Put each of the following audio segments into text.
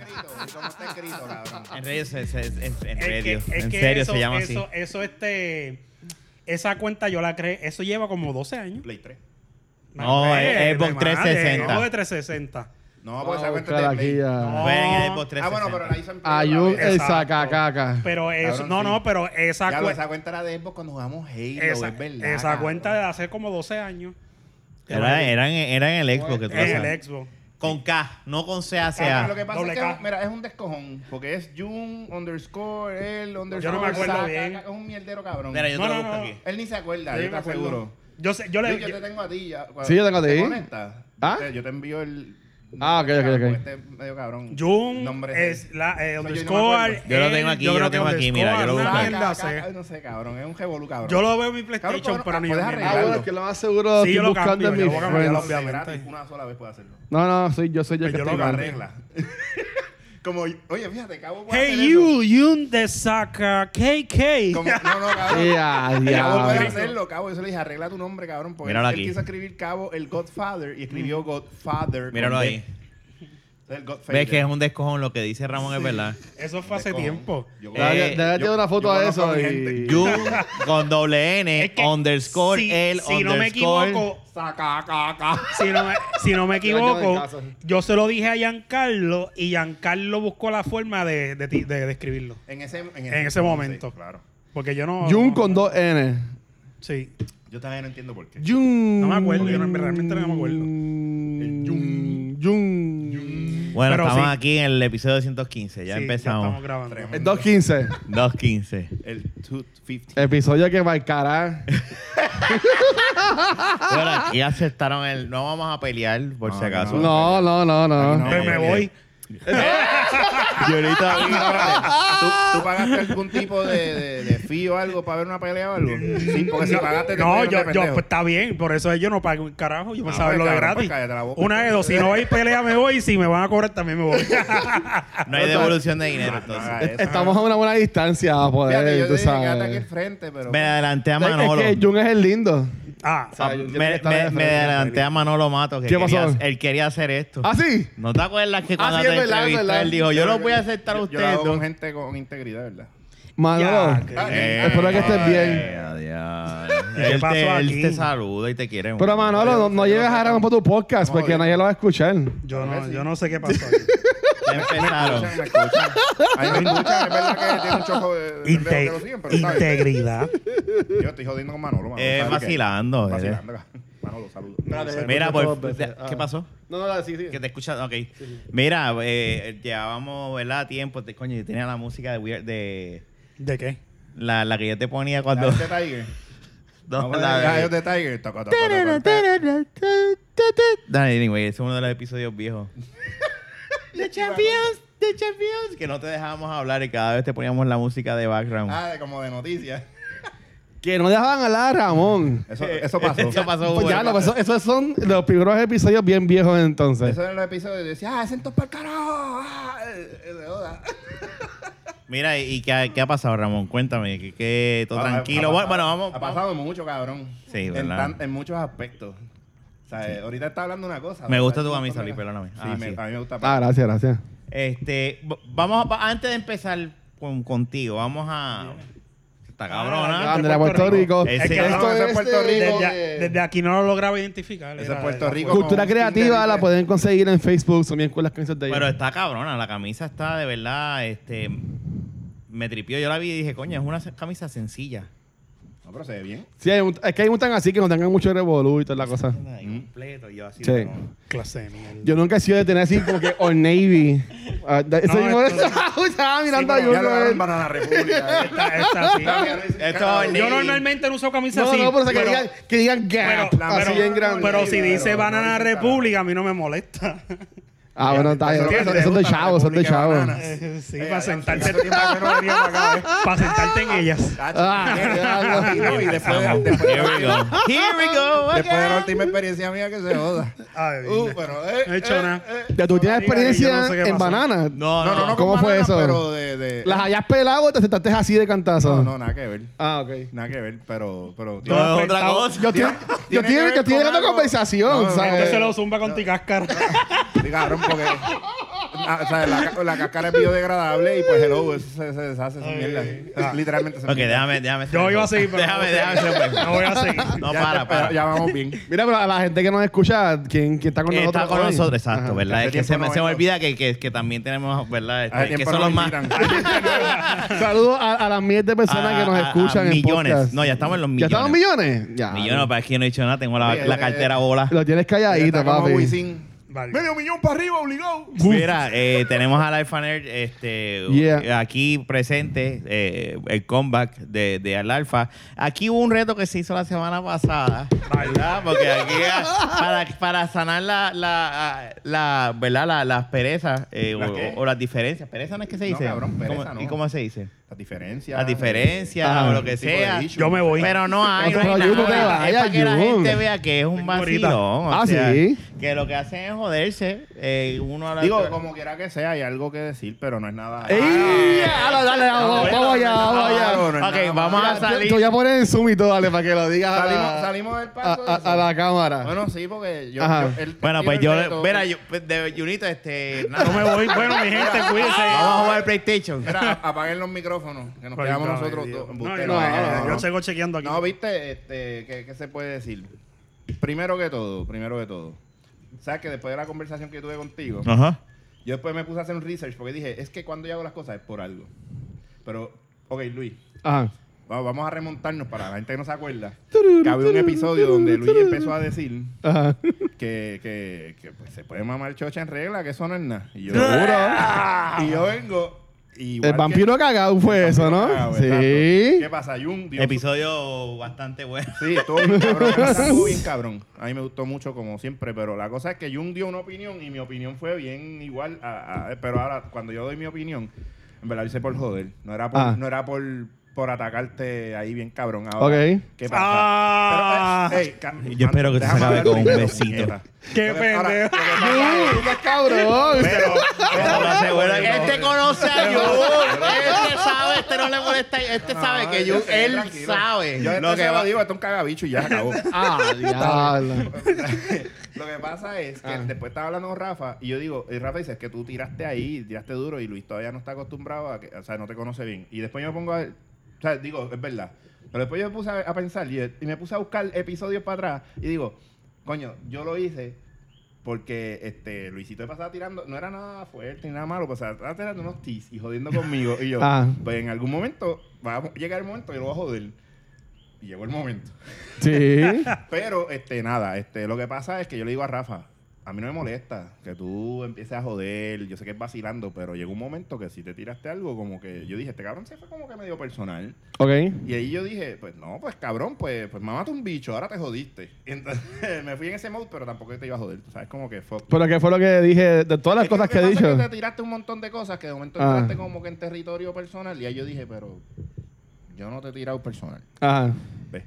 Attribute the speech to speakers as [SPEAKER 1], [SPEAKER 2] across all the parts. [SPEAKER 1] escrito, como está escrito, cabrón.
[SPEAKER 2] En radio, se- se- en- en
[SPEAKER 3] Es que-
[SPEAKER 2] radio,
[SPEAKER 3] es
[SPEAKER 2] en
[SPEAKER 3] que
[SPEAKER 2] serio
[SPEAKER 3] eso-
[SPEAKER 2] se llama
[SPEAKER 3] eso,
[SPEAKER 2] así.
[SPEAKER 3] Eso, este. Esa cuenta yo la creé. Eso lleva como 12 años.
[SPEAKER 1] Play 3.
[SPEAKER 2] No, es- es Xbox
[SPEAKER 3] de
[SPEAKER 2] 360.
[SPEAKER 3] más, de- de 360.
[SPEAKER 1] No,
[SPEAKER 4] Vamos
[SPEAKER 1] porque
[SPEAKER 4] a
[SPEAKER 1] esa cuenta
[SPEAKER 4] buscar
[SPEAKER 1] es de
[SPEAKER 4] aquí
[SPEAKER 1] Play.
[SPEAKER 4] a...
[SPEAKER 3] No.
[SPEAKER 2] Ven en Xbox
[SPEAKER 1] Ah, bueno, pero la
[SPEAKER 2] 360.
[SPEAKER 1] hizo en Play.
[SPEAKER 4] Ayun,
[SPEAKER 1] otra vez.
[SPEAKER 4] el
[SPEAKER 3] Exacto.
[SPEAKER 4] sacacaca.
[SPEAKER 3] Pero eso.
[SPEAKER 1] Cabrón,
[SPEAKER 3] no,
[SPEAKER 1] sí.
[SPEAKER 3] no, pero esa
[SPEAKER 1] Ya lo-
[SPEAKER 3] cuenta.
[SPEAKER 1] esa cuenta era de Xbox cuando jugamos Halo,
[SPEAKER 3] Esa,
[SPEAKER 1] es verdad.
[SPEAKER 3] esa
[SPEAKER 1] cabrón.
[SPEAKER 3] cuenta de hace como 12 años.
[SPEAKER 2] Era, eran, eran el Xbox que tú
[SPEAKER 3] En
[SPEAKER 2] usabas.
[SPEAKER 3] el Xbox.
[SPEAKER 2] Con K, no con
[SPEAKER 1] Ah, lo
[SPEAKER 2] CACA.
[SPEAKER 1] que pasa
[SPEAKER 3] Doble
[SPEAKER 1] es que
[SPEAKER 3] K.
[SPEAKER 1] es un- mira, es un descojón. Porque es Jun, underscore, él, underscore.
[SPEAKER 3] me acuerdo
[SPEAKER 1] saca,
[SPEAKER 3] bien.
[SPEAKER 1] Es un mierdero cabrón.
[SPEAKER 2] Mira, yo
[SPEAKER 3] No,
[SPEAKER 2] te lo
[SPEAKER 3] no,
[SPEAKER 2] busco
[SPEAKER 3] no.
[SPEAKER 2] aquí.
[SPEAKER 1] Él ni se acuerda,
[SPEAKER 3] Sí,
[SPEAKER 1] yo
[SPEAKER 3] me
[SPEAKER 1] te
[SPEAKER 3] acuerdo.
[SPEAKER 1] aseguro.
[SPEAKER 3] Yo, sé, yo
[SPEAKER 1] Yo,
[SPEAKER 3] le.
[SPEAKER 1] yo te tengo a ti ya.
[SPEAKER 4] Sí, yo tengo a ti.
[SPEAKER 1] ¿Te conectas?
[SPEAKER 4] ¿Ah?
[SPEAKER 1] Te- Yo te envío el...
[SPEAKER 4] Ah, ok, ok,
[SPEAKER 1] Cabrón,
[SPEAKER 4] ok.
[SPEAKER 1] Este es medio cabrón.
[SPEAKER 3] Jun
[SPEAKER 1] Nombre
[SPEAKER 3] es la eh,
[SPEAKER 1] No, yo no me
[SPEAKER 3] underscore.
[SPEAKER 1] acuerdo.
[SPEAKER 2] Yo lo
[SPEAKER 3] él,
[SPEAKER 2] tengo aquí,
[SPEAKER 3] yo
[SPEAKER 2] yo
[SPEAKER 3] creo
[SPEAKER 2] lo
[SPEAKER 3] que
[SPEAKER 2] tengo aquí, mira, yo lo
[SPEAKER 3] underscore,
[SPEAKER 2] busco
[SPEAKER 3] una
[SPEAKER 2] aquí.
[SPEAKER 3] mierda
[SPEAKER 1] Caca,
[SPEAKER 3] sé.
[SPEAKER 1] caca, No sé, cabrón. Es un revolú, cabrón.
[SPEAKER 3] Yo lo veo en mi PlayStation,
[SPEAKER 1] Cabrón,
[SPEAKER 3] pero ni
[SPEAKER 1] puedes
[SPEAKER 3] ni-
[SPEAKER 4] Ah, bueno,
[SPEAKER 1] arreglarlo.
[SPEAKER 4] es que lo más seguro
[SPEAKER 3] Sí, yo
[SPEAKER 4] estoy
[SPEAKER 3] lo
[SPEAKER 4] buscando
[SPEAKER 3] cambio,
[SPEAKER 4] en
[SPEAKER 3] yo
[SPEAKER 4] mi
[SPEAKER 3] lo voy a cambiar,
[SPEAKER 4] friends.
[SPEAKER 3] lo- obviamente.
[SPEAKER 1] Gratis, Una sola vez puedes hacerlo.
[SPEAKER 4] No, no, soy, yo soy yo el
[SPEAKER 3] Pues
[SPEAKER 4] que
[SPEAKER 3] yo lo
[SPEAKER 4] estoy
[SPEAKER 1] Lo
[SPEAKER 3] Claro.
[SPEAKER 4] mal.
[SPEAKER 1] arregla. Como, oye, fíjate, Cabo puede hacer
[SPEAKER 3] Hey
[SPEAKER 1] eso.
[SPEAKER 3] you, you de saca KK.
[SPEAKER 1] Como, no, no, cabrón.
[SPEAKER 4] Sí, ah,
[SPEAKER 1] Cabo puede
[SPEAKER 4] diablo.
[SPEAKER 1] hacerlo, Cabo. Yo se le dije, arregla tu nombre, cabrón. Porque
[SPEAKER 2] Míralo
[SPEAKER 1] él
[SPEAKER 2] aquí.
[SPEAKER 1] quiso escribir Cabo el Godfather y escribió Godfather. con
[SPEAKER 2] Míralo
[SPEAKER 1] D.
[SPEAKER 2] ahí.
[SPEAKER 1] Entonces, El Godfather.
[SPEAKER 2] Ves que es un descojón lo que dice Ramón, es verdad.
[SPEAKER 3] Eso fue hace
[SPEAKER 1] Descojón.
[SPEAKER 3] tiempo.
[SPEAKER 1] Yo-
[SPEAKER 2] Eh,
[SPEAKER 4] Dale- Dale
[SPEAKER 1] yo-
[SPEAKER 4] una foto
[SPEAKER 1] yo
[SPEAKER 4] a
[SPEAKER 1] conozco a
[SPEAKER 4] eso
[SPEAKER 1] mi
[SPEAKER 4] y...
[SPEAKER 1] gente.
[SPEAKER 2] Jun con doble N,
[SPEAKER 1] Eh,
[SPEAKER 3] Es que
[SPEAKER 2] underscore,
[SPEAKER 3] si-
[SPEAKER 2] el
[SPEAKER 3] si
[SPEAKER 2] underscore.
[SPEAKER 3] no me equivoco,
[SPEAKER 1] Saca, caca.
[SPEAKER 3] si no me, si no me
[SPEAKER 4] Yo me quedo en
[SPEAKER 3] equivoco,
[SPEAKER 4] casa.
[SPEAKER 3] yo se lo dije a Giancarlo y Giancarlo buscó la forma de, de, ti- de describirlo.
[SPEAKER 1] En ese, en
[SPEAKER 3] En ese momento.
[SPEAKER 1] sí, claro.
[SPEAKER 3] Porque yo no.
[SPEAKER 4] Jun
[SPEAKER 3] no-
[SPEAKER 4] con dos N.
[SPEAKER 3] Sí.
[SPEAKER 1] Yo también no entiendo por qué.
[SPEAKER 4] Jun.
[SPEAKER 3] No me acuerdo, yo no- realmente no me acuerdo.
[SPEAKER 4] El
[SPEAKER 1] Jun.
[SPEAKER 4] Jun.
[SPEAKER 2] Bueno,
[SPEAKER 3] Pero
[SPEAKER 2] estamos
[SPEAKER 3] sí.
[SPEAKER 2] aquí en el episodio 215, ya
[SPEAKER 3] sí, estamos
[SPEAKER 2] empezamos.
[SPEAKER 3] grabando.
[SPEAKER 1] Tremendo.
[SPEAKER 4] El 215.
[SPEAKER 2] 215.
[SPEAKER 1] El 250.
[SPEAKER 4] Episodio que marcará.
[SPEAKER 2] Bueno, aquí aceptaron el. No vamos a pelear, por
[SPEAKER 1] No,
[SPEAKER 2] si acaso.
[SPEAKER 4] No, no, no, no.
[SPEAKER 1] Aquí
[SPEAKER 3] Pero pues, me
[SPEAKER 2] No,
[SPEAKER 3] voy.
[SPEAKER 2] Y ahorita vi-
[SPEAKER 1] ¿Tú, tú pagaste algún tipo de, de, de fee o algo para ver una pelea o algo? Sí, porque Pues si pagaste te
[SPEAKER 3] No,
[SPEAKER 1] cogieron de
[SPEAKER 3] yo, yo
[SPEAKER 1] pendejo.
[SPEAKER 3] pues, está bien, por eso yo no pago un carajo, yo
[SPEAKER 1] No,
[SPEAKER 3] pensaba
[SPEAKER 1] pues,
[SPEAKER 3] lo de
[SPEAKER 1] cabrón,
[SPEAKER 3] gratis.
[SPEAKER 1] pues, cállate la boca.
[SPEAKER 3] Una de dos, si no hay pelea me voy y si me van a cobrar también me voy.
[SPEAKER 2] no hay devolución de dinero,
[SPEAKER 1] No
[SPEAKER 2] entonces.
[SPEAKER 1] hagas eso.
[SPEAKER 4] Estamos a una buena distancia para
[SPEAKER 1] Fíjate,
[SPEAKER 4] poder,
[SPEAKER 1] yo
[SPEAKER 4] tú
[SPEAKER 1] te dije que hasta aquí
[SPEAKER 4] sabes.
[SPEAKER 1] al frente, pero...
[SPEAKER 2] Me adelanté a
[SPEAKER 4] Es
[SPEAKER 2] Manolo.
[SPEAKER 4] que Jun es el lindo.
[SPEAKER 3] ah,
[SPEAKER 4] sea, yo- yo tenía que
[SPEAKER 2] me,
[SPEAKER 4] estar
[SPEAKER 2] me-
[SPEAKER 4] en el
[SPEAKER 2] me
[SPEAKER 4] frente.
[SPEAKER 2] adelanté a Manolo Mato. Que
[SPEAKER 4] ¿Qué pasó?
[SPEAKER 2] quería- él quería hacer esto.
[SPEAKER 4] ¿Ah, sí? Ah,
[SPEAKER 2] ¿No te acuerdas
[SPEAKER 1] pues.
[SPEAKER 2] que cuando
[SPEAKER 1] Ah,
[SPEAKER 4] sí,
[SPEAKER 2] te
[SPEAKER 4] es verdad, es
[SPEAKER 2] entrevisté,
[SPEAKER 4] verdad.
[SPEAKER 2] él dijo, yo los voy a aceptar a
[SPEAKER 1] Yo- Yo lo
[SPEAKER 2] ustedes
[SPEAKER 1] hago
[SPEAKER 2] dos"?
[SPEAKER 1] con gente con integridad, ¿verdad?
[SPEAKER 4] Manolo.
[SPEAKER 3] Ya, que-
[SPEAKER 2] Eh,
[SPEAKER 4] Espero que estés bien.
[SPEAKER 2] eh, adiós.
[SPEAKER 3] ¿Y qué
[SPEAKER 2] Él
[SPEAKER 3] pasó
[SPEAKER 2] te, él
[SPEAKER 3] aquí?
[SPEAKER 2] te saluda y te quiere. mucho.
[SPEAKER 4] Pero Manolo, no, no lleves a Ramón para tu podcast porque
[SPEAKER 1] Vamos a ver.
[SPEAKER 4] nadie lo va a escuchar.
[SPEAKER 3] yo
[SPEAKER 1] Claro
[SPEAKER 3] no,
[SPEAKER 1] que
[SPEAKER 3] yo
[SPEAKER 1] sí.
[SPEAKER 3] no sé qué pasó. aquí.
[SPEAKER 2] Ya empezaron.
[SPEAKER 1] Escuchan, me escuchan. Ay, me escuchan, es verdad que tiene un choco de, de pendejos
[SPEAKER 3] Inte-
[SPEAKER 1] que lo siguen, pero está bien.
[SPEAKER 3] integridad.
[SPEAKER 1] Yo estoy jodiendo con Manolo. Manolo
[SPEAKER 2] Eh,
[SPEAKER 1] ¿sabes qué?
[SPEAKER 2] vacilando, eh.
[SPEAKER 1] Vacilando. cabrón. Manolo, saludos.
[SPEAKER 2] Mira,
[SPEAKER 4] Escucho
[SPEAKER 2] por-
[SPEAKER 4] dos veces.
[SPEAKER 2] ¿qué
[SPEAKER 4] Ah.
[SPEAKER 2] pasó?
[SPEAKER 4] No, no, sí, sí.
[SPEAKER 2] Que te escuchas, ok. Mira, eh, llevábamos, ¿verdad? Tiempo, te, coño, yo tenía la música de Weird, de
[SPEAKER 3] ¿De qué?
[SPEAKER 2] la, la que yo te ponía
[SPEAKER 1] La
[SPEAKER 2] cuando...
[SPEAKER 1] de Tiger.
[SPEAKER 2] no,
[SPEAKER 1] Vamos
[SPEAKER 2] la
[SPEAKER 1] a
[SPEAKER 2] de-
[SPEAKER 1] ver, la de Tiger. Toca, toca, toca, toca.
[SPEAKER 2] Dale, anyway, ese es uno de los episodios viejos. The Champions, The Champions. Que no te dejábamos hablar y cada vez te poníamos la música de background.
[SPEAKER 1] Ah, de, como de noticias.
[SPEAKER 4] Que no dejaban hablar a Ramón.
[SPEAKER 1] Eso, eso pasó.
[SPEAKER 2] Eso pasó.
[SPEAKER 4] Pues ya,
[SPEAKER 2] bueno.
[SPEAKER 4] lo- eso- esos son los primeros episodios bien viejos entonces.
[SPEAKER 1] Eso en los episodios decía, ah, ese entonces para el carajo. Ah, eh, eh, de joda.
[SPEAKER 2] Mira, ¿y y qué, ha- qué ha pasado, Ramón? Cuéntame, que, que todo
[SPEAKER 1] Ha- ha-
[SPEAKER 2] tranquilo.
[SPEAKER 1] ha
[SPEAKER 2] bueno,
[SPEAKER 1] pasado-
[SPEAKER 2] bueno, vamos.
[SPEAKER 1] Ha pasado mucho, cabrón.
[SPEAKER 2] Sí,
[SPEAKER 1] en,
[SPEAKER 2] ¿verdad?
[SPEAKER 1] tan- en muchos aspectos. O sea, eh, ahorita está hablando una cosa.
[SPEAKER 2] Me
[SPEAKER 1] ¿verdad?
[SPEAKER 2] gusta tu
[SPEAKER 1] Hay un
[SPEAKER 2] camisa,
[SPEAKER 1] montón de
[SPEAKER 2] Luis,
[SPEAKER 1] cosas.
[SPEAKER 2] perdóname.
[SPEAKER 1] Sí,
[SPEAKER 2] Ah,
[SPEAKER 1] me-
[SPEAKER 2] sí.
[SPEAKER 1] a mí me gusta.
[SPEAKER 4] Ah, gracias, gracias.
[SPEAKER 2] Este, v- vamos a, pa- antes de empezar con, contigo, vamos a. Está
[SPEAKER 3] Ah,
[SPEAKER 2] cabrona.
[SPEAKER 4] Andrea Puerto Rico.
[SPEAKER 2] Ese-
[SPEAKER 4] Es que
[SPEAKER 2] Ese
[SPEAKER 4] esto
[SPEAKER 1] es
[SPEAKER 4] es
[SPEAKER 1] Puerto
[SPEAKER 4] Puerto
[SPEAKER 1] Rico.
[SPEAKER 4] Rico.
[SPEAKER 3] Desde, desde aquí no lo lograba identificar.
[SPEAKER 1] Ese
[SPEAKER 3] era-
[SPEAKER 1] es Puerto
[SPEAKER 3] era-
[SPEAKER 1] Rico. Como
[SPEAKER 4] Cultura
[SPEAKER 1] un
[SPEAKER 4] creativa
[SPEAKER 1] Tinder,
[SPEAKER 4] la
[SPEAKER 1] ¿eh?
[SPEAKER 4] pueden conseguir en Facebook. Son bien cool las camisas de ellos.
[SPEAKER 2] Pero está cabrona, la camisa está de verdad. Este, me tripió. Yo la vi y dije, coño, es una se- camisa sencilla.
[SPEAKER 1] No, pero se ve bien.
[SPEAKER 4] Sí, hay un- es que hay un tan así que no tengan mucho revolú y toda la cosa.
[SPEAKER 2] Ahí,
[SPEAKER 1] Mm.
[SPEAKER 2] Completo, y yo así.
[SPEAKER 4] Sí.
[SPEAKER 2] pero-
[SPEAKER 3] Clase de mierda.
[SPEAKER 4] Yo nunca he sido de tener así como que All Navy. Ah, de-
[SPEAKER 3] No,
[SPEAKER 4] ese mismo-
[SPEAKER 3] esto-
[SPEAKER 4] estaba mirando
[SPEAKER 3] Sí,
[SPEAKER 4] a
[SPEAKER 3] pero
[SPEAKER 1] Ya lo agarraron
[SPEAKER 4] Junior. eh.
[SPEAKER 1] en Banana República. eh.
[SPEAKER 3] Esta- esta sí.
[SPEAKER 1] Ya, ya lo hice.
[SPEAKER 2] Esto va a venir.
[SPEAKER 3] Yo normalmente no uso camisas
[SPEAKER 4] No,
[SPEAKER 3] así.
[SPEAKER 4] no, pero, o sea, que digan, que digan gap.
[SPEAKER 3] pero-
[SPEAKER 4] así
[SPEAKER 3] pero-
[SPEAKER 4] bien grande.
[SPEAKER 3] pero si
[SPEAKER 1] Pero
[SPEAKER 3] dice
[SPEAKER 1] no
[SPEAKER 3] Banana
[SPEAKER 1] dice nada.
[SPEAKER 3] República, a mí no me molesta.
[SPEAKER 4] ah, bueno, está bien.
[SPEAKER 1] Entiendo,
[SPEAKER 4] Son de
[SPEAKER 1] te gusta la
[SPEAKER 4] chavos, son de
[SPEAKER 1] República
[SPEAKER 4] chavos.
[SPEAKER 1] Banana.
[SPEAKER 3] Eh, sí,
[SPEAKER 1] Eh,
[SPEAKER 3] para
[SPEAKER 1] hace
[SPEAKER 3] sentarse.
[SPEAKER 1] tiempo que no venía para acá, eh.
[SPEAKER 3] para sentarte en ellas.
[SPEAKER 4] Ah,
[SPEAKER 1] Ah, y no, y después
[SPEAKER 2] Estamos-
[SPEAKER 1] después-
[SPEAKER 2] Here we go. Here we go.
[SPEAKER 1] después de la
[SPEAKER 2] again.
[SPEAKER 1] última experiencia mía que se joda.
[SPEAKER 3] Ay,
[SPEAKER 1] Uh, pero, eh,
[SPEAKER 3] No he hecho
[SPEAKER 1] eh,
[SPEAKER 3] nada.
[SPEAKER 1] eh.
[SPEAKER 4] Ya
[SPEAKER 3] No digas
[SPEAKER 4] tú tienes
[SPEAKER 3] que yo
[SPEAKER 4] experiencia
[SPEAKER 3] no sé qué pasó.
[SPEAKER 4] en banana.
[SPEAKER 1] No,
[SPEAKER 2] No, no,
[SPEAKER 1] no, no. con
[SPEAKER 4] ¿Cómo fue
[SPEAKER 1] banana,
[SPEAKER 4] eso?
[SPEAKER 1] Pero de, de-
[SPEAKER 4] ¿Las hayas pelado o te sentaste así de cantazo?
[SPEAKER 1] No, no, nada que ver.
[SPEAKER 4] Ah, ok.
[SPEAKER 1] Nada que ver, pero. pero
[SPEAKER 2] No, es otra cosa.
[SPEAKER 4] Yo estoy, yo
[SPEAKER 1] tiene
[SPEAKER 4] estoy,
[SPEAKER 1] que ver
[SPEAKER 4] yo estoy
[SPEAKER 1] con
[SPEAKER 4] dando
[SPEAKER 1] algo.
[SPEAKER 4] conversación,
[SPEAKER 1] No, Este no,
[SPEAKER 4] ¿sabes?
[SPEAKER 3] Entonces lo zumba con tu cáscara.
[SPEAKER 1] Diga, cabrón, porque ah, o sea, la, la cáscara es biodegradable y pues hello, eso se, se deshace esa mierda. Ah, Literalmente se
[SPEAKER 2] Ok, déjame, déjame. ser
[SPEAKER 3] Yo
[SPEAKER 2] un
[SPEAKER 3] iba a
[SPEAKER 2] poco.
[SPEAKER 3] seguir, pero
[SPEAKER 2] Déjame,
[SPEAKER 3] no
[SPEAKER 2] déjame. ser un poco.
[SPEAKER 3] No voy a seguir.
[SPEAKER 2] No,
[SPEAKER 1] Ya,
[SPEAKER 2] para,
[SPEAKER 1] ya-
[SPEAKER 2] para.
[SPEAKER 1] ya vamos bien.
[SPEAKER 4] Mira, pero a la gente que nos escucha, ¿quién, quién está con
[SPEAKER 2] Que
[SPEAKER 4] nosotros?
[SPEAKER 2] está con
[SPEAKER 4] hoy?
[SPEAKER 2] nosotros, exacto,
[SPEAKER 4] Ajá.
[SPEAKER 2] ¿verdad?
[SPEAKER 1] Hace
[SPEAKER 2] Es que se
[SPEAKER 1] tiempo
[SPEAKER 2] me,
[SPEAKER 1] no
[SPEAKER 2] se me
[SPEAKER 1] vengo.
[SPEAKER 2] olvida que, que, que también tenemos, ¿verdad? Este,
[SPEAKER 1] Hace
[SPEAKER 2] que
[SPEAKER 1] tiempo
[SPEAKER 2] son
[SPEAKER 1] no
[SPEAKER 2] los
[SPEAKER 1] me
[SPEAKER 2] más.
[SPEAKER 1] invitan.
[SPEAKER 4] Saludos a, a las miles de personas
[SPEAKER 2] a-
[SPEAKER 4] que nos
[SPEAKER 2] a- a
[SPEAKER 4] escuchan. en
[SPEAKER 2] millones.
[SPEAKER 4] podcast.
[SPEAKER 2] No, ya estamos en los
[SPEAKER 4] ¿Ya
[SPEAKER 2] millones.
[SPEAKER 4] estamos en millones? Ya.
[SPEAKER 2] Millones, pero es que no he dicho nada, tengo la,
[SPEAKER 1] Oye,
[SPEAKER 2] la
[SPEAKER 1] eh,
[SPEAKER 2] cartera bola.
[SPEAKER 4] Lo tienes calladito,
[SPEAKER 1] Está como
[SPEAKER 4] papi.
[SPEAKER 1] Wisin.
[SPEAKER 3] Vale.
[SPEAKER 1] Medio millón para arriba, obligado.
[SPEAKER 2] Mira, eh, tenemos a Life and Earth, este,
[SPEAKER 4] Yeah.
[SPEAKER 2] aquí presente, eh, el comeback de, de Al Alfa. Aquí hubo un reto que se hizo la semana pasada, ¿verdad? Porque aquí, ah, para, para sanar la, la, la- ¿verdad? La- las perezas eh,
[SPEAKER 1] ¿Las
[SPEAKER 2] o,
[SPEAKER 1] qué?
[SPEAKER 2] o las diferencias. ¿Pereza no es que se
[SPEAKER 1] No,
[SPEAKER 2] dice?
[SPEAKER 1] cabrón, pereza
[SPEAKER 2] ¿Cómo-
[SPEAKER 1] no.
[SPEAKER 2] ¿Y cómo se dice?
[SPEAKER 1] Las diferencias.
[SPEAKER 2] Las diferencias
[SPEAKER 4] Ah,
[SPEAKER 2] o lo que
[SPEAKER 1] el tipo de
[SPEAKER 2] sea.
[SPEAKER 1] issue.
[SPEAKER 3] Yo me voy.
[SPEAKER 2] Pero no hay, no
[SPEAKER 4] Pero,
[SPEAKER 2] hay
[SPEAKER 4] Jun, no te
[SPEAKER 2] nada. Es
[SPEAKER 4] vayas,
[SPEAKER 2] para que la
[SPEAKER 4] Jun.
[SPEAKER 2] gente vea que es un
[SPEAKER 3] Tengo ahorita.
[SPEAKER 2] vacilón. o
[SPEAKER 4] Ah,
[SPEAKER 2] sea,
[SPEAKER 4] sí.
[SPEAKER 2] Que lo que hacen es joderse eh, uno a la
[SPEAKER 1] Digo,
[SPEAKER 2] otra.
[SPEAKER 1] como quiera que sea, hay algo que decir, pero no es nada.
[SPEAKER 4] ¡Ey! ala, dale, vamos, vamos allá, vamos allá.
[SPEAKER 1] no, no, no,
[SPEAKER 2] Ok,
[SPEAKER 1] nada
[SPEAKER 2] vamos
[SPEAKER 1] más.
[SPEAKER 2] a
[SPEAKER 4] Yo-
[SPEAKER 2] salir.
[SPEAKER 4] Te voy a poner en zoom y todo, dale, para que lo digas a
[SPEAKER 1] Salimos,
[SPEAKER 4] la-
[SPEAKER 1] salimos del
[SPEAKER 4] a-
[SPEAKER 1] paso.
[SPEAKER 4] a- a la cámara.
[SPEAKER 1] Bueno, sí, porque yo.
[SPEAKER 4] Ajá.
[SPEAKER 1] yo- él-
[SPEAKER 2] Bueno,
[SPEAKER 1] él
[SPEAKER 2] pues
[SPEAKER 1] tiene
[SPEAKER 2] yo,
[SPEAKER 1] el reto.
[SPEAKER 2] mira, yo, de Junito, este, nada,
[SPEAKER 3] Yo me voy. Bueno, mi gente, cuídense.
[SPEAKER 2] vamos a jugar PlayStation.
[SPEAKER 1] Mira, a- apaguen los micrófonos, que nos
[SPEAKER 3] Ay,
[SPEAKER 1] quedamos
[SPEAKER 3] no,
[SPEAKER 1] nosotros
[SPEAKER 3] Dios.
[SPEAKER 1] dos.
[SPEAKER 3] No,
[SPEAKER 1] embusteros.
[SPEAKER 3] yo-
[SPEAKER 4] no, no, no.
[SPEAKER 3] Yo sigo chequeando aquí.
[SPEAKER 1] No, viste, este, ¿qué, qué se puede decir? Primero que todo, primero que todo. ¿Sabes que después de la conversación que tuve contigo,
[SPEAKER 2] Ajá.
[SPEAKER 1] yo después me puse a hacer un research porque dije, es que cuando yo hago las cosas es por algo. Pero, ok, Luis,
[SPEAKER 4] Ajá.
[SPEAKER 1] va- vamos a remontarnos para la gente que no se acuerda. Que había un episodio donde Luis empezó a decir
[SPEAKER 4] Ajá.
[SPEAKER 1] que, que, que, pues, se puede mamar chocha en regla, que eso no es nada. Y yo, "Ah".
[SPEAKER 4] Seguro.
[SPEAKER 1] y yo vengo. y igual
[SPEAKER 4] El
[SPEAKER 1] que-
[SPEAKER 4] vampiro cagado fue Pues eso, ¿no?
[SPEAKER 1] Ah, exacto.
[SPEAKER 4] Sí.
[SPEAKER 1] ¿Qué pasa? Jun, Dios
[SPEAKER 2] Episodio bastante bueno.
[SPEAKER 1] Sí, estuvo bien cabrón. estuvo bien cabrón. A mí me gustó mucho, como siempre, pero la cosa es que Jung dio una opinión y mi opinión fue bien igual. a- a- pero ahora, cuando yo doy mi opinión, en verdad lo hice por joder. No era por,
[SPEAKER 4] Ah.
[SPEAKER 1] no era por, por atacarte ahí bien cabrón. Ahora,
[SPEAKER 4] Ok.
[SPEAKER 1] ¿Qué pasa?
[SPEAKER 3] Ah.
[SPEAKER 1] Pero, eh, ey, ca-
[SPEAKER 2] Yo espero que esto se
[SPEAKER 1] déjame
[SPEAKER 2] acabe
[SPEAKER 1] hablar
[SPEAKER 2] con un
[SPEAKER 1] primero,
[SPEAKER 2] besito.
[SPEAKER 1] puñeta.
[SPEAKER 3] Qué
[SPEAKER 1] Lo que- ahora,
[SPEAKER 3] pendejo.
[SPEAKER 1] lo que pasa es-
[SPEAKER 4] cabrón!
[SPEAKER 1] pero- pero-
[SPEAKER 2] Este conoce a Jun. Este sabe, este no le molesta. Este sabe
[SPEAKER 1] No,
[SPEAKER 2] que
[SPEAKER 1] yo
[SPEAKER 2] Jun,
[SPEAKER 1] sé,
[SPEAKER 2] él
[SPEAKER 1] tranquilo.
[SPEAKER 2] sabe
[SPEAKER 1] Yo
[SPEAKER 2] este lo que va.
[SPEAKER 1] lo digo, esto es un cagabicho y ya se acabó.
[SPEAKER 4] ¡Ah, diablo!
[SPEAKER 1] lo que pasa es que
[SPEAKER 4] Ah.
[SPEAKER 1] después estaba hablando con Rafa y yo digo, y Rafa dice, es que tú tiraste ahí, tiraste duro y Luis todavía no está acostumbrado a que, o sea, no te conoce bien. Y después yo me pongo a, o sea, digo, es verdad. Pero después yo me puse a, a pensar y, y me puse a buscar episodios para atrás y digo, coño, yo lo hice porque este Luisito de pasaba tirando, no era nada fuerte ni nada malo, pues o sea, estaba tirando unos tis y jodiendo conmigo. Y yo,
[SPEAKER 4] Ah.
[SPEAKER 1] pues en algún momento va a llegar el momento que lo voy a joder. Y llegó el momento.
[SPEAKER 4] Sí.
[SPEAKER 1] Pero, este, nada, este, lo que pasa es que yo le digo a Rafa, a mí no me molesta que tú empieces a joder, yo sé que es vacilando, pero llegó un momento que si te tiraste algo, como que yo dije, este cabrón se fue como que medio personal.
[SPEAKER 4] Ok.
[SPEAKER 1] Y ahí yo dije, pues no, pues cabrón, pues, pues mamate un bicho, ahora te jodiste. Y entonces me fui en ese mode, pero tampoco te iba a joder, tú sabes, como que fuck.
[SPEAKER 4] Pero ¿qué fue lo que dije? De todas las
[SPEAKER 1] Es
[SPEAKER 4] cosas
[SPEAKER 1] lo
[SPEAKER 4] que he
[SPEAKER 1] pasa
[SPEAKER 4] dicho.
[SPEAKER 1] es te tiraste un montón de cosas que de momento
[SPEAKER 4] Ah.
[SPEAKER 1] entraste como que en territorio personal y ahí yo dije, pero yo no te he tirado personal.
[SPEAKER 4] Ajá.
[SPEAKER 1] ¿Ves?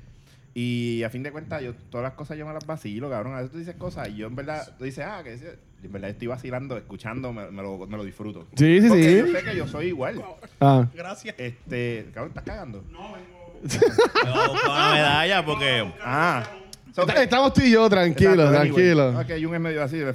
[SPEAKER 1] Y a fin de cuentas, yo todas las cosas yo me las vacilo, cabrón. A veces tú dices cosas y yo en verdad, tú dices, ah, que dice- y en verdad estoy vacilando, escuchando, me, me lo, me lo disfruto.
[SPEAKER 4] Sí, sí,
[SPEAKER 1] Porque
[SPEAKER 4] sí.
[SPEAKER 1] yo sé que yo soy igual.
[SPEAKER 4] Ah.
[SPEAKER 3] Gracias.
[SPEAKER 1] Este, cabrón, estás cagando.
[SPEAKER 2] No, busca una medalla porque.
[SPEAKER 1] Ah. So que-
[SPEAKER 4] Estamos tú y yo, tranquilo,
[SPEAKER 1] Exacto, anyway.
[SPEAKER 4] tranquilo.
[SPEAKER 1] Ah, que Jun es medio así. de-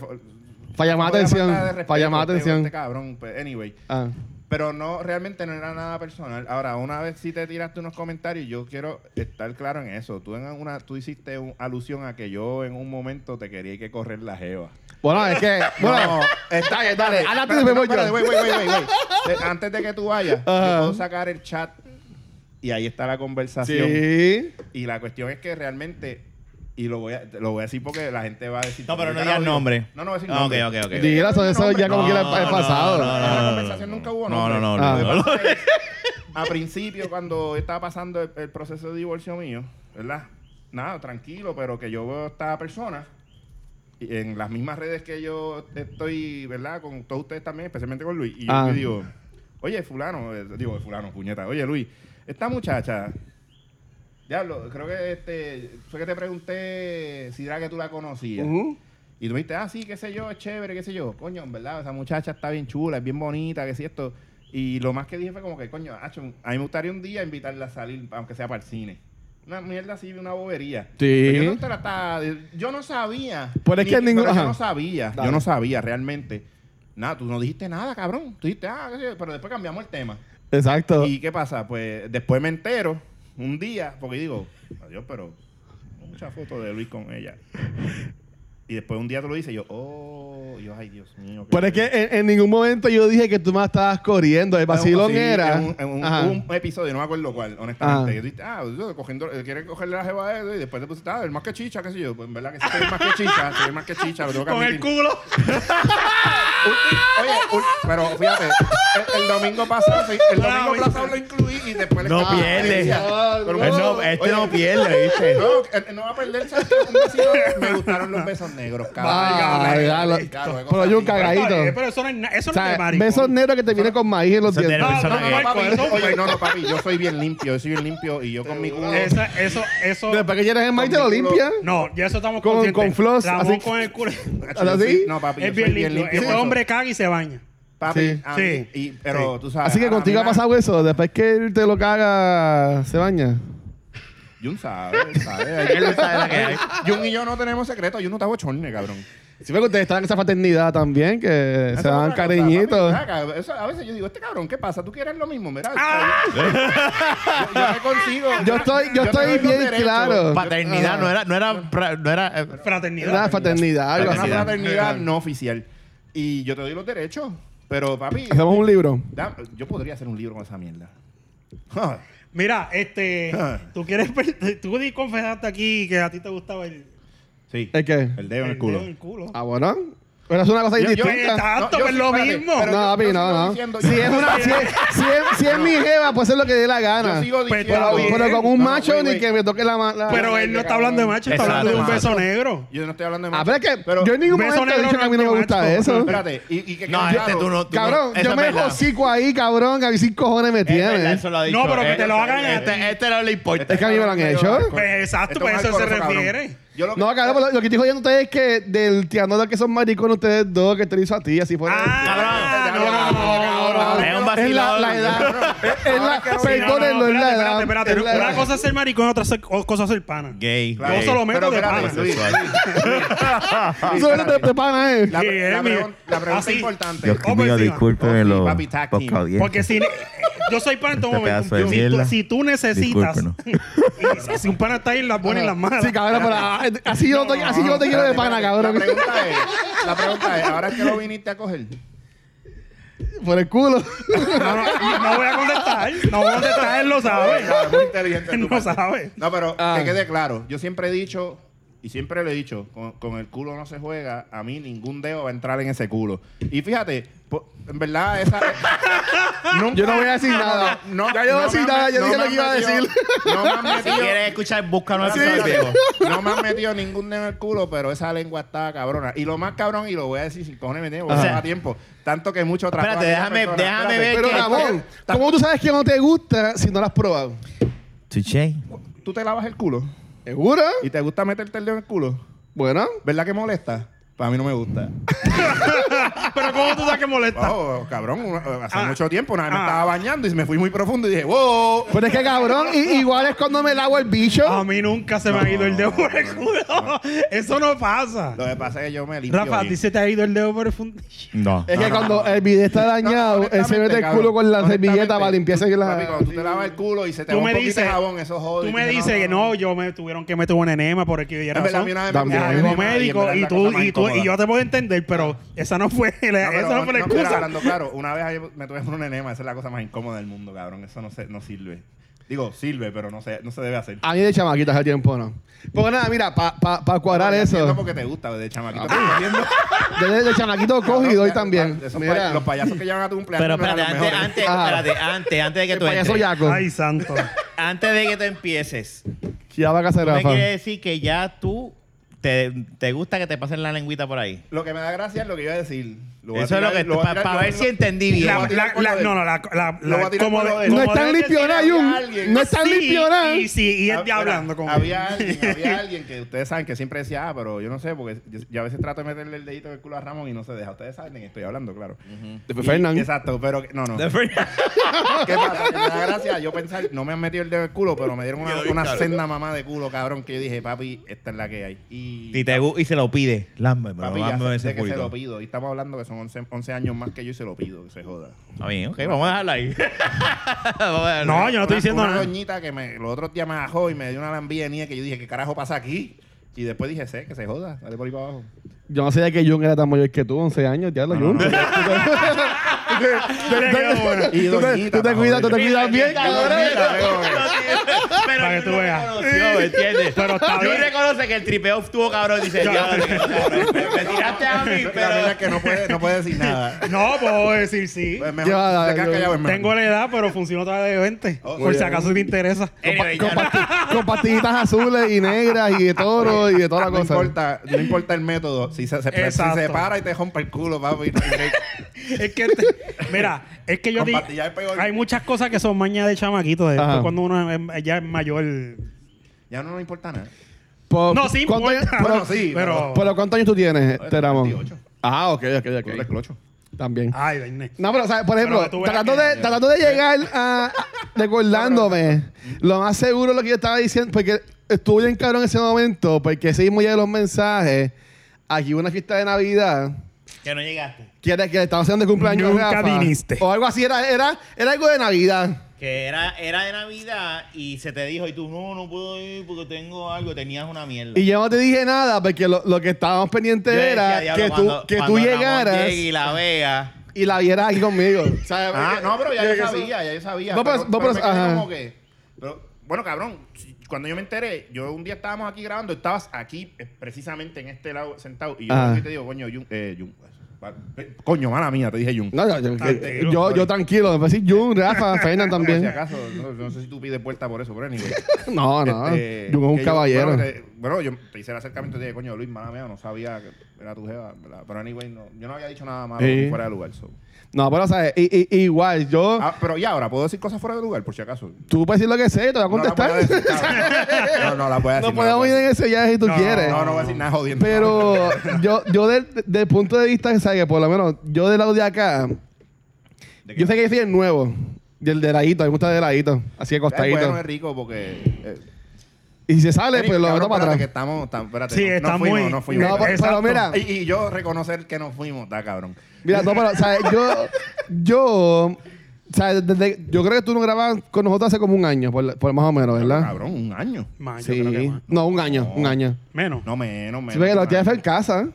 [SPEAKER 4] Para llamar
[SPEAKER 1] Voy a
[SPEAKER 4] atención.
[SPEAKER 1] faltar de respeto
[SPEAKER 4] Para llamar
[SPEAKER 1] a este- a
[SPEAKER 4] atención.
[SPEAKER 1] Este cabrón, pues, anyway.
[SPEAKER 4] Ah.
[SPEAKER 1] Pero no, realmente no era nada personal. Ahora, una vez sí te tiraste unos comentarios, yo quiero estar claro en eso. Tú en una, tú hiciste un- alusión a que yo en un momento te quería que correr la jeva.
[SPEAKER 4] Bueno, es que. Bueno,
[SPEAKER 1] No, está bien, dale.
[SPEAKER 4] Habla tú,
[SPEAKER 1] Espérate, no,
[SPEAKER 4] después voy yo.
[SPEAKER 1] espérate, wait, wait, wait, wait, wait. Eh, Antes de que tú vayas, yo
[SPEAKER 4] Ajá.
[SPEAKER 1] puedo sacar el chat y ahí está la conversación.
[SPEAKER 4] sí.
[SPEAKER 1] Y la cuestión es que realmente, y lo voy a, lo voy a decir porque la gente va a decir.
[SPEAKER 2] No, pero no
[SPEAKER 1] "Mira,
[SPEAKER 2] digas
[SPEAKER 1] audio".
[SPEAKER 2] nombre.
[SPEAKER 1] No, no voy a decir
[SPEAKER 2] Ah, ok,
[SPEAKER 1] nombre.
[SPEAKER 2] ok, ok.
[SPEAKER 4] Diga, eso, eso ya como
[SPEAKER 2] No,
[SPEAKER 4] quiera es
[SPEAKER 2] no,
[SPEAKER 4] pasado.
[SPEAKER 2] no,
[SPEAKER 1] En
[SPEAKER 2] no,
[SPEAKER 1] la
[SPEAKER 2] no,
[SPEAKER 1] conversación
[SPEAKER 2] no,
[SPEAKER 1] nunca hubo
[SPEAKER 2] No,
[SPEAKER 1] nombre.
[SPEAKER 2] no, no.
[SPEAKER 4] Ah.
[SPEAKER 2] no, no.
[SPEAKER 1] A principio, cuando estaba pasando el, el proceso de divorcio mío, ¿verdad? Nada, tranquilo, pero que yo veo a esta persona y en las mismas redes que yo estoy, ¿verdad? Con todos ustedes también, especialmente con Luis. Y yo
[SPEAKER 4] Ah.
[SPEAKER 1] le digo, oye, fulano, eh, digo, fulano, puñeta, oye, Luis, esta muchacha, diablo, creo que este, fue que te pregunté si era que tú la conocías.
[SPEAKER 4] Ujú.
[SPEAKER 1] Y tú me dijiste, ah, sí, qué sé yo, es chévere, qué sé yo. Coño, en verdad, esa muchacha está bien chula, es bien bonita, qué sé esto. Y lo más que dije fue como que, coño, acho, a mí me gustaría un día invitarla a salir, aunque sea para el cine. Una mierda así, una bobería. Pero Yo no, te la estaba- yo no sabía.
[SPEAKER 4] Pero Pues es que
[SPEAKER 1] Ni-
[SPEAKER 4] ningún-
[SPEAKER 1] pero Yo
[SPEAKER 4] ajá.
[SPEAKER 1] no sabía,
[SPEAKER 4] Dale.
[SPEAKER 1] yo no sabía realmente Nada, tú no dijiste nada, cabrón. Tú dijiste, ah, qué sé yo, pero después cambiamos el tema.
[SPEAKER 4] Exacto.
[SPEAKER 1] ¿Y qué pasa? Pues después me entero un día, porque digo, adiós, pero mucha foto de Luis con ella. Y después un día te lo dice, y yo, oh, y yo, ay, Dios mío. qué
[SPEAKER 4] Pero es que eh,
[SPEAKER 1] horrible".
[SPEAKER 4] en, en ningún momento yo dije que tú me estabas corriendo. El vacilón
[SPEAKER 1] pues Sí,
[SPEAKER 4] era.
[SPEAKER 1] en un, en un-
[SPEAKER 4] Ajá.
[SPEAKER 1] hubo un episodio, no me acuerdo cuál, honestamente. que tú dijiste, ah, yo cogiendo, eh, quiere cogerle la jeva a él, y después te pusiste, ah, el más que chicha, qué sé yo. Pues en verdad que sí, el más que chicha, sí, el más que chicha, pero tengo que
[SPEAKER 3] Con el
[SPEAKER 1] admitir.
[SPEAKER 3] culo.
[SPEAKER 1] Ul- Oye, ul- pero fíjate, el, el domingo pasado, sí, el
[SPEAKER 3] Bravo,
[SPEAKER 1] domingo
[SPEAKER 3] Isa.
[SPEAKER 1] pasado lo incluí y después le
[SPEAKER 2] No
[SPEAKER 1] estaba-
[SPEAKER 2] pierde.
[SPEAKER 1] decía, pero
[SPEAKER 2] Él no-
[SPEAKER 1] bueno,
[SPEAKER 2] este
[SPEAKER 1] oye,
[SPEAKER 2] no pierde, ¿viste?
[SPEAKER 1] No, él no va a perder ¿sabes qué? un vecino. Me gustaron los besos negros, cabrón.
[SPEAKER 4] Ay,
[SPEAKER 1] Claro,
[SPEAKER 4] galo.
[SPEAKER 1] Ah, claro, es
[SPEAKER 4] Pero
[SPEAKER 1] cosa
[SPEAKER 4] hay un
[SPEAKER 1] así.
[SPEAKER 4] cagadito.
[SPEAKER 3] Está bien, Pero eso no es na- eso
[SPEAKER 4] O
[SPEAKER 3] no es de
[SPEAKER 4] sea,
[SPEAKER 3] maricón.
[SPEAKER 4] besos negros que te vienen con maíz en los
[SPEAKER 2] Eso es de
[SPEAKER 4] dientes.
[SPEAKER 3] No,
[SPEAKER 2] persona
[SPEAKER 3] no, no,
[SPEAKER 2] que-
[SPEAKER 1] No, papi,
[SPEAKER 3] Marco, eso-
[SPEAKER 1] oye, no, no, papi, yo soy bien limpio, yo soy bien limpio y yo con mi culo.
[SPEAKER 3] Esa- eso, eso.
[SPEAKER 4] Después que llenas el maíz te lo
[SPEAKER 1] Con mi culo.
[SPEAKER 4] limpian.
[SPEAKER 3] No, ya eso estamos
[SPEAKER 4] Con-
[SPEAKER 3] conscientes.
[SPEAKER 4] con floss,
[SPEAKER 3] Ramón
[SPEAKER 4] así-
[SPEAKER 3] con el culo.
[SPEAKER 1] Hacho, yo
[SPEAKER 4] ¿Así?
[SPEAKER 1] soy- Ah, No, papi,
[SPEAKER 3] es
[SPEAKER 1] yo soy
[SPEAKER 3] bien limpio. Ese
[SPEAKER 1] Eso.
[SPEAKER 3] hombre caga y se baña.
[SPEAKER 1] Papi,
[SPEAKER 4] Sí.
[SPEAKER 1] a
[SPEAKER 3] Sí.
[SPEAKER 1] mí- y- pero tú sabes.
[SPEAKER 4] Así que
[SPEAKER 1] a- a mí
[SPEAKER 4] contigo ha
[SPEAKER 1] me-
[SPEAKER 4] pasado eso. Después que él te lo caga, se baña.
[SPEAKER 1] Jun sabe, él sabe.
[SPEAKER 2] Él sabe la que hay.
[SPEAKER 1] Jun y yo no tenemos secretos. Jun no está bochorne, cabrón.
[SPEAKER 4] Si me que ustedes están en esa fraternidad también, que
[SPEAKER 1] Eso
[SPEAKER 4] se
[SPEAKER 1] es otra
[SPEAKER 4] dan
[SPEAKER 1] cosa,
[SPEAKER 4] cariñitos.
[SPEAKER 1] papi, saca. Eso, a veces yo digo, este cabrón, ¿qué pasa? ¿Tú quieres lo mismo? Mira, yo, yo- yo me consigo.
[SPEAKER 4] Ah. Yo estoy- yo
[SPEAKER 1] te
[SPEAKER 4] estoy
[SPEAKER 1] doy los
[SPEAKER 4] bien
[SPEAKER 1] derechos.
[SPEAKER 4] claro.
[SPEAKER 2] Paternidad no era, no era, pra- no era. eh,
[SPEAKER 3] Fraternidad.
[SPEAKER 4] Una fraternidad,
[SPEAKER 1] Pero
[SPEAKER 4] algo
[SPEAKER 1] una
[SPEAKER 4] así.
[SPEAKER 2] Fraternidad.
[SPEAKER 1] fraternidad no oficial. Y yo te doy los derechos. Pero, papi,
[SPEAKER 4] Hacemos un Ah, libro.
[SPEAKER 1] da- yo podría hacer un libro con esa mierda.
[SPEAKER 3] Mira, este.
[SPEAKER 1] Ah.
[SPEAKER 3] tú quieres. per- Tú di- confesaste aquí que a ti te gustaba el.
[SPEAKER 1] Sí.
[SPEAKER 4] ¿El qué?
[SPEAKER 1] El dedo en el
[SPEAKER 3] el dedo
[SPEAKER 1] culo.
[SPEAKER 3] en el culo.
[SPEAKER 4] Ah, bueno. Pero es una cosa
[SPEAKER 1] Yo- yo-
[SPEAKER 4] distinta.
[SPEAKER 3] Exacto,
[SPEAKER 1] yo-
[SPEAKER 3] pues lo
[SPEAKER 1] espérate,
[SPEAKER 3] mismo.
[SPEAKER 1] pero
[SPEAKER 4] No,
[SPEAKER 1] yo-
[SPEAKER 4] papi,
[SPEAKER 1] yo
[SPEAKER 4] no,
[SPEAKER 1] sigo
[SPEAKER 4] no.
[SPEAKER 1] diciendo-
[SPEAKER 4] Si
[SPEAKER 1] yo-
[SPEAKER 4] es una, si es, si es- si es mi jeva, puede ser lo que dé la
[SPEAKER 1] Yo
[SPEAKER 4] gana.
[SPEAKER 1] sigo
[SPEAKER 3] Pues,
[SPEAKER 1] diciendo.
[SPEAKER 3] está bien.
[SPEAKER 4] Pero con un
[SPEAKER 1] No, no,
[SPEAKER 4] macho
[SPEAKER 1] güey,
[SPEAKER 4] ni
[SPEAKER 1] güey.
[SPEAKER 4] que me toque la Ah, mano.
[SPEAKER 3] Pero él no está hablando de macho, está hablando de un
[SPEAKER 1] Exacto.
[SPEAKER 3] beso negro.
[SPEAKER 1] Yo no estoy hablando de
[SPEAKER 4] Ah,
[SPEAKER 1] macho.
[SPEAKER 4] pero es que yo en ningún
[SPEAKER 3] beso
[SPEAKER 4] momento he
[SPEAKER 3] negro
[SPEAKER 4] dicho que a mí no me gusta
[SPEAKER 3] rompe
[SPEAKER 4] eso.
[SPEAKER 3] macho.
[SPEAKER 1] Espérate, y, y que
[SPEAKER 2] No,
[SPEAKER 1] quede
[SPEAKER 2] este
[SPEAKER 1] claro.
[SPEAKER 2] tú no. tú no-
[SPEAKER 4] Cabrón,
[SPEAKER 2] eso
[SPEAKER 4] yo
[SPEAKER 2] es
[SPEAKER 4] me
[SPEAKER 2] verdad.
[SPEAKER 4] hocico ahí, cabrón, que a mí sin cojones me
[SPEAKER 2] Es verdad,
[SPEAKER 4] tienes.
[SPEAKER 2] eso lo ha dicho.
[SPEAKER 3] No, pero que
[SPEAKER 2] Eh,
[SPEAKER 3] te lo hagan
[SPEAKER 2] Este, este no le importa.
[SPEAKER 4] Es que a mí me lo
[SPEAKER 1] este
[SPEAKER 4] han hecho.
[SPEAKER 3] Pues, exacto,
[SPEAKER 1] Esto
[SPEAKER 3] pues,
[SPEAKER 1] es
[SPEAKER 3] eso se
[SPEAKER 1] alcohol, este cabrón.
[SPEAKER 3] refiere.
[SPEAKER 1] Yo lo que-
[SPEAKER 4] No, cabrón, pero lo que te dijo ya ustedes es que del tianota que son maricones ustedes dos, que te lo hizo a ti, así fuera.
[SPEAKER 3] Ah,
[SPEAKER 1] Cabrón.
[SPEAKER 3] no, no, no, no, no.
[SPEAKER 2] Es un
[SPEAKER 4] es la,
[SPEAKER 2] vacilón.
[SPEAKER 4] la
[SPEAKER 1] Ah,
[SPEAKER 4] edad. es, es la,
[SPEAKER 1] Ahora que-
[SPEAKER 4] perdónenlo, es la edad.
[SPEAKER 3] espérate, espérate,
[SPEAKER 4] es la
[SPEAKER 3] espérate. Una
[SPEAKER 4] edad.
[SPEAKER 3] cosa es ser maricón, otra ser- o- cosa es ser pana.
[SPEAKER 2] Gay.
[SPEAKER 1] Claro.
[SPEAKER 3] Yo
[SPEAKER 2] gay.
[SPEAKER 3] solo me- meto
[SPEAKER 1] Pero
[SPEAKER 3] de
[SPEAKER 2] Ah,
[SPEAKER 1] espérate,
[SPEAKER 3] pana.
[SPEAKER 1] Luis,
[SPEAKER 2] Sexual.
[SPEAKER 1] Luis, Luis,
[SPEAKER 4] Eso es lo que
[SPEAKER 1] espérate.
[SPEAKER 4] te prepara, eh.
[SPEAKER 1] La, pre-
[SPEAKER 3] Sí,
[SPEAKER 1] la
[SPEAKER 3] es mi-
[SPEAKER 1] pregun- la pregunta
[SPEAKER 3] así.
[SPEAKER 1] importante.
[SPEAKER 5] Dios
[SPEAKER 3] Oh,
[SPEAKER 5] mío,
[SPEAKER 3] pues sí,
[SPEAKER 5] discúlpenmelo.
[SPEAKER 1] papi, tag team.
[SPEAKER 5] poca audiencia.
[SPEAKER 3] Porque si yo soy pana en todo
[SPEAKER 5] Este
[SPEAKER 3] momento.
[SPEAKER 5] pedazo de
[SPEAKER 3] si, tú,
[SPEAKER 5] mierda.
[SPEAKER 3] si tú necesitas.
[SPEAKER 5] Discúlpenos.
[SPEAKER 3] si un pana está ahí en las buenas y en las malas.
[SPEAKER 4] Sí, cabrón, pero ah, así yo no te, así yo no te quiero de pana,
[SPEAKER 1] La
[SPEAKER 4] cabrón.
[SPEAKER 1] pregunta es, la pregunta es, ¿ahora es que lo viniste a coger?
[SPEAKER 4] Por el culo.
[SPEAKER 3] No, no, no voy a contestar. No voy a contestar, él lo sabe.
[SPEAKER 1] Ah, Muy inteligente.
[SPEAKER 3] Él
[SPEAKER 1] tu
[SPEAKER 3] lo
[SPEAKER 1] parte.
[SPEAKER 3] sabe.
[SPEAKER 1] No, pero
[SPEAKER 4] Ah.
[SPEAKER 1] que quede claro. Yo siempre he dicho, y siempre lo he dicho, con, con el culo no se juega. A mí ningún dedo va a entrar en ese culo. Y fíjate, po- en verdad, esa. nunca-
[SPEAKER 4] Yo no voy a decir nada.
[SPEAKER 1] No,
[SPEAKER 4] Ya yo no
[SPEAKER 1] no me
[SPEAKER 4] decir
[SPEAKER 1] han-
[SPEAKER 4] nada, yo
[SPEAKER 1] no
[SPEAKER 4] dije
[SPEAKER 1] me
[SPEAKER 4] lo que
[SPEAKER 1] han
[SPEAKER 4] iba a
[SPEAKER 1] metido-
[SPEAKER 4] decir.
[SPEAKER 1] No me han
[SPEAKER 2] Si
[SPEAKER 1] metido-
[SPEAKER 2] quieres escuchar, búscalo en
[SPEAKER 1] Sí.
[SPEAKER 2] el viejo.
[SPEAKER 1] No me han metido ningún dedo en el culo, pero esa lengua estaba cabrona. Y lo más cabrón, y lo voy a decir sin cojones me tiene, porque
[SPEAKER 2] Ajá.
[SPEAKER 1] no da tiempo. Tanto que mucho otra
[SPEAKER 2] Espérate, déjame- déjame ver
[SPEAKER 4] Pero Ramón, ¿cómo tú sabes que no te gusta si no lo has probado?
[SPEAKER 5] Touché.
[SPEAKER 1] Tú te lavas el culo
[SPEAKER 4] ¿Seguro?
[SPEAKER 1] y te gusta meterte el dedo en el culo.
[SPEAKER 4] Bueno.
[SPEAKER 1] ¿Verdad que molesta? Para mí no me gusta.
[SPEAKER 3] Pero ¿cómo tú sabes que molesta?
[SPEAKER 1] Oh, cabrón, una- hace
[SPEAKER 3] Ah.
[SPEAKER 1] mucho tiempo nada, me
[SPEAKER 3] Ah.
[SPEAKER 1] estaba bañando y me fui muy profundo y dije, wow.
[SPEAKER 4] Pero Pues es que cabrón, i- igual es cuando me lavo el bicho.
[SPEAKER 1] Ah,
[SPEAKER 3] A mí nunca se me ha ido el dedo por el culo. Eso no pasa.
[SPEAKER 1] Lo que pasa es que yo me limpio.
[SPEAKER 3] Rafa,
[SPEAKER 1] bien.
[SPEAKER 3] ¿a ti se te ha ido el dedo por el fundillo?
[SPEAKER 5] No.
[SPEAKER 4] Es que
[SPEAKER 1] no,
[SPEAKER 4] cuando el bidet está dañado, él se mete el culo con la servilleta para limpiarse
[SPEAKER 1] la...
[SPEAKER 4] la.
[SPEAKER 1] cuando tú te lavas el culo y se te
[SPEAKER 3] Tú
[SPEAKER 1] va
[SPEAKER 3] me
[SPEAKER 1] un poquito de
[SPEAKER 3] dices-
[SPEAKER 1] jabón, eso jode.
[SPEAKER 3] Tú
[SPEAKER 1] Y
[SPEAKER 3] me
[SPEAKER 1] dices,
[SPEAKER 3] dices que no, yo me tuvieron que meter un enema por aquí y
[SPEAKER 1] Es verdad, a mí una vez me
[SPEAKER 4] También.
[SPEAKER 1] pusieron
[SPEAKER 3] algo
[SPEAKER 1] enema y en
[SPEAKER 3] médico
[SPEAKER 1] verdad es
[SPEAKER 3] y
[SPEAKER 1] la
[SPEAKER 3] tú,
[SPEAKER 1] cosa más
[SPEAKER 3] y tú y
[SPEAKER 1] incómoda.
[SPEAKER 3] yo te puedo entender, pero esa no fue la,
[SPEAKER 1] No, pero
[SPEAKER 3] esa no fue la
[SPEAKER 1] no, pero
[SPEAKER 3] excusa.
[SPEAKER 1] hablando claro, una vez ayer me tuve un enema, esa es la cosa más incómoda del mundo, cabrón. Eso no, se, no sirve. Digo, sirve, pero no se, no se debe hacer.
[SPEAKER 4] A mí de chamaquita hace tiempo no. Pero nada, mira, para pa, pa cuadrar
[SPEAKER 1] No
[SPEAKER 4] eso.
[SPEAKER 1] porque te gusta de chamaquito. pero
[SPEAKER 3] Ah.
[SPEAKER 1] viendo-
[SPEAKER 4] Yo de, de chamaquito cojo y doy
[SPEAKER 1] Cabrón,
[SPEAKER 4] también.
[SPEAKER 1] esos pa-
[SPEAKER 4] Mira,
[SPEAKER 1] Los payasos que llevan a tu cumpleaños.
[SPEAKER 2] Pero
[SPEAKER 1] no eran
[SPEAKER 2] espérate,
[SPEAKER 1] los
[SPEAKER 2] antes,
[SPEAKER 1] mejores.
[SPEAKER 2] antes,
[SPEAKER 4] Ajá.
[SPEAKER 2] espérate, antes, antes de que
[SPEAKER 4] el
[SPEAKER 2] tú
[SPEAKER 4] payaso
[SPEAKER 1] eh.
[SPEAKER 2] entres.
[SPEAKER 4] Yaco.
[SPEAKER 3] Ay, santo.
[SPEAKER 2] Antes de que tú empieces.
[SPEAKER 4] Ya va a casar
[SPEAKER 2] ¿tú me
[SPEAKER 4] Rafa.
[SPEAKER 2] quiere decir que ya tú te, te gusta que te pasen la lengüita por ahí?
[SPEAKER 1] Lo que me da gracia es lo que iba a decir. voy a
[SPEAKER 2] Eso es lo
[SPEAKER 1] tirar-
[SPEAKER 2] que...
[SPEAKER 1] voy a
[SPEAKER 2] Para
[SPEAKER 1] tirar- lo-
[SPEAKER 2] ver si entendí bien.
[SPEAKER 3] La,
[SPEAKER 1] voy a tirar
[SPEAKER 3] la-
[SPEAKER 1] por lo
[SPEAKER 3] la-
[SPEAKER 1] de-
[SPEAKER 3] no, no, la, la,
[SPEAKER 1] Lo voy a
[SPEAKER 3] la-
[SPEAKER 1] tirar
[SPEAKER 3] como
[SPEAKER 1] por lo de-
[SPEAKER 3] como
[SPEAKER 4] No están
[SPEAKER 3] debe
[SPEAKER 4] limpios,
[SPEAKER 3] ser,
[SPEAKER 1] había
[SPEAKER 4] Nayun.
[SPEAKER 1] alguien.
[SPEAKER 4] No están
[SPEAKER 3] sí,
[SPEAKER 4] limpios, nada.
[SPEAKER 3] Y sí, y él
[SPEAKER 1] Ah,
[SPEAKER 3] te
[SPEAKER 1] mira,
[SPEAKER 3] hablando con
[SPEAKER 1] había alguien, había alguien que ustedes saben que siempre decía, ah, pero yo no sé, porque yo, yo a veces trato de meterle el dedito en el culo a Ramón y no se deja. Ustedes saben de quién estoy hablando, claro.
[SPEAKER 4] De
[SPEAKER 1] Y-
[SPEAKER 4] Fernan.
[SPEAKER 1] Exacto, pero que- no, no. ¿Qué pasa? Que me da gracia yo pensar, no me han metido el dedo en el culo, pero me dieron una, una senda mamá de culo, cabrón, que yo dije, papi, esta es la que hay. Y Y,
[SPEAKER 2] Y, te, gu- y se lo pide. Lámbame,
[SPEAKER 1] papi, ya
[SPEAKER 2] lámbame
[SPEAKER 1] sé
[SPEAKER 2] ese
[SPEAKER 1] que se
[SPEAKER 2] culito.
[SPEAKER 1] lo pido. Y estamos hablando que son 11, 11 años más que yo y se lo pido, que se joda.
[SPEAKER 2] Está bien, ok, vamos a dejarlo ahí. Vamos a dejarlo
[SPEAKER 3] No,
[SPEAKER 2] ahí.
[SPEAKER 3] yo no estoy
[SPEAKER 1] Una-
[SPEAKER 3] diciendo
[SPEAKER 1] una
[SPEAKER 3] nada.
[SPEAKER 1] doñita que me, los otros días me bajó y me dio una lambía de nieve que yo dije, ¿qué carajo pasa aquí? Y después dije, sé, que se joda, dale por ahí para abajo.
[SPEAKER 4] Yo no sabía que Jun era tan mayor que tú, 11 años, ya lo
[SPEAKER 1] No,
[SPEAKER 4] Jun.
[SPEAKER 1] no, Y
[SPEAKER 4] Tú te-
[SPEAKER 1] doñita,
[SPEAKER 4] tú te
[SPEAKER 1] pa'
[SPEAKER 4] cuidas, tú
[SPEAKER 1] joder.
[SPEAKER 4] te cuidas bien,
[SPEAKER 2] Está
[SPEAKER 4] cabrón.
[SPEAKER 2] bonita,
[SPEAKER 1] cabrón.
[SPEAKER 2] pero- Pero
[SPEAKER 3] Para que tú
[SPEAKER 2] no
[SPEAKER 3] veas.
[SPEAKER 2] reconoció, ¿me entiendes?
[SPEAKER 3] Pero está
[SPEAKER 2] Yo
[SPEAKER 3] bien.
[SPEAKER 2] reconoce que el tripeo estuvo cabrón. Dice, "Diablo, qué cabrón, me me tiraste a mí,
[SPEAKER 1] La nena
[SPEAKER 2] pero...
[SPEAKER 1] que no puede, no puede decir nada.
[SPEAKER 3] No, puedo decir sí.
[SPEAKER 1] Pues
[SPEAKER 4] Yo,
[SPEAKER 1] mejor, se queda
[SPEAKER 4] yo-
[SPEAKER 1] callado, es mejor.
[SPEAKER 3] Tengo la edad, pero funciono todavía de 20.
[SPEAKER 1] Oh,
[SPEAKER 3] por si
[SPEAKER 4] bien.
[SPEAKER 3] acaso te interesa.
[SPEAKER 2] Anyway, ya
[SPEAKER 4] Con,
[SPEAKER 2] no-
[SPEAKER 4] pasti- con pastillitas azules y negras y de toro y de toda la
[SPEAKER 1] Ah, no
[SPEAKER 4] cosa.
[SPEAKER 1] importa, no importa el método. Si se, se- si
[SPEAKER 3] Exacto.
[SPEAKER 1] se para y te rompe el culo, papi.
[SPEAKER 3] Es que, te- mira, es que yo
[SPEAKER 1] Con
[SPEAKER 3] digo,
[SPEAKER 1] pastillas es peor.
[SPEAKER 3] hay muchas cosas que son mañas de chamaquito. Después
[SPEAKER 4] Ajá.
[SPEAKER 3] cuando uno es- ya es mayor.
[SPEAKER 1] ya no nos importa nada.
[SPEAKER 4] Po-
[SPEAKER 3] No, sí
[SPEAKER 4] ¿cuánto-
[SPEAKER 3] importa.
[SPEAKER 1] Bueno, sí,
[SPEAKER 3] pero...
[SPEAKER 4] ¿Pero cuántos años tú tienes,
[SPEAKER 1] Bueno,
[SPEAKER 4] Teramo?
[SPEAKER 1] 28.
[SPEAKER 4] Ah, ok, ok,
[SPEAKER 1] Tú eres
[SPEAKER 4] ok.
[SPEAKER 1] clocho.
[SPEAKER 4] También.
[SPEAKER 3] Ay, Bernet.
[SPEAKER 4] No, pero, o sea, por ejemplo,
[SPEAKER 3] Pero tú verás
[SPEAKER 4] tratando,
[SPEAKER 3] que-
[SPEAKER 4] de, tratando de llegar a. a- recordándome, lo más seguro lo que yo estaba diciendo, porque estuve bien cabrón en ese momento, porque seguimos ya de los mensajes. Aquí hubo una fiesta de Navidad.
[SPEAKER 2] Que no llegaste.
[SPEAKER 4] Que era que le estaba haciendo de cumpleaños
[SPEAKER 3] Nunca
[SPEAKER 4] Rafa,
[SPEAKER 3] viniste.
[SPEAKER 4] O algo así, era, era, era algo de Navidad.
[SPEAKER 2] Que era, era de Navidad y se te dijo, y tú, no, no puedo ir porque tengo algo, tenías una mierda.
[SPEAKER 4] Y yo no te dije nada, porque lo, lo que estábamos pendientes
[SPEAKER 2] Yo
[SPEAKER 4] era
[SPEAKER 2] decía,
[SPEAKER 4] que
[SPEAKER 2] "Diablo,
[SPEAKER 4] tú,
[SPEAKER 2] cuando-
[SPEAKER 4] que tú
[SPEAKER 2] cuando Ramón
[SPEAKER 4] llegaras Ah.
[SPEAKER 2] llegue Y la vea.
[SPEAKER 4] y la vieras aquí conmigo. ¿sabes?
[SPEAKER 1] Ah,
[SPEAKER 4] Porque-
[SPEAKER 1] no, pero ya yo
[SPEAKER 4] porque eso-
[SPEAKER 1] sabía, ya yo sabía.
[SPEAKER 4] No,
[SPEAKER 1] pero,
[SPEAKER 4] pero- no, pero-
[SPEAKER 1] me quedé
[SPEAKER 4] ajá.
[SPEAKER 1] como que- pero, bueno, cabrón, si- cuando yo me enteré, yo un día estábamos aquí grabando, estabas aquí eh, precisamente en este lado sentado y yo
[SPEAKER 4] Ajá.
[SPEAKER 1] aquí te digo, coño, Jun, eh, Jun, va- eh, coño, mala mía, te dije Jun.
[SPEAKER 4] No, yo, yo,
[SPEAKER 3] Tranquilo,
[SPEAKER 4] yo, yo tranquilo. Después sí, Jun, Rafa,
[SPEAKER 1] pues. Si
[SPEAKER 4] Fernan también.
[SPEAKER 1] acaso, no, no sé si tú pides puerta por eso, pero anyway.
[SPEAKER 4] No, Ah, no.
[SPEAKER 1] Este,
[SPEAKER 4] Jun es
[SPEAKER 1] que
[SPEAKER 4] un
[SPEAKER 1] yo-
[SPEAKER 4] caballero.
[SPEAKER 1] Bueno, que- bueno, yo te hice el acercamiento y te dije, coño, Luis, mala mía, no sabía que era tu jeva, ¿verdad? Pero anyway, no, yo no había dicho nada malo
[SPEAKER 4] Sí.
[SPEAKER 1] fuera de lugar. so.
[SPEAKER 4] No, pero sabes, I- I- igual, yo.
[SPEAKER 1] Ah, pero ya ahora, ¿puedo decir cosas fuera de lugar, por si acaso?
[SPEAKER 4] Tú puedes decir lo que sea, y te voy a
[SPEAKER 1] No la puedo
[SPEAKER 4] contestar.
[SPEAKER 1] decir, cabrón. No, no la voy a decir.
[SPEAKER 4] Nos
[SPEAKER 1] no la
[SPEAKER 4] podemos
[SPEAKER 1] puedo
[SPEAKER 4] ir en
[SPEAKER 1] decir.
[SPEAKER 4] ese viaje si tú
[SPEAKER 3] No,
[SPEAKER 4] quieres.
[SPEAKER 1] No, no voy a decir nada jodiendo.
[SPEAKER 4] Pero yo, yo del, del punto de vista, ¿sabes? Que por lo menos yo del lado de acá,
[SPEAKER 1] ¿De qué?
[SPEAKER 4] yo sé que yo soy el nuevo. Y el de ladito, a mí me gusta el de ladito. Así de
[SPEAKER 1] Ay,
[SPEAKER 4] costadito.
[SPEAKER 1] Bueno, es rico porque... eh,
[SPEAKER 4] y si se sale, pues lo
[SPEAKER 1] cabrón,
[SPEAKER 4] meto para
[SPEAKER 1] espérate,
[SPEAKER 4] atrás.
[SPEAKER 1] Que estamos, tam- espérate,
[SPEAKER 3] Sí,
[SPEAKER 1] no, no
[SPEAKER 3] está
[SPEAKER 1] fuimos,
[SPEAKER 3] muy-
[SPEAKER 1] No fuimos,
[SPEAKER 4] No, pues, pero-
[SPEAKER 3] Exacto.
[SPEAKER 4] pero mira,
[SPEAKER 1] Y, y yo reconocer que nos fuimos, está cabrón.
[SPEAKER 4] mira, no, pero, ¿sabes? Yo, yo, ¿sabes? Desde- yo creo que tú no grabas con nosotros hace como un año, por, por más o menos, ¿verdad?
[SPEAKER 1] Cabrón, un año.
[SPEAKER 3] Más, yo creo que
[SPEAKER 4] Sí.
[SPEAKER 3] más.
[SPEAKER 4] No, un año, un año.
[SPEAKER 3] Menos.
[SPEAKER 1] No menos, menos.
[SPEAKER 4] Sí, porque la
[SPEAKER 1] un
[SPEAKER 4] tía fue
[SPEAKER 1] año.
[SPEAKER 4] en casa.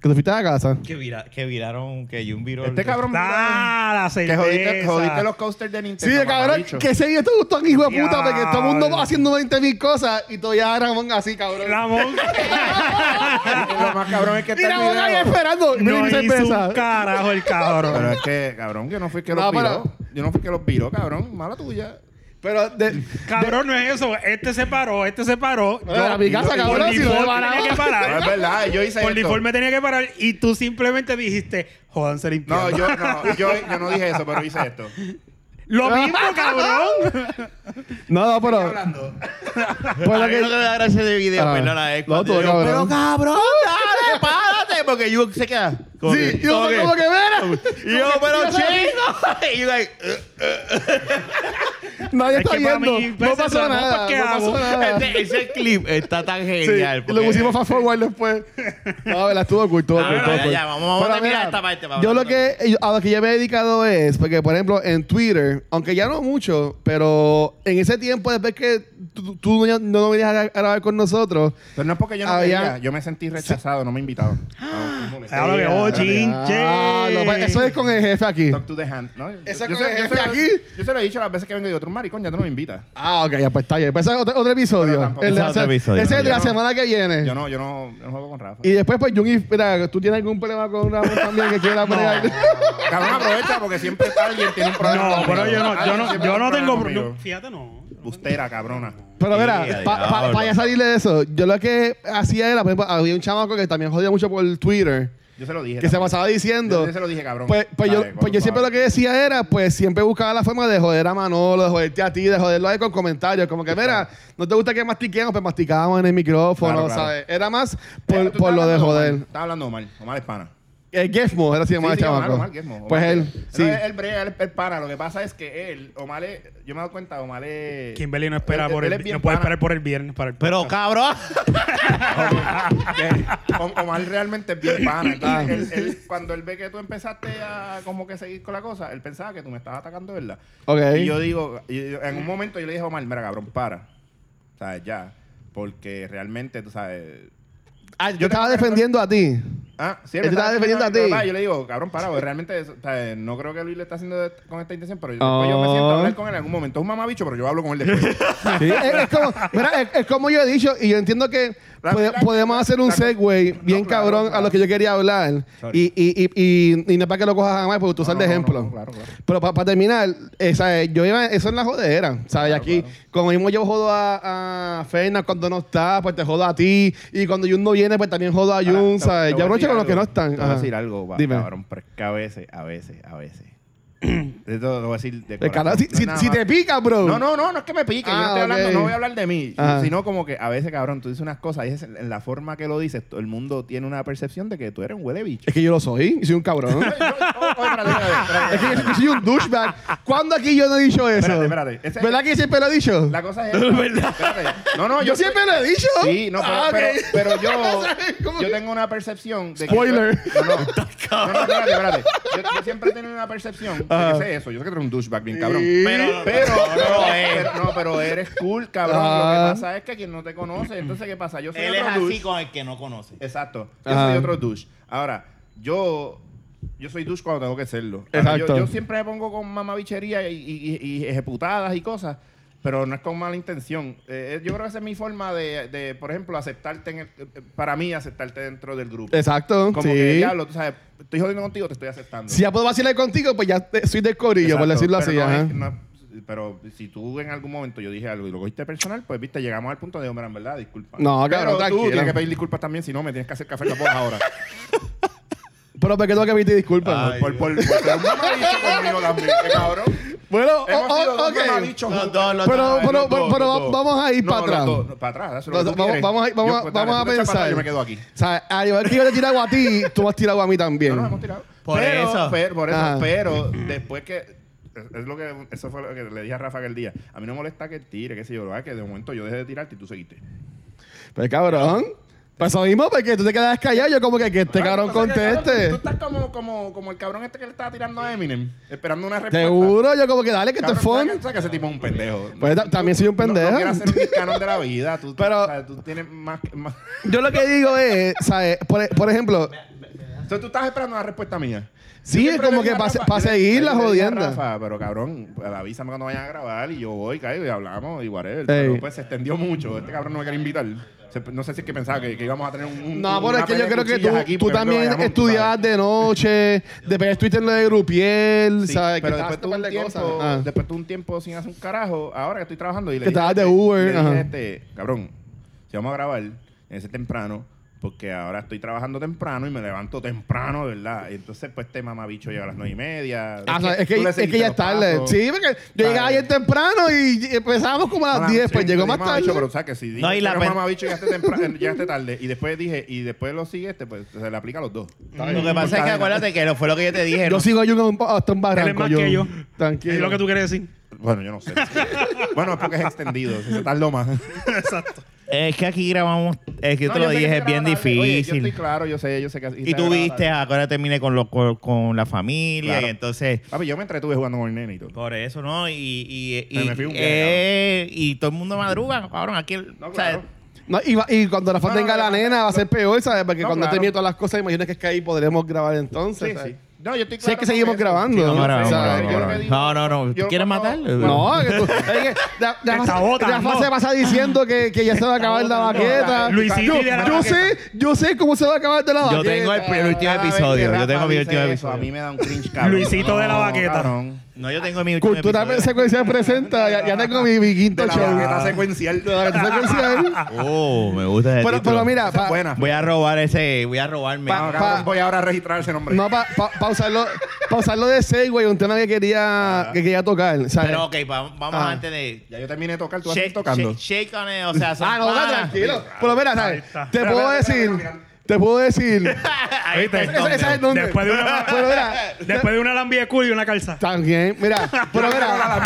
[SPEAKER 4] Que tú fuiste a la casa.
[SPEAKER 3] Este
[SPEAKER 2] Que, vira- que viraron, que Jun viró. el-
[SPEAKER 1] Este cabrón...
[SPEAKER 3] Ah, la
[SPEAKER 1] Que
[SPEAKER 3] cerveza.
[SPEAKER 1] jodiste, jodiste los coasters de
[SPEAKER 4] Sí,
[SPEAKER 1] Nintendo.
[SPEAKER 4] de cabrón,
[SPEAKER 1] mamabicho.
[SPEAKER 4] que se vio todo gusto hijo de puta,
[SPEAKER 3] Diablo.
[SPEAKER 4] porque todo el mundo va haciendo 20 mil cosas y todavía Ramón así, cabrón.
[SPEAKER 3] Ramón
[SPEAKER 1] Lo más cabrón es que
[SPEAKER 4] y
[SPEAKER 1] está el
[SPEAKER 4] Ramón ahí
[SPEAKER 1] video.
[SPEAKER 4] esperando. Y mira
[SPEAKER 3] no
[SPEAKER 4] mi
[SPEAKER 3] hizo un
[SPEAKER 4] cerveza.
[SPEAKER 3] carajo el cabrón.
[SPEAKER 1] Pero es que, cabrón, yo no fui el que los
[SPEAKER 4] No,
[SPEAKER 1] viró.
[SPEAKER 4] pero-
[SPEAKER 1] Yo no fui el que los viró, cabrón. Mala tuya.
[SPEAKER 4] Pero de,
[SPEAKER 3] Cabrón, no es eso. Este se paró, este se paró.
[SPEAKER 4] Bueno, a mi casa,
[SPEAKER 3] por
[SPEAKER 4] cabrón, si lo
[SPEAKER 3] default
[SPEAKER 4] deparaba.
[SPEAKER 3] tenía que
[SPEAKER 1] No, es
[SPEAKER 3] parar.
[SPEAKER 1] verdad, yo hice
[SPEAKER 3] Por
[SPEAKER 1] esto.
[SPEAKER 3] default me tenía que parar y tú simplemente dijiste, jodanse
[SPEAKER 1] No,
[SPEAKER 3] limpiando.
[SPEAKER 1] yo no, yo, yo no dije eso, pero hice esto.
[SPEAKER 3] Lo mismo, cabrón.
[SPEAKER 4] No, no, pero.
[SPEAKER 1] Hablando.
[SPEAKER 4] Pues
[SPEAKER 2] A mí
[SPEAKER 4] lo
[SPEAKER 2] lo que
[SPEAKER 4] que.
[SPEAKER 2] me da gracia de video,
[SPEAKER 4] Ajá.
[SPEAKER 2] perdona, es
[SPEAKER 4] Ah. No,
[SPEAKER 2] cuando
[SPEAKER 4] tú,
[SPEAKER 2] yo,
[SPEAKER 4] cabrón.
[SPEAKER 2] pero cabrón, dale, párate, porque Jun se queda. como
[SPEAKER 4] Sí,
[SPEAKER 2] que-
[SPEAKER 4] yo
[SPEAKER 2] como
[SPEAKER 4] como que,
[SPEAKER 2] que-
[SPEAKER 4] como que mira.
[SPEAKER 2] Y yo, pero chico. Y yo, like,
[SPEAKER 4] Nadie
[SPEAKER 3] Es
[SPEAKER 4] está
[SPEAKER 3] que para
[SPEAKER 4] viendo.
[SPEAKER 3] mí,
[SPEAKER 4] no
[SPEAKER 3] pues,
[SPEAKER 4] pasó
[SPEAKER 3] Ramón,
[SPEAKER 4] nada.
[SPEAKER 3] ¿pues qué
[SPEAKER 4] no pasó
[SPEAKER 3] hago?
[SPEAKER 4] nada.
[SPEAKER 2] este- ese clip está tan
[SPEAKER 4] Sí,
[SPEAKER 2] genial.
[SPEAKER 4] y lo
[SPEAKER 2] porque-
[SPEAKER 4] pusimos fast forward después. No, verdad, estuvo cool, estuvo
[SPEAKER 2] Ah,
[SPEAKER 4] cool,
[SPEAKER 2] bueno,
[SPEAKER 4] estuvo
[SPEAKER 2] ya,
[SPEAKER 4] cool.
[SPEAKER 2] ya, vamos- vamos a
[SPEAKER 4] Pero
[SPEAKER 2] terminar
[SPEAKER 4] mira,
[SPEAKER 2] esta parte, vamos
[SPEAKER 4] Yo
[SPEAKER 2] a
[SPEAKER 4] lo que, yo- a lo que yo me he dedicado es, porque por ejemplo en Twitter, aunque ya no mucho, pero en ese tiempo después que tú, tú no, no venías a grabar con nosotros,
[SPEAKER 1] Pero no es porque yo no
[SPEAKER 4] Había-
[SPEAKER 1] quería, yo me sentí rechazado, no me invitaron. Ah, No, estoy molesto.
[SPEAKER 3] Ahora que oh, chinche.
[SPEAKER 4] Ah, no, pues, eso es con el jefe aquí.
[SPEAKER 1] Talk to the hand, ¿no?
[SPEAKER 4] Esa
[SPEAKER 1] yo,
[SPEAKER 4] cosa
[SPEAKER 1] se-
[SPEAKER 4] que
[SPEAKER 1] yo se-
[SPEAKER 4] está aquí.
[SPEAKER 1] yo se lo he dicho las veces que vengo y digo, tú maricón, ya tú no me invitas.
[SPEAKER 4] Ah, ok, ya pues está bien. Pues ese es otro, otro
[SPEAKER 1] Pero
[SPEAKER 4] episodio.
[SPEAKER 1] tampoco-
[SPEAKER 4] El
[SPEAKER 2] Ese
[SPEAKER 4] de
[SPEAKER 2] es
[SPEAKER 4] la
[SPEAKER 2] otro
[SPEAKER 4] se-
[SPEAKER 2] episodio.
[SPEAKER 4] Ese es de
[SPEAKER 1] Yo
[SPEAKER 4] la
[SPEAKER 1] no-
[SPEAKER 4] semana que viene.
[SPEAKER 1] Yo no, yo no, yo no juego con Rafa.
[SPEAKER 4] Y después, pues, Jungi, mira, ¿tú tienes algún problema con Ramón también que quiera pelear?
[SPEAKER 1] Cabrón, aprovecha porque siempre alguien tiene un problema.
[SPEAKER 3] No,
[SPEAKER 1] conmigo.
[SPEAKER 3] pero yo no, yo
[SPEAKER 1] Alguien
[SPEAKER 3] no,
[SPEAKER 1] siempre
[SPEAKER 3] yo
[SPEAKER 1] tiene
[SPEAKER 3] no
[SPEAKER 1] un
[SPEAKER 3] tengo.
[SPEAKER 1] problema
[SPEAKER 3] no,
[SPEAKER 1] conmigo.
[SPEAKER 3] fíjate, no.
[SPEAKER 1] Bustera, cabrona.
[SPEAKER 4] Pero
[SPEAKER 2] Sí,
[SPEAKER 4] mira,
[SPEAKER 2] a
[SPEAKER 4] para
[SPEAKER 2] diablo.
[SPEAKER 4] ya salir de eso, yo lo que hacía era, por ejemplo, había un chamaco que también jodía mucho por Twitter,
[SPEAKER 1] Yo se lo dije.
[SPEAKER 4] que se
[SPEAKER 1] también.
[SPEAKER 4] pasaba diciendo...
[SPEAKER 1] Yo, yo se lo dije, cabrón.
[SPEAKER 4] Pues, pues yo,
[SPEAKER 1] Dale,
[SPEAKER 4] pues yo siempre lo que decía era, pues siempre buscaba la forma de joder a Manolo, de joderte a ti, de joderlo a él con comentarios. Como que, mira, no te gusta que mastiquemos, pues masticábamos en el micrófono,
[SPEAKER 1] Claro, claro.
[SPEAKER 4] ¿sabes? Era más
[SPEAKER 1] Pero
[SPEAKER 4] por,
[SPEAKER 1] tú
[SPEAKER 4] por
[SPEAKER 1] estás
[SPEAKER 4] lo de
[SPEAKER 1] hablando
[SPEAKER 4] joder.
[SPEAKER 1] Omar. Estaba hablando mal. Omar es pana.
[SPEAKER 4] Eh, Geffmo era así llamaba
[SPEAKER 1] Sí, sí,
[SPEAKER 4] el
[SPEAKER 1] Omar,
[SPEAKER 4] chamaco.
[SPEAKER 1] Omar Guillermo,
[SPEAKER 4] pues
[SPEAKER 1] Omar.
[SPEAKER 4] él,
[SPEAKER 1] Pero
[SPEAKER 4] sí.
[SPEAKER 1] Él, él brega, él, él pana. Lo que pasa es que él, Omar, es- yo me he dado cuenta, Omar es...
[SPEAKER 3] Kimberly no espera
[SPEAKER 1] Él-
[SPEAKER 3] por
[SPEAKER 1] él
[SPEAKER 3] el,
[SPEAKER 1] es bien
[SPEAKER 3] no puede
[SPEAKER 1] pana.
[SPEAKER 3] esperar por el viernes para el
[SPEAKER 2] Pero
[SPEAKER 3] podcast.
[SPEAKER 2] cabrón.
[SPEAKER 1] O- Omar realmente es bien pana.
[SPEAKER 4] Ah.
[SPEAKER 1] Entonces, él- él- cuando él ve que tú empezaste a como que seguir con la cosa, él pensaba que tú me estabas atacando, ¿verdad?
[SPEAKER 4] Ok.
[SPEAKER 1] Y yo digo, y yo- en un momento yo le dije a Omar, mira, cabrón, para. ¿Sabes? Ya. Porque realmente, tú sabes...
[SPEAKER 4] Ah, yo estaba defendiendo a ti.
[SPEAKER 1] Ah, sí,
[SPEAKER 4] Él
[SPEAKER 1] me
[SPEAKER 4] te estaba defendiendo a ti.
[SPEAKER 1] pero, pa, Yo le digo, cabrón, para, porque realmente eso, o sea, no creo que Luis le está haciendo de- con esta intención, pero yo, después yo me siento a
[SPEAKER 4] Oh.
[SPEAKER 1] hablar con él en algún momento. Es un mamabicho, pero yo hablo con él después.
[SPEAKER 4] Sí, es, es como, mira, es, es como yo he dicho, y yo entiendo que
[SPEAKER 1] La-
[SPEAKER 4] pode-
[SPEAKER 1] la-
[SPEAKER 4] podemos hacer un
[SPEAKER 1] la-
[SPEAKER 4] segue
[SPEAKER 1] No,
[SPEAKER 4] bien
[SPEAKER 1] claro,
[SPEAKER 4] cabrón a
[SPEAKER 1] claro.
[SPEAKER 4] lo que yo quería hablar.
[SPEAKER 1] Sorry.
[SPEAKER 4] Y, y, y, y, y no es para que lo cojas jamás, porque tú usas
[SPEAKER 1] No,
[SPEAKER 4] de
[SPEAKER 1] no, no,
[SPEAKER 4] ejemplo.
[SPEAKER 1] no, claro, claro.
[SPEAKER 4] Pero para terminar, eh, ¿sabes? yo iba, eso es la jodera. ¿sabes? aquí, como mismo yo jodo a, a Fernan cuando no está, pues te jodo a ti. Y cuando Jun no viene, pues también jodo a
[SPEAKER 1] Ahora,
[SPEAKER 4] Jun,
[SPEAKER 1] te-
[SPEAKER 4] ¿sabes?
[SPEAKER 1] te voy
[SPEAKER 4] Ya
[SPEAKER 1] a
[SPEAKER 4] brocha
[SPEAKER 1] decir
[SPEAKER 4] con los
[SPEAKER 1] algo,
[SPEAKER 4] que no están.
[SPEAKER 1] Te voy a
[SPEAKER 4] Ajá.
[SPEAKER 1] decir algo, va,
[SPEAKER 4] Dime.
[SPEAKER 1] cabrón, pero es que a veces, a veces, a veces. Esto lo voy a decir de
[SPEAKER 4] El canal-
[SPEAKER 1] corazón.
[SPEAKER 4] si,
[SPEAKER 1] No
[SPEAKER 4] si-
[SPEAKER 1] nada
[SPEAKER 4] si
[SPEAKER 1] más.
[SPEAKER 4] te pica, bro.
[SPEAKER 1] No, no, no, no es que me pique. yo no
[SPEAKER 4] Ah,
[SPEAKER 1] estoy hablando,
[SPEAKER 4] ok. Ah.
[SPEAKER 1] no voy a hablar de mí.
[SPEAKER 4] Ajá.
[SPEAKER 1] Sino como que a veces, cabrón, tú dices unas cosas y es en en la forma que lo dices, todo el mundo tiene una percepción de que tú eres un huele bicho.
[SPEAKER 4] Es que yo lo soy, y soy un cabrón.
[SPEAKER 1] Oye, oye, espérate, espérate, espérate.
[SPEAKER 4] Es que yo, yo soy un douchebag. ¿Cuándo aquí yo no he dicho eso?
[SPEAKER 1] Espérate, espérate. Ese-
[SPEAKER 4] ¿Verdad que siempre lo he dicho?
[SPEAKER 1] La cosa es. esta. Espérate. No, no,
[SPEAKER 4] yo, siempre lo he dicho.
[SPEAKER 1] Sí, no, pero,
[SPEAKER 4] Ah, ok.
[SPEAKER 1] pero, pero yo,
[SPEAKER 4] ¿Sabes cómo
[SPEAKER 1] yo
[SPEAKER 4] que-
[SPEAKER 1] tengo una percepción de que.
[SPEAKER 4] Spoiler.
[SPEAKER 1] No, no, no, no, espérate, espérate. Yo, yo siempre he tenido una percepción de que sé eso. Yo sé que eres un douchebag bien cabrón.
[SPEAKER 4] Sí.
[SPEAKER 2] Pero,
[SPEAKER 1] Pero,
[SPEAKER 2] no lo es.
[SPEAKER 1] pero- no, pero eres cool, cabrón.
[SPEAKER 4] eh. Ah.
[SPEAKER 1] Lo que pasa es que quien no te conoce, entonces, ¿qué pasa? Yo soy
[SPEAKER 2] Él es
[SPEAKER 1] otro douche.
[SPEAKER 2] así con el que no conoce.
[SPEAKER 1] Exacto. Yo
[SPEAKER 4] Ajá.
[SPEAKER 1] soy otro douche. Ahora, yo. Yo soy douche cuando tengo que serlo. Ahora,
[SPEAKER 4] Exacto.
[SPEAKER 1] Yo, yo siempre me pongo con mamabichería y, y- y- y ejecutadas y cosas, pero no es con mala intención. Eh, eh, yo creo que esa es mi forma de, de, por ejemplo, aceptarte, en el- eh, para mí, aceptarte dentro del grupo.
[SPEAKER 4] Exacto.
[SPEAKER 1] Como
[SPEAKER 4] sí.
[SPEAKER 1] que, diablo, tú sabes, estoy jodiendo contigo, te estoy aceptando.
[SPEAKER 4] Si ya puedo vacilar contigo, pues ya te- soy del corillo, por
[SPEAKER 1] Exacto,
[SPEAKER 4] decirlo así.
[SPEAKER 1] pero no
[SPEAKER 4] ajá.
[SPEAKER 1] es- no- pero si tú en algún momento yo dije algo y lo cogiste personal, pues viste, llegamos al punto de, hombre, en verdad, disculpa.
[SPEAKER 4] No, cabrón,
[SPEAKER 1] pero
[SPEAKER 4] tranquilo.
[SPEAKER 1] tú tienes que pedir disculpas también, si no, me tienes que hacer café en la boca ahora.
[SPEAKER 4] Pero porque tengo que pedirte disculpas.
[SPEAKER 2] Ay.
[SPEAKER 1] Por, por, por ser un mamabicho conmigo también, qué cabrón.
[SPEAKER 4] Bueno, o-
[SPEAKER 1] Hemos
[SPEAKER 4] o-
[SPEAKER 1] sido dos
[SPEAKER 4] Oh, ok.
[SPEAKER 1] mamabichos
[SPEAKER 2] Los
[SPEAKER 1] juntos.
[SPEAKER 2] dos, los
[SPEAKER 4] Pero-
[SPEAKER 2] dos.
[SPEAKER 4] pero-
[SPEAKER 1] Los dos,
[SPEAKER 4] pero
[SPEAKER 1] los dos.
[SPEAKER 4] vamos a ir
[SPEAKER 1] No,
[SPEAKER 4] para
[SPEAKER 1] los
[SPEAKER 4] atrás.
[SPEAKER 1] dos, para atrás, eso es lo que
[SPEAKER 4] Vamos-
[SPEAKER 1] tú quieres.
[SPEAKER 4] vamos a ir- vamos a-
[SPEAKER 1] Yo, pues, dale,
[SPEAKER 4] vamos a
[SPEAKER 1] tú te echas para atrás,
[SPEAKER 4] pensar.
[SPEAKER 1] Yo me quedo aquí.
[SPEAKER 4] O sea, al igual que yo te he tirado a ti, tú me has tirado a mí también.
[SPEAKER 1] No nos hemos tirado.
[SPEAKER 2] Por
[SPEAKER 1] pero,
[SPEAKER 2] eso.
[SPEAKER 1] Pero, por eso,
[SPEAKER 4] Ajá.
[SPEAKER 1] pero después que. Es lo que, eso fue lo que le dije a Rafa aquel día. A mí no me molesta que él tire, qué sé yo. Ah, que de momento yo dejé de tirarte y tú seguiste.
[SPEAKER 4] Pues cabrón. Pues eso mismo, porque tú te quedas callado. Yo como que, que este cabrón
[SPEAKER 1] Entonces,
[SPEAKER 4] conteste.
[SPEAKER 1] Tú estás como, como, como el cabrón este que le estaba tirando a Eminem, esperando una respuesta.
[SPEAKER 4] Seguro, yo como que dale que esto es
[SPEAKER 1] Cabrón,
[SPEAKER 4] fun.
[SPEAKER 1] ¿sabes que- sabes que ese tipo es un pendejo.
[SPEAKER 4] Pues ta- también soy un pendejo.
[SPEAKER 1] No, no quieras ser un discanón de la vida. Tú,
[SPEAKER 4] Pero-
[SPEAKER 1] o sea, tú tienes más, que- más-
[SPEAKER 4] Yo lo que digo es, ¿sabes? Por, por ejemplo,
[SPEAKER 1] Entonces tú estás esperando una respuesta mía.
[SPEAKER 4] Sí,
[SPEAKER 1] Yo siempre
[SPEAKER 4] es como
[SPEAKER 1] le digo
[SPEAKER 4] que
[SPEAKER 1] a
[SPEAKER 4] pa-
[SPEAKER 1] Rafa-
[SPEAKER 4] pa
[SPEAKER 1] yo le-
[SPEAKER 4] seguir
[SPEAKER 1] yo
[SPEAKER 4] la
[SPEAKER 1] le digo a
[SPEAKER 4] jodienda.
[SPEAKER 1] Rafa, pero cabrón, pues, avísame cuando vayan a grabar y yo voy, caigo y hablamos y whatever.
[SPEAKER 4] Ey.
[SPEAKER 1] Pero pues se extendió mucho. Este cabrón no me quería invitar. Se- no sé si es que pensaba que, que íbamos a tener un. un-
[SPEAKER 4] No, pero
[SPEAKER 1] una
[SPEAKER 4] es que yo
[SPEAKER 1] pelea de
[SPEAKER 4] creo que
[SPEAKER 1] cuchillas
[SPEAKER 4] tú,
[SPEAKER 1] aquí,
[SPEAKER 4] tú
[SPEAKER 1] porque
[SPEAKER 4] también
[SPEAKER 1] Bayamón, tú
[SPEAKER 4] estudiabas
[SPEAKER 1] sabes.
[SPEAKER 4] de noche, después estuviste en lo de Grupiel,
[SPEAKER 1] Sí,
[SPEAKER 4] ¿sabes?
[SPEAKER 1] pero
[SPEAKER 4] que
[SPEAKER 1] después tuve, un
[SPEAKER 4] estabas
[SPEAKER 1] tiempo,
[SPEAKER 4] haciendo un par de cosas.
[SPEAKER 1] después tuve un tiempo sin hacer un carajo. Ahora que estoy trabajando y le
[SPEAKER 4] Que estabas de
[SPEAKER 1] este-
[SPEAKER 4] Uber,
[SPEAKER 1] le dije,
[SPEAKER 4] ajá.
[SPEAKER 1] este, cabrón, si vamos a grabar, ese temprano, porque ahora estoy trabajando temprano y me levanto temprano, de ¿verdad? Y entonces, pues, este mamabicho llega a las nueve y media.
[SPEAKER 4] Ah, ¿sabes? es,
[SPEAKER 1] tú le
[SPEAKER 4] que, es que
[SPEAKER 1] seguiste
[SPEAKER 4] ya
[SPEAKER 1] los
[SPEAKER 4] es tarde.
[SPEAKER 1] pasos.
[SPEAKER 4] Sí, porque yo llegaba
[SPEAKER 1] Vale.
[SPEAKER 4] ayer temprano y y empezábamos como a
[SPEAKER 1] No,
[SPEAKER 4] las 10, pues
[SPEAKER 1] Ah, sí,
[SPEAKER 4] llegó
[SPEAKER 1] sí,
[SPEAKER 4] más
[SPEAKER 1] mamabicho,
[SPEAKER 4] tarde.
[SPEAKER 1] Pero, o sea, que si dije
[SPEAKER 2] No, y
[SPEAKER 1] que
[SPEAKER 2] la
[SPEAKER 1] era
[SPEAKER 2] pen-
[SPEAKER 1] mamabicho, llegaste, temprano, llegaste eh, tarde. Y después dije, y después lo siguiente, pues, se le aplica a los dos.
[SPEAKER 2] Lo que pasa es que acuérdate que lo- fue lo que yo te dije.
[SPEAKER 4] yo
[SPEAKER 2] ¿no?
[SPEAKER 4] sigo yo en un- hasta un barranco.
[SPEAKER 3] Él es más que yo.
[SPEAKER 4] Tranquilo.
[SPEAKER 3] Es lo que tú quieres decir.
[SPEAKER 1] Bueno, yo no sé. bueno, es porque es extendido. Se tardó más.
[SPEAKER 3] Exacto.
[SPEAKER 2] Es que aquí grabamos, es que yo
[SPEAKER 1] No,
[SPEAKER 2] te lo
[SPEAKER 1] sé que
[SPEAKER 2] dije, es
[SPEAKER 1] estoy
[SPEAKER 2] bien
[SPEAKER 1] grabando tarde. Oye, yo
[SPEAKER 2] difícil.
[SPEAKER 1] estoy claro, yo sé, yo sé que así
[SPEAKER 2] y
[SPEAKER 1] está
[SPEAKER 2] tú
[SPEAKER 1] grabando
[SPEAKER 2] viste,
[SPEAKER 1] tarde.
[SPEAKER 2] ahora terminé con, los, con, con la familia
[SPEAKER 1] Claro.
[SPEAKER 2] y entonces...
[SPEAKER 1] Papi, yo me entretuve jugando con el nene y todo.
[SPEAKER 2] Por eso, ¿no? Y, y, y,
[SPEAKER 1] Pero me fui un viaje,
[SPEAKER 2] eh, y todo el mundo madruga, cabrón. Aquí, el-
[SPEAKER 1] No,
[SPEAKER 2] o sea,
[SPEAKER 1] claro.
[SPEAKER 4] No, y, va- y cuando la
[SPEAKER 1] No,
[SPEAKER 4] foto
[SPEAKER 1] no,
[SPEAKER 4] tenga
[SPEAKER 1] no,
[SPEAKER 4] la
[SPEAKER 1] no,
[SPEAKER 4] nena va a
[SPEAKER 1] no.
[SPEAKER 4] ser peor, ¿sabes? Porque
[SPEAKER 1] No,
[SPEAKER 4] cuando
[SPEAKER 1] claro.
[SPEAKER 4] esté miedo todas las cosas, imagino que es que ahí podremos grabar entonces.
[SPEAKER 1] Sí,
[SPEAKER 4] ¿sabes?
[SPEAKER 1] sí. No, yo estoy
[SPEAKER 4] Si es que seguimos
[SPEAKER 1] con eso.
[SPEAKER 4] grabando, ¿no?
[SPEAKER 2] no, no,
[SPEAKER 4] O sea,
[SPEAKER 2] no,
[SPEAKER 4] yo
[SPEAKER 2] no,
[SPEAKER 4] lo
[SPEAKER 2] no,
[SPEAKER 1] que digo-
[SPEAKER 2] no, no, no.
[SPEAKER 1] yo
[SPEAKER 2] ¿Quieres
[SPEAKER 1] cuando-
[SPEAKER 2] matarlo?
[SPEAKER 4] No, que tú. Es que ya, ya
[SPEAKER 3] Te
[SPEAKER 4] pasa-
[SPEAKER 3] sabotan,
[SPEAKER 4] ya
[SPEAKER 3] no.
[SPEAKER 4] se pasa diciendo que, que ya se va a acabar la
[SPEAKER 3] No,
[SPEAKER 4] baqueta.
[SPEAKER 3] Luisito
[SPEAKER 4] yo,
[SPEAKER 3] y de la
[SPEAKER 4] yo
[SPEAKER 3] baqueta.
[SPEAKER 4] sé, yo sé cómo se va a acabar de la
[SPEAKER 2] Yo
[SPEAKER 4] baqueta.
[SPEAKER 2] tengo el primer último
[SPEAKER 1] Cada vez que
[SPEAKER 2] episodio. Yo
[SPEAKER 1] Rafa
[SPEAKER 2] tengo mi
[SPEAKER 1] dice
[SPEAKER 2] último
[SPEAKER 1] eso,
[SPEAKER 2] episodio.
[SPEAKER 1] A mí me da un cringe, cabrón.
[SPEAKER 3] Luisito de la
[SPEAKER 1] No,
[SPEAKER 3] baqueta.
[SPEAKER 1] cabrón.
[SPEAKER 2] No, yo tengo mi último
[SPEAKER 4] Cultura
[SPEAKER 2] episodio.
[SPEAKER 4] secuencial presenta. Ya, ya tengo mi, mi quinto
[SPEAKER 1] De la
[SPEAKER 4] show.
[SPEAKER 2] ah.
[SPEAKER 1] baqueta secuencial.
[SPEAKER 4] De la baqueta secuencial.
[SPEAKER 2] Oh, me gusta ese
[SPEAKER 4] pero,
[SPEAKER 2] título.
[SPEAKER 4] pero mira,
[SPEAKER 1] Esa es
[SPEAKER 4] pa-
[SPEAKER 1] buena.
[SPEAKER 2] Voy a robar ese, voy a robarme.
[SPEAKER 1] No,
[SPEAKER 4] pa-
[SPEAKER 1] cabrón, voy ahora a registrar ese nombre.
[SPEAKER 4] no, pa, pa, pa usarlo, pa usarlo de segue, un tema que
[SPEAKER 1] Ah.
[SPEAKER 4] quería, que quería tocar. ¿sabes?
[SPEAKER 2] Pero ok, va- vamos
[SPEAKER 4] Ah.
[SPEAKER 2] antes de...
[SPEAKER 1] Ya yo terminé de tocar, tú vas a
[SPEAKER 2] Shake,
[SPEAKER 1] seguir tocando.
[SPEAKER 2] shake, shake on it, o sea, son
[SPEAKER 4] ah, no,
[SPEAKER 2] panas.
[SPEAKER 4] tranquilo. Pero mira,
[SPEAKER 3] Ahí
[SPEAKER 4] ¿sabes?
[SPEAKER 3] está.
[SPEAKER 4] Te
[SPEAKER 1] Espera,
[SPEAKER 4] puedo
[SPEAKER 1] espera, espera,
[SPEAKER 4] decir.
[SPEAKER 1] espera,
[SPEAKER 4] Te puedo decir.
[SPEAKER 2] Ahí
[SPEAKER 3] ¿Viste?
[SPEAKER 2] está el
[SPEAKER 4] Esa- esa es donde.
[SPEAKER 3] Después de una,
[SPEAKER 4] Pero mira,
[SPEAKER 3] después de una lambia de culo y una calza.
[SPEAKER 4] También, mira, pero mira,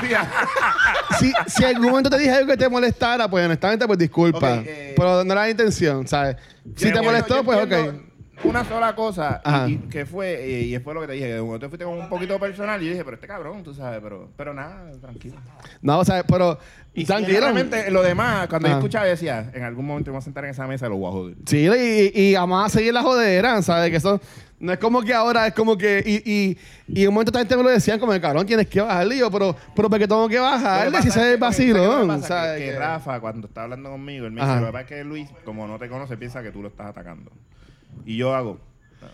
[SPEAKER 4] si, si en algún momento te dije algo que te molestara, pues honestamente, pues disculpa.
[SPEAKER 1] Ok, eh,
[SPEAKER 4] pero no era la intención, ¿sabes? Si te
[SPEAKER 1] Yo
[SPEAKER 4] molestó, pues ok.
[SPEAKER 1] entiendo Una sola cosa, y-
[SPEAKER 4] Ajá.
[SPEAKER 1] y, que fue, eh, y, y fue lo que te dije, que de momento fuiste como un poquito personal, y yo dije, pero este cabrón, tú sabes, pero, pero nada, tranquilo.
[SPEAKER 4] No, o sea, pero tranquilo.
[SPEAKER 1] Realmente, lo demás, cuando yo
[SPEAKER 4] Ajá.
[SPEAKER 1] escuchaba, yo decía, en algún momento me voy a sentar en esa mesa y lo voy a joder.
[SPEAKER 4] Sí, y, y, y vamos a seguir la jodera, ¿sabes? Que eso no es como que ahora, es como que. Y, y, y en un momento esta gente me lo decían, como, cabrón, tienes que bajarle. Y yo, pero, pero ¿por qué tengo que
[SPEAKER 1] Lo que
[SPEAKER 4] bajarle?
[SPEAKER 1] pasa
[SPEAKER 4] Si
[SPEAKER 1] es que-
[SPEAKER 4] ese es
[SPEAKER 1] ¿sabes qué
[SPEAKER 4] vacilón,
[SPEAKER 1] pasa?
[SPEAKER 4] ¿sabes?
[SPEAKER 1] Que, que Rafa, cuando está hablando conmigo, él me
[SPEAKER 4] Ajá.
[SPEAKER 1] dice, lo que pasa es que Luis, como no te conoce, piensa que tú lo estás atacando. Y yo hago, "Ah,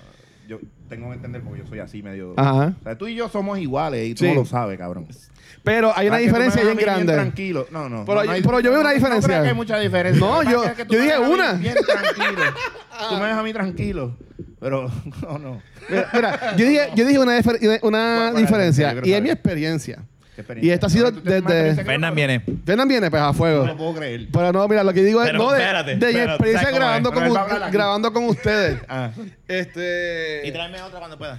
[SPEAKER 1] yo tengo que entender porque yo soy así medio...
[SPEAKER 4] Ajá.
[SPEAKER 1] O sea, tú y yo somos iguales y tú
[SPEAKER 4] Sí.
[SPEAKER 1] no lo sabes, cabrón.
[SPEAKER 4] Pero hay una
[SPEAKER 1] Ah, que tú me
[SPEAKER 4] diferencia
[SPEAKER 1] ves a
[SPEAKER 4] bien
[SPEAKER 1] mí
[SPEAKER 4] grande.
[SPEAKER 1] Tranquilo. No, no.
[SPEAKER 4] Pero
[SPEAKER 1] no, no
[SPEAKER 4] yo- pero yo veo una
[SPEAKER 1] no creo
[SPEAKER 4] diferencia.
[SPEAKER 1] que hay mucha diferencia.
[SPEAKER 4] No,
[SPEAKER 1] Lo que
[SPEAKER 4] yo-
[SPEAKER 1] pasa es que tú
[SPEAKER 4] yo
[SPEAKER 1] me
[SPEAKER 4] dije
[SPEAKER 1] ves a mí
[SPEAKER 4] una.
[SPEAKER 1] Bien tranquilo. tú me ves a mí tranquilo. Pero, no, no.
[SPEAKER 4] Mira, mira, yo dije, yo dije una, difer-
[SPEAKER 1] ¿Cuál
[SPEAKER 4] una
[SPEAKER 1] es la
[SPEAKER 4] diferencia,
[SPEAKER 1] diferencia?
[SPEAKER 4] y es mi experiencia.
[SPEAKER 1] Qué
[SPEAKER 4] Y esto ha sido
[SPEAKER 1] Tú tienes más
[SPEAKER 4] desde-
[SPEAKER 1] experiencia que yo,
[SPEAKER 2] Fernan
[SPEAKER 1] pero
[SPEAKER 2] viene.
[SPEAKER 4] Fernan viene, pues a
[SPEAKER 1] No
[SPEAKER 4] fuego.
[SPEAKER 1] lo puedo creer.
[SPEAKER 4] Pero no, mira, lo que digo es,
[SPEAKER 2] Pero
[SPEAKER 4] no, de,
[SPEAKER 2] espérate,
[SPEAKER 4] de mi
[SPEAKER 2] espérate,
[SPEAKER 4] experiencia
[SPEAKER 2] ¿sabes cómo
[SPEAKER 4] grabando
[SPEAKER 1] es?
[SPEAKER 4] con,
[SPEAKER 1] Pero él va a
[SPEAKER 4] u-
[SPEAKER 1] hablar aquí.
[SPEAKER 4] grabando con ustedes.
[SPEAKER 1] Ah.
[SPEAKER 2] Y
[SPEAKER 4] Este,
[SPEAKER 2] tráeme otra cuando pueda.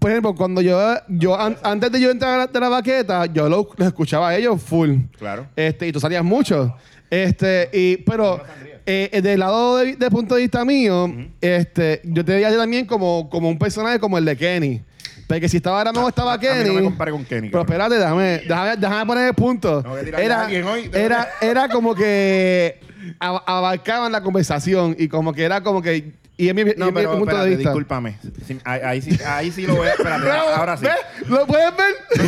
[SPEAKER 4] por ejemplo, cuando yo, yo an- antes de yo entrar a la, de la baqueta, yo lo- los escuchaba a ellos full.
[SPEAKER 1] Claro.
[SPEAKER 4] Este, y tú salías mucho. Este, y, pero eh, del lado de, de punto de vista mío, este, yo te veía yo también como, como un personaje como el de Kenny. Porque si estaba ahora mismo estaba
[SPEAKER 1] a
[SPEAKER 4] Kenny.
[SPEAKER 1] mí no me compare con Kenny,
[SPEAKER 4] Pero
[SPEAKER 1] cabrón.
[SPEAKER 4] espérate, déjame, déjame, déjame poner el punto.
[SPEAKER 1] Tengo que tirarle a
[SPEAKER 4] Era,
[SPEAKER 1] alguien hoy.
[SPEAKER 4] era, era como que ab- abarcaban la conversación y como que era como que. Y es mi, y es
[SPEAKER 1] No,
[SPEAKER 4] mi
[SPEAKER 1] pero
[SPEAKER 4] punto
[SPEAKER 1] espérate,
[SPEAKER 4] de vista.
[SPEAKER 1] discúlpame. Sí, ahí, ahí sí, ahí sí lo voy a... Espérate,
[SPEAKER 4] Bravo,
[SPEAKER 1] ahora sí.
[SPEAKER 4] ¿ves? ¿Lo puedes ver? Lo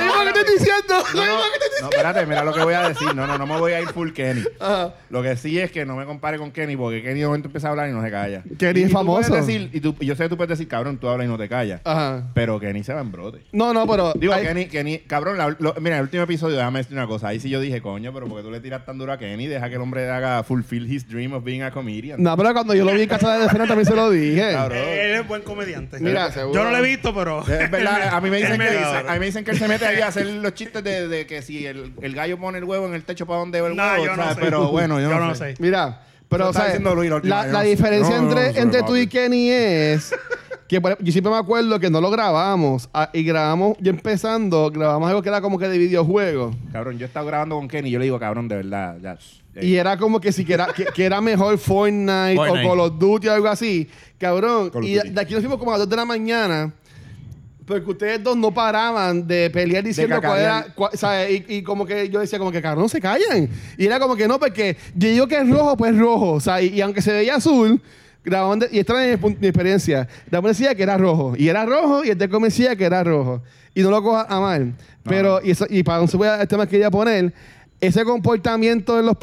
[SPEAKER 4] mismo que estoy diciendo. Lo
[SPEAKER 1] No, no,
[SPEAKER 4] mismo que estoy diciendo.
[SPEAKER 1] no, espérate, mira lo que voy a decir. No, no, no me voy a ir full Kenny.
[SPEAKER 4] Ajá.
[SPEAKER 1] Lo que sí es que no me compare con Kenny, porque Kenny de momento empieza a hablar y no se calla.
[SPEAKER 4] Kenny
[SPEAKER 1] Y-
[SPEAKER 4] es
[SPEAKER 1] y tú puedes
[SPEAKER 4] famoso.
[SPEAKER 1] decir- y, tú- y yo sé que tú puedes decir, cabrón, tú hablas y no te callas.
[SPEAKER 4] Ajá.
[SPEAKER 1] Pero Kenny se va en brote.
[SPEAKER 4] No, no, pero.
[SPEAKER 1] Digo,
[SPEAKER 4] ay,
[SPEAKER 1] Kenny, Kenny, cabrón, la- lo- mira, el último episodio, déjame decir una cosa. Ahí sí yo dije, coño, pero porque tú le tiras tan duro a Kenny, deja que el hombre haga fulfill his dream of being a comedian.
[SPEAKER 4] No, pero cuando yo lo vi en casa de Fernando también se lo dije.
[SPEAKER 1] Cabrón.
[SPEAKER 3] Él es buen comediante.
[SPEAKER 4] Mira,
[SPEAKER 3] Yo
[SPEAKER 4] seguro.
[SPEAKER 3] no lo he visto, pero.
[SPEAKER 1] Es verdad, a mí me
[SPEAKER 3] él
[SPEAKER 1] dicen, que,
[SPEAKER 3] dice.
[SPEAKER 1] a mí me dicen que él se mete ahí a hacer los chistes de, de que si el, el gallo pone el huevo en el techo para donde va el
[SPEAKER 3] No,
[SPEAKER 1] huevo,
[SPEAKER 3] yo no
[SPEAKER 1] ¿sabes?
[SPEAKER 3] sé.
[SPEAKER 1] pero bueno, yo, no, sé.
[SPEAKER 4] Mira, pero
[SPEAKER 1] Lo
[SPEAKER 4] o
[SPEAKER 1] estaba
[SPEAKER 4] sea,
[SPEAKER 1] diciendo Luis la última
[SPEAKER 4] la,
[SPEAKER 1] vez,
[SPEAKER 4] la
[SPEAKER 1] no sé. No,
[SPEAKER 4] diferencia
[SPEAKER 1] no,
[SPEAKER 4] entre,
[SPEAKER 1] no, no,
[SPEAKER 4] entre tú y
[SPEAKER 1] papi.
[SPEAKER 4] Kenny es que por ejemplo, yo siempre me acuerdo que no lo grabamos ah, y grabamos, yo empezando, grabamos algo que era como que de videojuego.
[SPEAKER 1] Cabrón, yo he estado grabando con Kenny y yo le digo, cabrón, de verdad, ya. eh, ya".
[SPEAKER 4] Y era como que si que era, que, que era mejor Fortnite,
[SPEAKER 2] Fortnite.
[SPEAKER 4] o Call of Duty o algo así. Cabrón.
[SPEAKER 1] Call of
[SPEAKER 4] y de-
[SPEAKER 1] Duty.
[SPEAKER 4] de aquí nos fuimos como a las 2 de la mañana. Porque ustedes dos no paraban de pelear diciendo cuál
[SPEAKER 1] cacarear.
[SPEAKER 4] era. cuál- ¿sabes? y, y como que yo decía, como que cabrón, se callan. Y era como que no, porque yo digo que es rojo, pues es rojo. O sea, y, y aunque se veía azul. grababan de- y esta era mi, pun- mi experiencia. La mujer decía que era rojo. Y era rojo, y el teco me decía que era rojo. Y no lo coja a mal. Pero, y, eso- y para un voy al tema que quería poner, ese comportamiento de los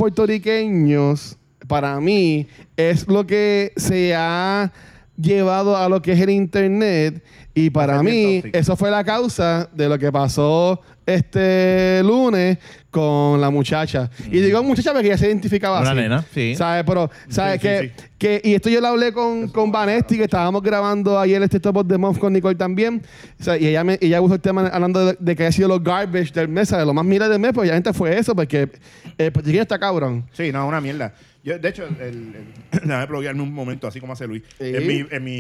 [SPEAKER 4] puertorriqueños, para mí, es lo que se ha llevado a lo que es el internet. Y para
[SPEAKER 1] ser bien
[SPEAKER 4] mí,
[SPEAKER 1] tóxico.
[SPEAKER 4] eso fue la causa de lo que pasó este lunes con la muchacha. Y digo muchacha porque ella se identificaba
[SPEAKER 2] Una
[SPEAKER 4] así.
[SPEAKER 2] nena, sí.
[SPEAKER 4] ¿Sabes? Pero, ¿sabes
[SPEAKER 1] Sí, sí,
[SPEAKER 4] que,
[SPEAKER 1] sí.
[SPEAKER 4] que- Y esto yo lo hablé con, con Vanesti, que estábamos grabando ayer este Top of the Month con Nicole también. O sea, y ella, me, ella puso el tema hablando de, de que ha sido los garbage del mes, ¿sabes? Lo más mira del mes, pues ya gente fue eso, porque eh, el puertorriqueño está cabrón.
[SPEAKER 1] Sí, no, una mierda. Yo, de hecho, el, el, déjame pluguearme un momento, así como hace Luis.
[SPEAKER 4] Sí.
[SPEAKER 1] En mi, en mi,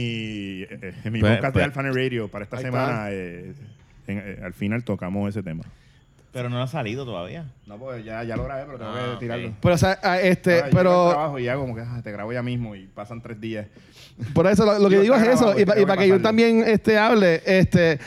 [SPEAKER 1] eh, en mi
[SPEAKER 2] Pues,
[SPEAKER 1] podcast
[SPEAKER 2] pues.
[SPEAKER 1] de Alphanet Radio para esta
[SPEAKER 4] Ahí
[SPEAKER 1] semana,
[SPEAKER 4] está.
[SPEAKER 1] eh, en- eh, al final tocamos ese tema.
[SPEAKER 2] Pero no ha salido todavía.
[SPEAKER 1] No, pues ya, ya lo grabé, pero tengo
[SPEAKER 2] Ah,
[SPEAKER 1] que tirarlo.
[SPEAKER 2] ok.
[SPEAKER 4] Pero, o sea, ah,
[SPEAKER 1] Ahora,
[SPEAKER 4] este,
[SPEAKER 1] yo voy al
[SPEAKER 4] pero
[SPEAKER 1] trabajo y ya como que ah, te grabo ya mismo y pasan tres días.
[SPEAKER 4] por eso lo, lo que
[SPEAKER 1] Yo
[SPEAKER 4] digo es
[SPEAKER 1] estaba
[SPEAKER 4] eso.
[SPEAKER 1] grabado,
[SPEAKER 4] Y, pa-
[SPEAKER 1] tengo
[SPEAKER 4] y
[SPEAKER 1] que
[SPEAKER 4] para que yo
[SPEAKER 1] pasarlo.
[SPEAKER 4] también este, hable, este,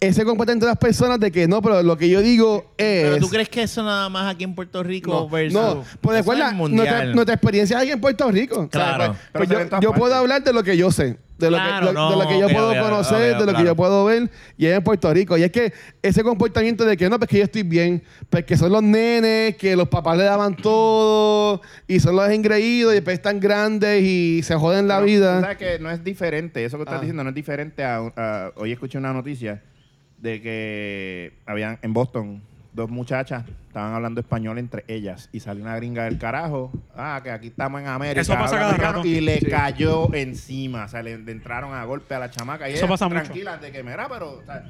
[SPEAKER 4] ese comportamiento de las personas de que no, pero lo que yo digo es.
[SPEAKER 2] Pero tú crees que eso nada más aquí en Puerto Rico
[SPEAKER 4] No,
[SPEAKER 2] versus
[SPEAKER 4] no, pues
[SPEAKER 2] Eso es
[SPEAKER 4] recuerda, nuestra,
[SPEAKER 2] mundial.
[SPEAKER 4] nuestra experiencia es ahí en Puerto Rico. O sea,
[SPEAKER 2] Claro.
[SPEAKER 4] pues,
[SPEAKER 1] Pero
[SPEAKER 4] pues
[SPEAKER 1] se ve en
[SPEAKER 4] yo,
[SPEAKER 1] todas
[SPEAKER 4] yo puedo
[SPEAKER 1] partes.
[SPEAKER 4] hablar de lo que yo sé, de lo,
[SPEAKER 2] Claro,
[SPEAKER 4] que, lo- de
[SPEAKER 2] no,
[SPEAKER 4] lo que yo
[SPEAKER 2] ok,
[SPEAKER 4] puedo
[SPEAKER 2] ok, ok,
[SPEAKER 4] conocer,
[SPEAKER 2] ok,
[SPEAKER 4] de lo que
[SPEAKER 2] claro.
[SPEAKER 4] yo puedo ver, y es en Puerto Rico. Y es que ese comportamiento de que no, pues que yo estoy bien, pues que son los nenes, que los papás le daban todo, y son los engreídos, y después están grandes y se joden la
[SPEAKER 1] Pero,
[SPEAKER 4] vida.
[SPEAKER 1] tú sabes que no es diferente, eso que estás
[SPEAKER 4] Ah.
[SPEAKER 1] diciendo no es diferente a, a- Hoy escuché una noticia de que habían en Boston dos muchachas estaban hablando español entre ellas y salió una gringa del carajo. Ah, que aquí estamos en América.
[SPEAKER 3] Eso pasa
[SPEAKER 1] habla
[SPEAKER 3] cada
[SPEAKER 1] americano,
[SPEAKER 3] rato.
[SPEAKER 1] Y le cayó encima, o sea, le le entraron a golpe a la chamaca y
[SPEAKER 3] Eso
[SPEAKER 1] ellas
[SPEAKER 3] pasa mucho.
[SPEAKER 1] tranquilas de que mira, pero... o sea,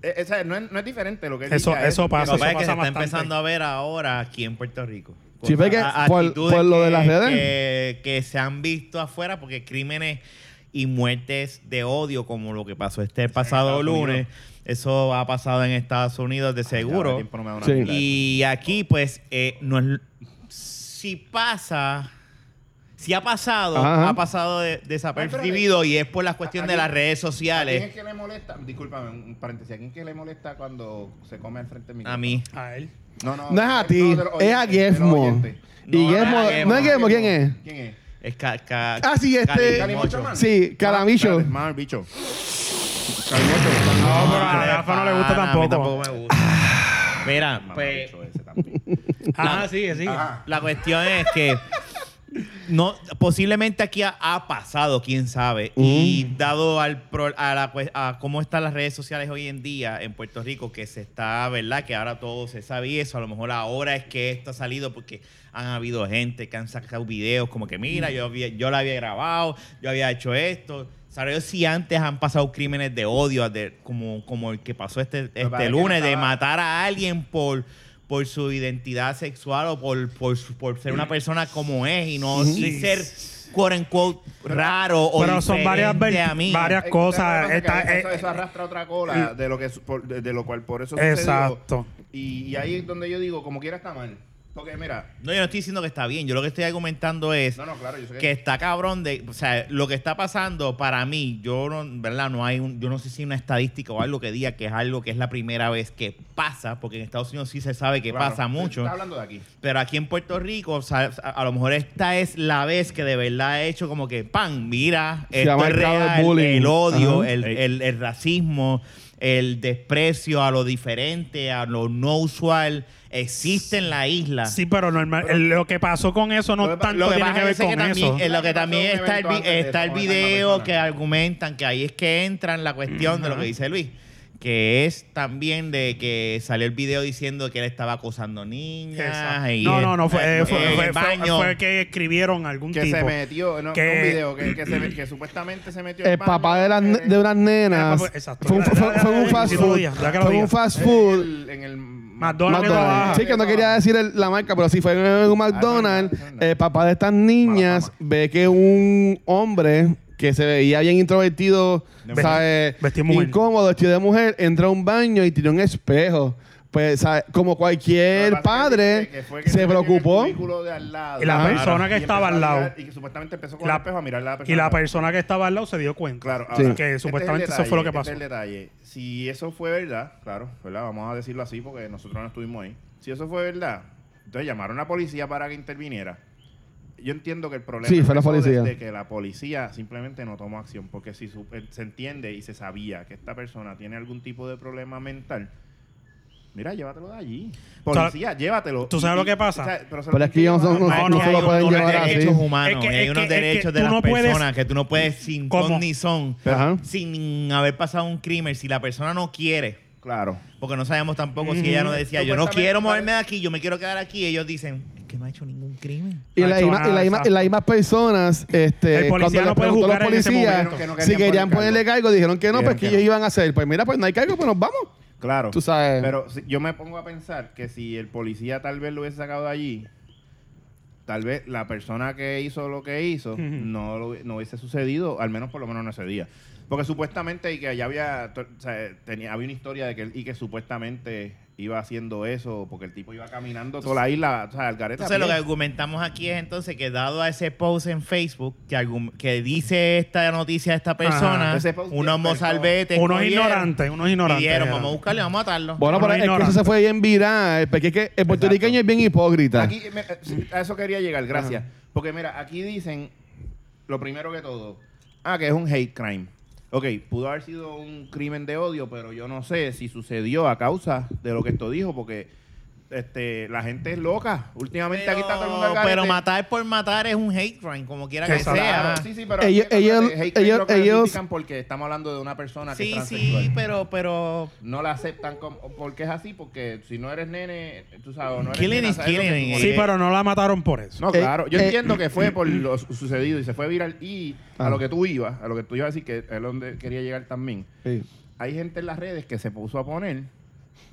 [SPEAKER 1] eh, eh, o sea, no, es, no es diferente lo que él
[SPEAKER 3] Eso-
[SPEAKER 1] diga, es-
[SPEAKER 3] eso pasa.
[SPEAKER 2] Lo que pasa es que
[SPEAKER 3] pasa
[SPEAKER 2] se está
[SPEAKER 3] bastante.
[SPEAKER 2] empezando a ver ahora aquí en Puerto Rico.
[SPEAKER 4] Sí, porque
[SPEAKER 2] a-
[SPEAKER 4] por-
[SPEAKER 2] actitudes
[SPEAKER 4] por lo de las redes.
[SPEAKER 2] Que, que se han visto afuera porque crímenes y muertes de odio como lo que pasó este pasado
[SPEAKER 1] Estados
[SPEAKER 2] lunes. Eso ha pasado en Estados Unidos de seguro.
[SPEAKER 1] tiempo no me da una
[SPEAKER 4] Sí.
[SPEAKER 1] tila.
[SPEAKER 2] Y aquí, pues, eh, no es. Si pasa. Si ha pasado,
[SPEAKER 4] Ajá.
[SPEAKER 2] ha pasado de- desapercibido y es por la cuestión
[SPEAKER 1] ¿A- a
[SPEAKER 2] de las
[SPEAKER 1] quién- ¿A
[SPEAKER 2] redes
[SPEAKER 1] quién es
[SPEAKER 2] sociales.
[SPEAKER 1] que le molesta? Discúlpame, un paréntesis. ¿A quién es que le molesta cuando se come al frente de mi
[SPEAKER 2] A mí.
[SPEAKER 3] A él.
[SPEAKER 1] No, no.
[SPEAKER 4] No es a ti,
[SPEAKER 1] no, de los
[SPEAKER 4] es a
[SPEAKER 1] oyentes, de los
[SPEAKER 4] Guesmo.
[SPEAKER 1] oyentes.
[SPEAKER 2] No,
[SPEAKER 4] Y
[SPEAKER 2] no es
[SPEAKER 3] Ah,
[SPEAKER 4] Guesmo,
[SPEAKER 2] a
[SPEAKER 4] no
[SPEAKER 2] Guesmo.
[SPEAKER 4] es Guesmo, ¿quién es?
[SPEAKER 1] ¿Quién es? Ah,
[SPEAKER 2] Es ca- ca-
[SPEAKER 4] Ah, sí, este-
[SPEAKER 3] Eh,
[SPEAKER 2] Cali-
[SPEAKER 1] Cali
[SPEAKER 2] Mocho.
[SPEAKER 1] Mocho Man.
[SPEAKER 4] Sí, Calamicho.
[SPEAKER 1] Espérate, mal bicho. Calimocho.
[SPEAKER 3] No, pero
[SPEAKER 2] Ah,
[SPEAKER 3] a Rafa no le gusta
[SPEAKER 2] pana, a mí
[SPEAKER 3] tampoco.
[SPEAKER 2] me gusta. Mira, pues,
[SPEAKER 1] Mamabicho ese también.
[SPEAKER 3] Ajá, Ah, sigue, sigue.
[SPEAKER 1] Ajá.
[SPEAKER 2] la cuestión es que no, posiblemente aquí ha, ha pasado, quién sabe. Y
[SPEAKER 1] Mm.
[SPEAKER 2] dado al pro- a, la, cues- a cómo están las redes sociales hoy en día en Puerto Rico, que se está, ¿verdad? Que ahora todo se sabe y eso. A lo mejor ahora es que esto ha salido porque han habido gente que han sacado videos como que, mira, yo, había- yo la había grabado, yo había hecho esto. ¿Sabes si antes han pasado crímenes de odio de- como, como el que pasó este,
[SPEAKER 1] que pasa
[SPEAKER 2] este
[SPEAKER 1] es que
[SPEAKER 2] lunes
[SPEAKER 1] no
[SPEAKER 2] de
[SPEAKER 1] estaba-
[SPEAKER 2] matar a alguien por por su identidad sexual o por, por, su- por ser una persona como es y no y
[SPEAKER 3] Sí.
[SPEAKER 2] ser quote unquote raro o
[SPEAKER 3] Pero son varias
[SPEAKER 2] diferente
[SPEAKER 3] ver-
[SPEAKER 2] a mí.
[SPEAKER 3] varias-
[SPEAKER 1] Eh,
[SPEAKER 3] cosas,
[SPEAKER 1] lo que pasa es que
[SPEAKER 3] esta-
[SPEAKER 1] eso,
[SPEAKER 3] eh,
[SPEAKER 1] eso arrastra otra cola de lo que su- por- de, de lo cual por eso sucedió.
[SPEAKER 3] Exacto.
[SPEAKER 1] Y, y ahí es donde yo digo, como quiera está mal. Porque mira,
[SPEAKER 2] No, yo no estoy diciendo que está bien. Yo lo que estoy argumentando es
[SPEAKER 1] no, no, claro, yo sé
[SPEAKER 2] que está cabrón de, o sea, lo que está pasando para mí, yo no, ¿verdad? No hay un, yo no sé si hay una estadística o algo que diga que es algo que es la primera vez que pasa, porque en Estados Unidos sí se sabe que
[SPEAKER 1] claro,
[SPEAKER 2] pasa mucho.
[SPEAKER 1] Está hablando de aquí.
[SPEAKER 2] Pero aquí en Puerto Rico, o sea, a, a lo mejor esta es la vez que de verdad he hecho como que, pan, mira,
[SPEAKER 4] Se
[SPEAKER 2] esto
[SPEAKER 4] ha
[SPEAKER 2] es
[SPEAKER 4] marcado el
[SPEAKER 2] real, el,
[SPEAKER 4] bullying.
[SPEAKER 2] odio,
[SPEAKER 4] Ajá.
[SPEAKER 2] el, el- el racismo, el desprecio a lo diferente, a lo no usual, existe en la isla.
[SPEAKER 3] Sí, pero normal. el- lo que pasó con eso no
[SPEAKER 1] Lo que pa-
[SPEAKER 3] tanto
[SPEAKER 2] Lo que
[SPEAKER 3] tiene
[SPEAKER 2] pasa
[SPEAKER 3] que ver
[SPEAKER 2] es que
[SPEAKER 3] con eso.
[SPEAKER 2] también, en lo que
[SPEAKER 1] Pasó
[SPEAKER 2] también
[SPEAKER 1] un
[SPEAKER 2] está el, vi-
[SPEAKER 1] evento antes de
[SPEAKER 2] está el
[SPEAKER 1] eso, con esa
[SPEAKER 2] video
[SPEAKER 1] persona.
[SPEAKER 2] que argumentan que ahí es que entran la cuestión de lo que dice Luis. Que es también de que salió el video diciendo que él estaba acosando niñas.
[SPEAKER 3] Exacto.
[SPEAKER 2] y
[SPEAKER 3] No,
[SPEAKER 2] en-
[SPEAKER 3] no, no. Fue, eh,
[SPEAKER 2] en
[SPEAKER 3] fue,
[SPEAKER 2] el
[SPEAKER 3] fue- fue-
[SPEAKER 2] baño.
[SPEAKER 3] fue que escribieron algún
[SPEAKER 1] Que
[SPEAKER 3] tipo.
[SPEAKER 1] se metió, no,
[SPEAKER 3] Que-
[SPEAKER 1] un video que, que, se, me- que supuestamente se metió
[SPEAKER 4] El
[SPEAKER 1] al baño,
[SPEAKER 4] papá de, las ne-
[SPEAKER 1] eh,
[SPEAKER 4] de unas nenas.
[SPEAKER 3] papá- exacto.
[SPEAKER 4] Fue un, fue- fue un fast
[SPEAKER 3] Sí, lo
[SPEAKER 4] food.
[SPEAKER 3] diga, ya que lo
[SPEAKER 4] Fue un
[SPEAKER 3] diga.
[SPEAKER 4] fast
[SPEAKER 1] en
[SPEAKER 4] food.
[SPEAKER 1] el, en el
[SPEAKER 3] McDonald's.
[SPEAKER 4] McDonald's. Sí, que no quería decir el- la marca, pero sí fue
[SPEAKER 1] Ah,
[SPEAKER 4] en un McDonald's. El papá de estas niñas
[SPEAKER 1] Mala
[SPEAKER 4] ve que un hombre que se veía bien introvertido,
[SPEAKER 3] De
[SPEAKER 4] ¿sabes?
[SPEAKER 3] mujer. Vestido de mujer.
[SPEAKER 4] Incómodo, vestido de mujer, entra a un baño y tiró un espejo. Pues, ¿sabes? Como
[SPEAKER 1] Lo
[SPEAKER 4] cualquier
[SPEAKER 1] que pasa es que
[SPEAKER 4] padre,
[SPEAKER 1] dice que fue que
[SPEAKER 4] se
[SPEAKER 1] metió en el
[SPEAKER 4] preocupó.
[SPEAKER 1] cubículo de al lado.
[SPEAKER 3] Y la
[SPEAKER 1] Ajá.
[SPEAKER 3] persona que
[SPEAKER 1] Y
[SPEAKER 3] estaba
[SPEAKER 1] empezó
[SPEAKER 3] al
[SPEAKER 1] a
[SPEAKER 3] lado.
[SPEAKER 1] mirar- Y que supuestamente empezó con
[SPEAKER 3] La-
[SPEAKER 1] el espejo a mirar a la persona.
[SPEAKER 3] Y la
[SPEAKER 1] al lado.
[SPEAKER 3] persona que estaba al lado se dio cuenta.
[SPEAKER 1] pues, Claro,
[SPEAKER 4] Sí.
[SPEAKER 1] ahora,
[SPEAKER 4] Que
[SPEAKER 1] este es el
[SPEAKER 3] supuestamente eso fue lo que pasó.
[SPEAKER 1] Este es el detalle. Si eso fue verdad, claro, ¿verdad? Vamos a decirlo así porque nosotros no estuvimos ahí. Si eso fue verdad, entonces llamaron a la policía para que interviniera. Yo entiendo que el problema
[SPEAKER 4] Sí, fue la
[SPEAKER 1] empezó
[SPEAKER 4] policía.
[SPEAKER 1] desde que la policía simplemente no tomó acción, porque si su- eh, se entiende y se sabía que esta persona tiene algún tipo de problema mental, mira, llévatelo de allí.
[SPEAKER 3] sea,
[SPEAKER 1] Policía, llévatelo.
[SPEAKER 3] ¿tú sabes
[SPEAKER 1] Y-
[SPEAKER 3] lo que pasa?
[SPEAKER 1] y- o sea, pero, se
[SPEAKER 4] Pero
[SPEAKER 1] lo
[SPEAKER 4] es que ellos
[SPEAKER 1] llevan-
[SPEAKER 4] no-
[SPEAKER 3] no- no
[SPEAKER 2] Hay
[SPEAKER 3] se lo
[SPEAKER 2] unos-
[SPEAKER 3] pueden
[SPEAKER 2] unos
[SPEAKER 4] llevar así.
[SPEAKER 2] derechos humanos,
[SPEAKER 3] Es que-
[SPEAKER 2] y hay
[SPEAKER 3] es
[SPEAKER 2] unos
[SPEAKER 3] que- es que
[SPEAKER 2] derechos de
[SPEAKER 3] tú
[SPEAKER 2] las
[SPEAKER 3] no puedes-
[SPEAKER 2] personas que tú no puedes sin
[SPEAKER 3] ¿Cómo?
[SPEAKER 2] con ni son,
[SPEAKER 4] Ajá.
[SPEAKER 2] sin haber pasado un crimen, si la persona no quiere,
[SPEAKER 1] Claro.
[SPEAKER 2] porque no sabemos tampoco si ella no decía, yo no
[SPEAKER 1] Supuestamente,
[SPEAKER 2] quiero moverme de
[SPEAKER 1] ¿sabes?
[SPEAKER 2] aquí, yo me quiero quedar aquí, ellos dicen, es que no ha hecho ningún crimen.
[SPEAKER 4] Y
[SPEAKER 3] No ha
[SPEAKER 4] las
[SPEAKER 3] hecho
[SPEAKER 4] mismas
[SPEAKER 3] nada, exacto.
[SPEAKER 4] personas, este,
[SPEAKER 3] El policía no
[SPEAKER 4] cuando les
[SPEAKER 3] puede
[SPEAKER 4] preguntó a
[SPEAKER 3] juzgar
[SPEAKER 4] los
[SPEAKER 3] en ese
[SPEAKER 4] policías
[SPEAKER 3] momento.
[SPEAKER 1] Que no
[SPEAKER 4] si
[SPEAKER 1] querían
[SPEAKER 4] querían
[SPEAKER 1] poner
[SPEAKER 4] ponerle cargo, dijeron que no,
[SPEAKER 1] Dijeron
[SPEAKER 4] pues
[SPEAKER 1] que
[SPEAKER 4] que ellos
[SPEAKER 1] no.
[SPEAKER 4] iban a hacer. Pues mira, pues no hay cargo, pues nos vamos.
[SPEAKER 1] Claro.
[SPEAKER 4] Tú sabes.
[SPEAKER 1] Pero si- yo me pongo a pensar que si el policía tal vez lo hubiese sacado de allí, tal vez la persona que hizo lo que hizo no, lo- no hubiese sucedido, al menos por lo menos en ese día. Porque supuestamente y que allá había, to- o sea, tenía, había una historia de que él- y que supuestamente iba haciendo eso porque el tipo iba caminando toda la isla, o sea, al garete. a
[SPEAKER 2] Entonces lo que
[SPEAKER 1] pie.
[SPEAKER 2] argumentamos aquí es entonces que dado a ese post en Facebook que, argu- que dice esta noticia a esta persona,
[SPEAKER 1] Ajá, ese post
[SPEAKER 2] unos
[SPEAKER 1] despertó.
[SPEAKER 2] mozalbetes,
[SPEAKER 3] Unos
[SPEAKER 2] cogieron
[SPEAKER 3] ignorantes, unos
[SPEAKER 2] Y
[SPEAKER 3] ignorantes.
[SPEAKER 2] dijeron,
[SPEAKER 3] era.
[SPEAKER 2] vamos a buscarle, vamos a matarlo.
[SPEAKER 3] Bueno,
[SPEAKER 4] Bueno, pero es que eso
[SPEAKER 3] ignorante.
[SPEAKER 4] se fue bien viral, porque es que el puertorriqueño es bien hipócrita.
[SPEAKER 1] Aquí, me- eh, sí, a eso quería llegar, gracias. Porque mira, aquí dicen, lo primero que todo, ah, que es un hate crime. Ok, pudo haber sido un crimen de odio, pero yo no sé si sucedió a causa de lo que esto dijo, porque este, la gente es loca. Últimamente aquí está todo el mundo al
[SPEAKER 2] Pero- pero
[SPEAKER 1] garete.
[SPEAKER 2] matar por matar es un hate crime, como quiera que
[SPEAKER 3] Exacto.
[SPEAKER 2] sea.
[SPEAKER 1] Claro, sí, sí, pero
[SPEAKER 4] Ellos-
[SPEAKER 1] aquí, acuérdate,
[SPEAKER 4] ellos-
[SPEAKER 1] hate crime
[SPEAKER 4] ellos-
[SPEAKER 1] lo clasifican
[SPEAKER 4] ellos-
[SPEAKER 1] porque estamos hablando de una persona que
[SPEAKER 2] Sí,
[SPEAKER 1] es
[SPEAKER 2] sí, pues.
[SPEAKER 1] transexual.
[SPEAKER 2] pero, pero.
[SPEAKER 1] No la aceptan como, porque es así, porque si no eres nene, tú sabes, o no eres
[SPEAKER 2] Killing
[SPEAKER 1] nena,
[SPEAKER 2] is
[SPEAKER 1] sabes lo que
[SPEAKER 2] killing.
[SPEAKER 1] tú-
[SPEAKER 3] Sí, pero no la mataron por eso.
[SPEAKER 1] No,
[SPEAKER 4] Eh,
[SPEAKER 1] claro. Yo
[SPEAKER 4] eh,
[SPEAKER 1] entiendo que fue por lo su- sucedido y se fue viral. Y
[SPEAKER 4] Ah.
[SPEAKER 1] a lo que tú ibas, a lo que tú ibas a decir, que es donde quería llegar también.
[SPEAKER 4] Sí.
[SPEAKER 1] Hay gente en las redes que se puso a poner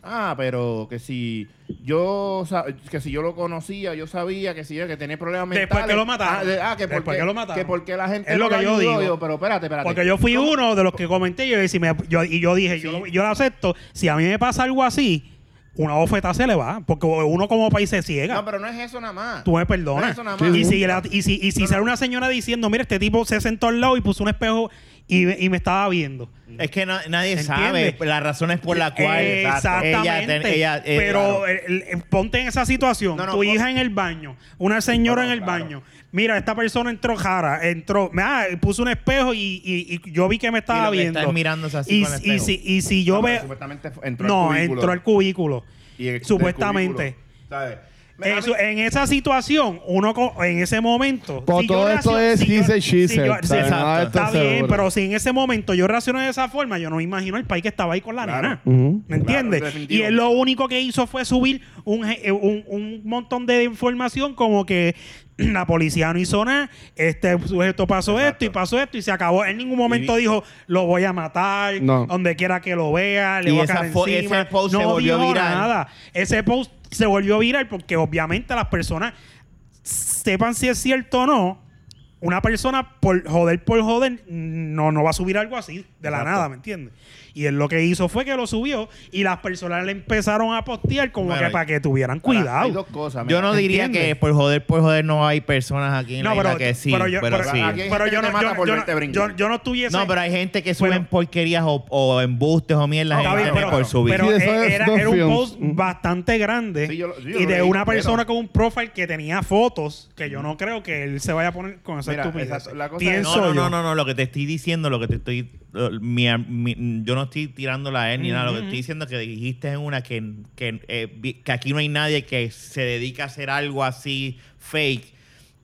[SPEAKER 1] Ah, pero que si yo sa- que si yo lo conocía, yo sabía que si yo que tenía problemas mentales.
[SPEAKER 3] Después que lo mataron.
[SPEAKER 1] Ah, de- Ah, que
[SPEAKER 3] Después
[SPEAKER 1] porque,
[SPEAKER 3] que lo mataron.
[SPEAKER 1] Que porque la gente
[SPEAKER 3] Es lo
[SPEAKER 1] no
[SPEAKER 3] que yo
[SPEAKER 1] ayudó.
[SPEAKER 3] digo.
[SPEAKER 1] pero espérate, espérate.
[SPEAKER 3] Porque yo fui uno de los que comenté yo, y, si me- yo- y yo dije, yo, lo- yo lo acepto, si a mí me pasa algo así, una bofeta se le va, porque uno como país se ciega.
[SPEAKER 1] No, pero no es eso nada más.
[SPEAKER 3] Tú me
[SPEAKER 1] No es
[SPEAKER 3] perdonas.
[SPEAKER 1] eso nada más.
[SPEAKER 3] y si, la- y si, y si sale una señora diciendo, mira, este tipo se sentó al lado y puso un espejo y, me- y me estaba viendo.
[SPEAKER 2] Es que no- nadie
[SPEAKER 3] ¿Entiendes?
[SPEAKER 2] sabe las razones por las cuales
[SPEAKER 3] Eh, Exactamente.
[SPEAKER 2] ella, ten- ella, eh,
[SPEAKER 3] pero
[SPEAKER 2] claro.
[SPEAKER 3] el- el- ponte en esa situación.
[SPEAKER 1] No, no,
[SPEAKER 3] tu
[SPEAKER 1] pon-
[SPEAKER 3] hija en el baño, una señora
[SPEAKER 1] No, no,
[SPEAKER 3] en el
[SPEAKER 1] claro.
[SPEAKER 3] baño. Mira, esta persona entró jara, entró, me- ah, puso un espejo y, y- y yo vi que
[SPEAKER 2] Y
[SPEAKER 3] me estaba
[SPEAKER 2] lo que
[SPEAKER 3] viendo.
[SPEAKER 2] estás mirando es así
[SPEAKER 3] y,
[SPEAKER 2] con el
[SPEAKER 3] y
[SPEAKER 2] espejo.
[SPEAKER 3] si, y si yo
[SPEAKER 1] No, pero
[SPEAKER 3] veo.
[SPEAKER 1] Supuestamente fu- entró
[SPEAKER 3] No,
[SPEAKER 1] al cubículo.
[SPEAKER 3] entró al cubículo.
[SPEAKER 1] Y el- del
[SPEAKER 3] supuestamente.
[SPEAKER 1] cubículo, ¿Sabes? Me- a
[SPEAKER 3] Eso-
[SPEAKER 1] mí-
[SPEAKER 3] en esa situación, uno co- en ese momento.
[SPEAKER 4] Pues
[SPEAKER 3] yo
[SPEAKER 4] todo esto
[SPEAKER 3] reacciono-
[SPEAKER 4] es
[SPEAKER 3] yo-
[SPEAKER 4] he said, she
[SPEAKER 3] si
[SPEAKER 4] said,
[SPEAKER 3] yo-
[SPEAKER 4] ¿sabes?
[SPEAKER 3] sí, exacto.
[SPEAKER 2] Nada de
[SPEAKER 4] esto
[SPEAKER 3] está
[SPEAKER 4] es
[SPEAKER 3] bien,
[SPEAKER 4] seguro.
[SPEAKER 3] pero si en ese momento yo reaccioné de esa forma, yo no me imagino el país que estaba ahí con la
[SPEAKER 1] Claro.
[SPEAKER 3] nena.
[SPEAKER 4] Ujú.
[SPEAKER 3] ¿Me entiendes?
[SPEAKER 1] Claro, definitivo.
[SPEAKER 3] y él lo único que hizo fue subir un, je- eh, un, un montón de información como que la policía no hizo nada, este sujeto pasó esto y pasó esto y se acabó. En ningún momento dijo, lo voy a matar,
[SPEAKER 4] No.
[SPEAKER 3] donde quiera que lo vea, le
[SPEAKER 2] Y
[SPEAKER 3] voy a
[SPEAKER 2] esa
[SPEAKER 3] caer
[SPEAKER 2] fo- ese
[SPEAKER 3] encima.
[SPEAKER 2] post
[SPEAKER 3] no
[SPEAKER 2] se volvió
[SPEAKER 3] dijo
[SPEAKER 2] viral.
[SPEAKER 3] nada. Ese post se volvió viral porque obviamente las personas sepan si es cierto o no. Una persona por joder por joder no, no va a subir algo así de la nada, ¿me entiendes? Y él lo que hizo fue que lo subió y las personas le empezaron a postear como
[SPEAKER 2] Bueno,
[SPEAKER 3] que para que tuvieran
[SPEAKER 1] Ahora, Hay
[SPEAKER 3] cuidado.
[SPEAKER 1] dos cosas.
[SPEAKER 2] Yo
[SPEAKER 1] mira.
[SPEAKER 2] no diría que
[SPEAKER 3] ¿entiendes?
[SPEAKER 2] por joder, por joder no hay personas aquí en
[SPEAKER 3] No,
[SPEAKER 2] la isla
[SPEAKER 3] pero-
[SPEAKER 2] que sí,
[SPEAKER 3] pero
[SPEAKER 2] pero,
[SPEAKER 3] yo- pero
[SPEAKER 2] sí.
[SPEAKER 1] aquí-
[SPEAKER 3] Pero yo
[SPEAKER 1] Hay gente que
[SPEAKER 3] no,
[SPEAKER 1] te
[SPEAKER 3] yo,
[SPEAKER 1] mata por
[SPEAKER 3] yo,
[SPEAKER 1] verte
[SPEAKER 3] no-
[SPEAKER 1] brincar.
[SPEAKER 3] yo- yo no estuviese...
[SPEAKER 2] No, pero hay gente que
[SPEAKER 3] Bueno.
[SPEAKER 2] suben porquerías o, o embustes o mierdas
[SPEAKER 3] Está
[SPEAKER 2] en
[SPEAKER 3] bien,
[SPEAKER 2] internet
[SPEAKER 3] pero,
[SPEAKER 2] por subir.
[SPEAKER 3] pero
[SPEAKER 4] Sí, eso
[SPEAKER 3] e-
[SPEAKER 4] es
[SPEAKER 3] era,
[SPEAKER 4] dos
[SPEAKER 3] era un
[SPEAKER 4] films.
[SPEAKER 3] post bastante grande
[SPEAKER 1] Sí, yo lo- yo
[SPEAKER 3] y
[SPEAKER 1] lo
[SPEAKER 3] de
[SPEAKER 1] leí
[SPEAKER 3] una
[SPEAKER 1] completo.
[SPEAKER 3] persona con un profile que tenía fotos que yo no creo que él se vaya a poner con esa
[SPEAKER 1] Mira,
[SPEAKER 3] estupidez.
[SPEAKER 1] exacto, la cosa es-
[SPEAKER 3] Pienso
[SPEAKER 2] no, no,
[SPEAKER 3] yo.
[SPEAKER 2] no, no, no, lo que te estoy diciendo, lo que te estoy. lo- mi- mi- yo no estoy tirándola a él ni nada, lo que estoy diciendo es que dijiste en una que, que, eh, vi- que aquí no hay nadie que se dedica a hacer algo así fake.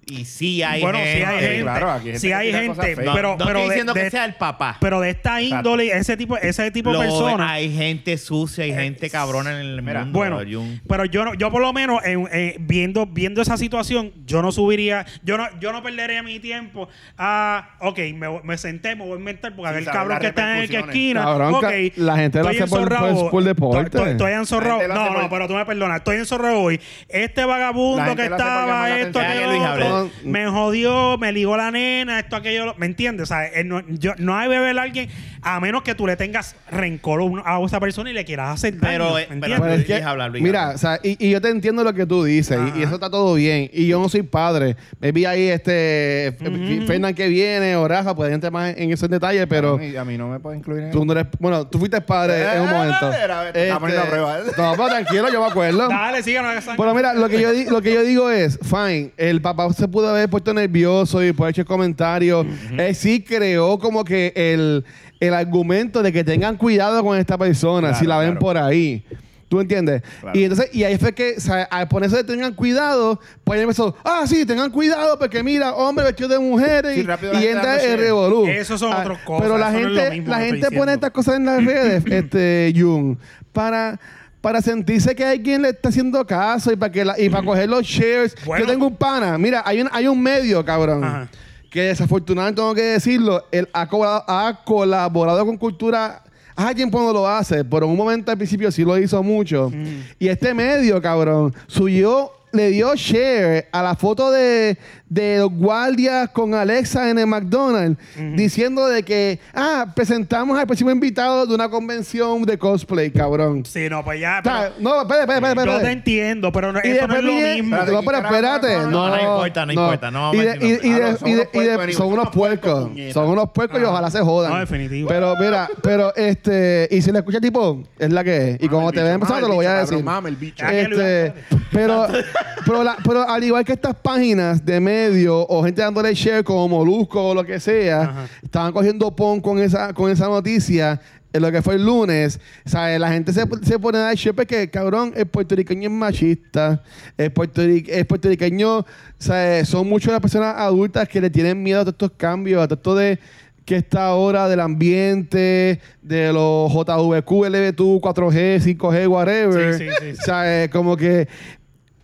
[SPEAKER 2] Y sí hay
[SPEAKER 3] bueno,
[SPEAKER 2] gente.
[SPEAKER 3] sí hay
[SPEAKER 1] sí,
[SPEAKER 3] gente.
[SPEAKER 1] claro, aquí hay gente
[SPEAKER 3] sí
[SPEAKER 1] que
[SPEAKER 3] hay
[SPEAKER 1] tira cosas
[SPEAKER 3] gente,
[SPEAKER 1] feas.
[SPEAKER 2] No,
[SPEAKER 3] pero,
[SPEAKER 2] no
[SPEAKER 3] pero
[SPEAKER 2] estoy
[SPEAKER 3] de,
[SPEAKER 2] diciendo que
[SPEAKER 3] de-
[SPEAKER 2] sea el papá.
[SPEAKER 3] pero de esta índole, ese tipo, ese tipo de
[SPEAKER 2] Lo-
[SPEAKER 3] personas.
[SPEAKER 2] Hay gente sucia, hay gente cabrona en el
[SPEAKER 1] mira,
[SPEAKER 2] mundo.
[SPEAKER 3] Bueno,
[SPEAKER 2] Jun.
[SPEAKER 3] pero yo no, yo por lo menos en- eh, viendo, viendo esa situación, yo no subiría, yo no, yo no perdería mi tiempo a, ok, me, voy- me senté, me voy a inventar porque
[SPEAKER 1] Sin
[SPEAKER 3] aquel
[SPEAKER 1] saber
[SPEAKER 3] cabrón
[SPEAKER 1] las
[SPEAKER 3] que está en la
[SPEAKER 1] repercusiones.
[SPEAKER 3] esquina,
[SPEAKER 4] Cabrón,
[SPEAKER 3] ok,
[SPEAKER 4] ca- la gente lo
[SPEAKER 3] estoy
[SPEAKER 4] hace por-
[SPEAKER 3] enzorrado
[SPEAKER 4] pues, por
[SPEAKER 3] hoy.
[SPEAKER 4] deporte.
[SPEAKER 3] Estoy, estoy enzorrado.
[SPEAKER 1] La gente lo
[SPEAKER 3] No,
[SPEAKER 1] hace
[SPEAKER 3] no,
[SPEAKER 1] por-
[SPEAKER 3] pero tú me perdonas, estoy ensorrado hoy. Este
[SPEAKER 1] La
[SPEAKER 3] vagabundo
[SPEAKER 1] gente
[SPEAKER 3] que
[SPEAKER 1] lo hace por llamar
[SPEAKER 3] estaba,
[SPEAKER 1] la
[SPEAKER 3] esto,
[SPEAKER 1] atención.
[SPEAKER 3] aquello,
[SPEAKER 2] Ya, Luis,
[SPEAKER 3] otro,
[SPEAKER 4] abre.
[SPEAKER 3] me jodió, me ligó la nena, esto, aquello, lo- ¿me entiendes? O sea, eh, no, yo, no hay beber a alguien a menos que tú le tengas rencor a un- a esa persona y le quieras hacer daño.
[SPEAKER 2] Pero,
[SPEAKER 3] ¿me
[SPEAKER 2] eh, pero-
[SPEAKER 3] entiendes?
[SPEAKER 4] Bueno, es que-
[SPEAKER 2] Deja hablar, Luis,
[SPEAKER 4] mira,
[SPEAKER 2] habla.
[SPEAKER 4] o sea, y, y yo te entiendo lo que tú dices, y- y, eso está todo bien. Y yo no soy padre. Me vi ahí este F- Fernan que viene, o Rafa, pues gente más en esos detalles, pero
[SPEAKER 1] A mí no me puede incluir en
[SPEAKER 4] tú no eres. Bueno, tú fuiste padre en un
[SPEAKER 1] Eh,
[SPEAKER 4] momento. Este,
[SPEAKER 1] era- te está poniendo a prueba, ¿eh?
[SPEAKER 4] No, pero tranquilo, yo me acuerdo.
[SPEAKER 3] Dale, sigue, no hagas sangre.
[SPEAKER 4] Bueno, mira, lo que, yo di- lo que yo digo es, fine, el papá se pudo haber puesto nervioso y puede haber hecho comentarios. Él sí creó como que el, el argumento de que tengan cuidado con esta persona si
[SPEAKER 1] Claro,
[SPEAKER 4] la ven
[SPEAKER 1] claro.
[SPEAKER 4] por ahí. ¿Tú entiendes?
[SPEAKER 1] Claro.
[SPEAKER 4] Y entonces, y ahí fue que, o sea, al ponerse de tengan cuidado, pues ahí empezó, ah, sí, tengan cuidado, porque mira, hombre vestido de mujeres
[SPEAKER 1] Sí,
[SPEAKER 4] y-
[SPEAKER 1] rápido la
[SPEAKER 4] y,
[SPEAKER 1] gente
[SPEAKER 4] entra
[SPEAKER 1] dándose-
[SPEAKER 4] el revolú.
[SPEAKER 3] Esos son
[SPEAKER 4] Ah,
[SPEAKER 3] otras cosas,
[SPEAKER 4] Pero la
[SPEAKER 3] eso no es lo
[SPEAKER 4] gente,
[SPEAKER 3] mismo
[SPEAKER 4] la
[SPEAKER 3] que estoy
[SPEAKER 4] gente
[SPEAKER 3] diciendo.
[SPEAKER 4] pone estas cosas en las redes, este, Jun, para, para sentirse que alguien le está haciendo caso y para que la- y para coger los shares.
[SPEAKER 3] Bueno.
[SPEAKER 4] Yo tengo un pana, mira, hay un, hay un medio, cabrón.
[SPEAKER 3] Ajá.
[SPEAKER 4] Que desafortunadamente tengo que decirlo, él ha, cobrado- ha colaborado con cultura. Hay quien cuando lo hace, pero en un momento al principio sí lo hizo mucho.
[SPEAKER 3] Mm.
[SPEAKER 4] Y este medio, cabrón, subió, le dio share a la foto de, de los guardias con Alexa en el McDonald's, diciendo de que, ah, presentamos al próximo invitado de una convención de cosplay, cabrón.
[SPEAKER 3] Sí, no, pues ya.
[SPEAKER 4] O sea,
[SPEAKER 3] pero-
[SPEAKER 4] no, espérate, espérate, espérate.
[SPEAKER 3] yo te
[SPEAKER 4] espérate.
[SPEAKER 3] entiendo, pero no,
[SPEAKER 4] Y
[SPEAKER 3] eso no es
[SPEAKER 4] después
[SPEAKER 3] lo
[SPEAKER 4] viene-
[SPEAKER 3] mismo.
[SPEAKER 4] No, pero espérate.
[SPEAKER 1] No,
[SPEAKER 4] No,
[SPEAKER 2] no importa, no importa, no vamos
[SPEAKER 4] y
[SPEAKER 2] a
[SPEAKER 4] de-
[SPEAKER 2] decir
[SPEAKER 4] y- y de-
[SPEAKER 1] nada.
[SPEAKER 4] y de-
[SPEAKER 1] Claro, son
[SPEAKER 4] y de-
[SPEAKER 1] unos puercos, son
[SPEAKER 4] Son unos
[SPEAKER 1] unos
[SPEAKER 4] puercos.
[SPEAKER 1] puñetas.
[SPEAKER 4] Son unos puercos y
[SPEAKER 3] Ajá.
[SPEAKER 4] ojalá se jodan.
[SPEAKER 3] No, definitivo.
[SPEAKER 4] Pero mira, pero este... Y si le escucha tipo, es la que es. Y como te vea empezando, te lo voy a decir.
[SPEAKER 1] Mame el bicho.
[SPEAKER 3] Ah, que lo iba a
[SPEAKER 4] Este, pero, pero, la- pero al igual que estas páginas de medio o gente dándole share como Molusco o lo que sea,
[SPEAKER 3] Ajá.
[SPEAKER 4] estaban cogiendo pon con esa, con esa noticia. En lo que fue el lunes, ¿sabes? La gente se, se pone a dar share porque, cabrón, el puertorriqueño es machista. El, puertorri- el puertorriqueño, ¿sabes? Son muchas las personas adultas que le tienen miedo a todos estos cambios, a todo esto de que está ahora del ambiente, de los JVQ, LBTQ, 4G, 5G, whatever.
[SPEAKER 3] Sí, sí, sí, sí.
[SPEAKER 4] O sea, eh, como que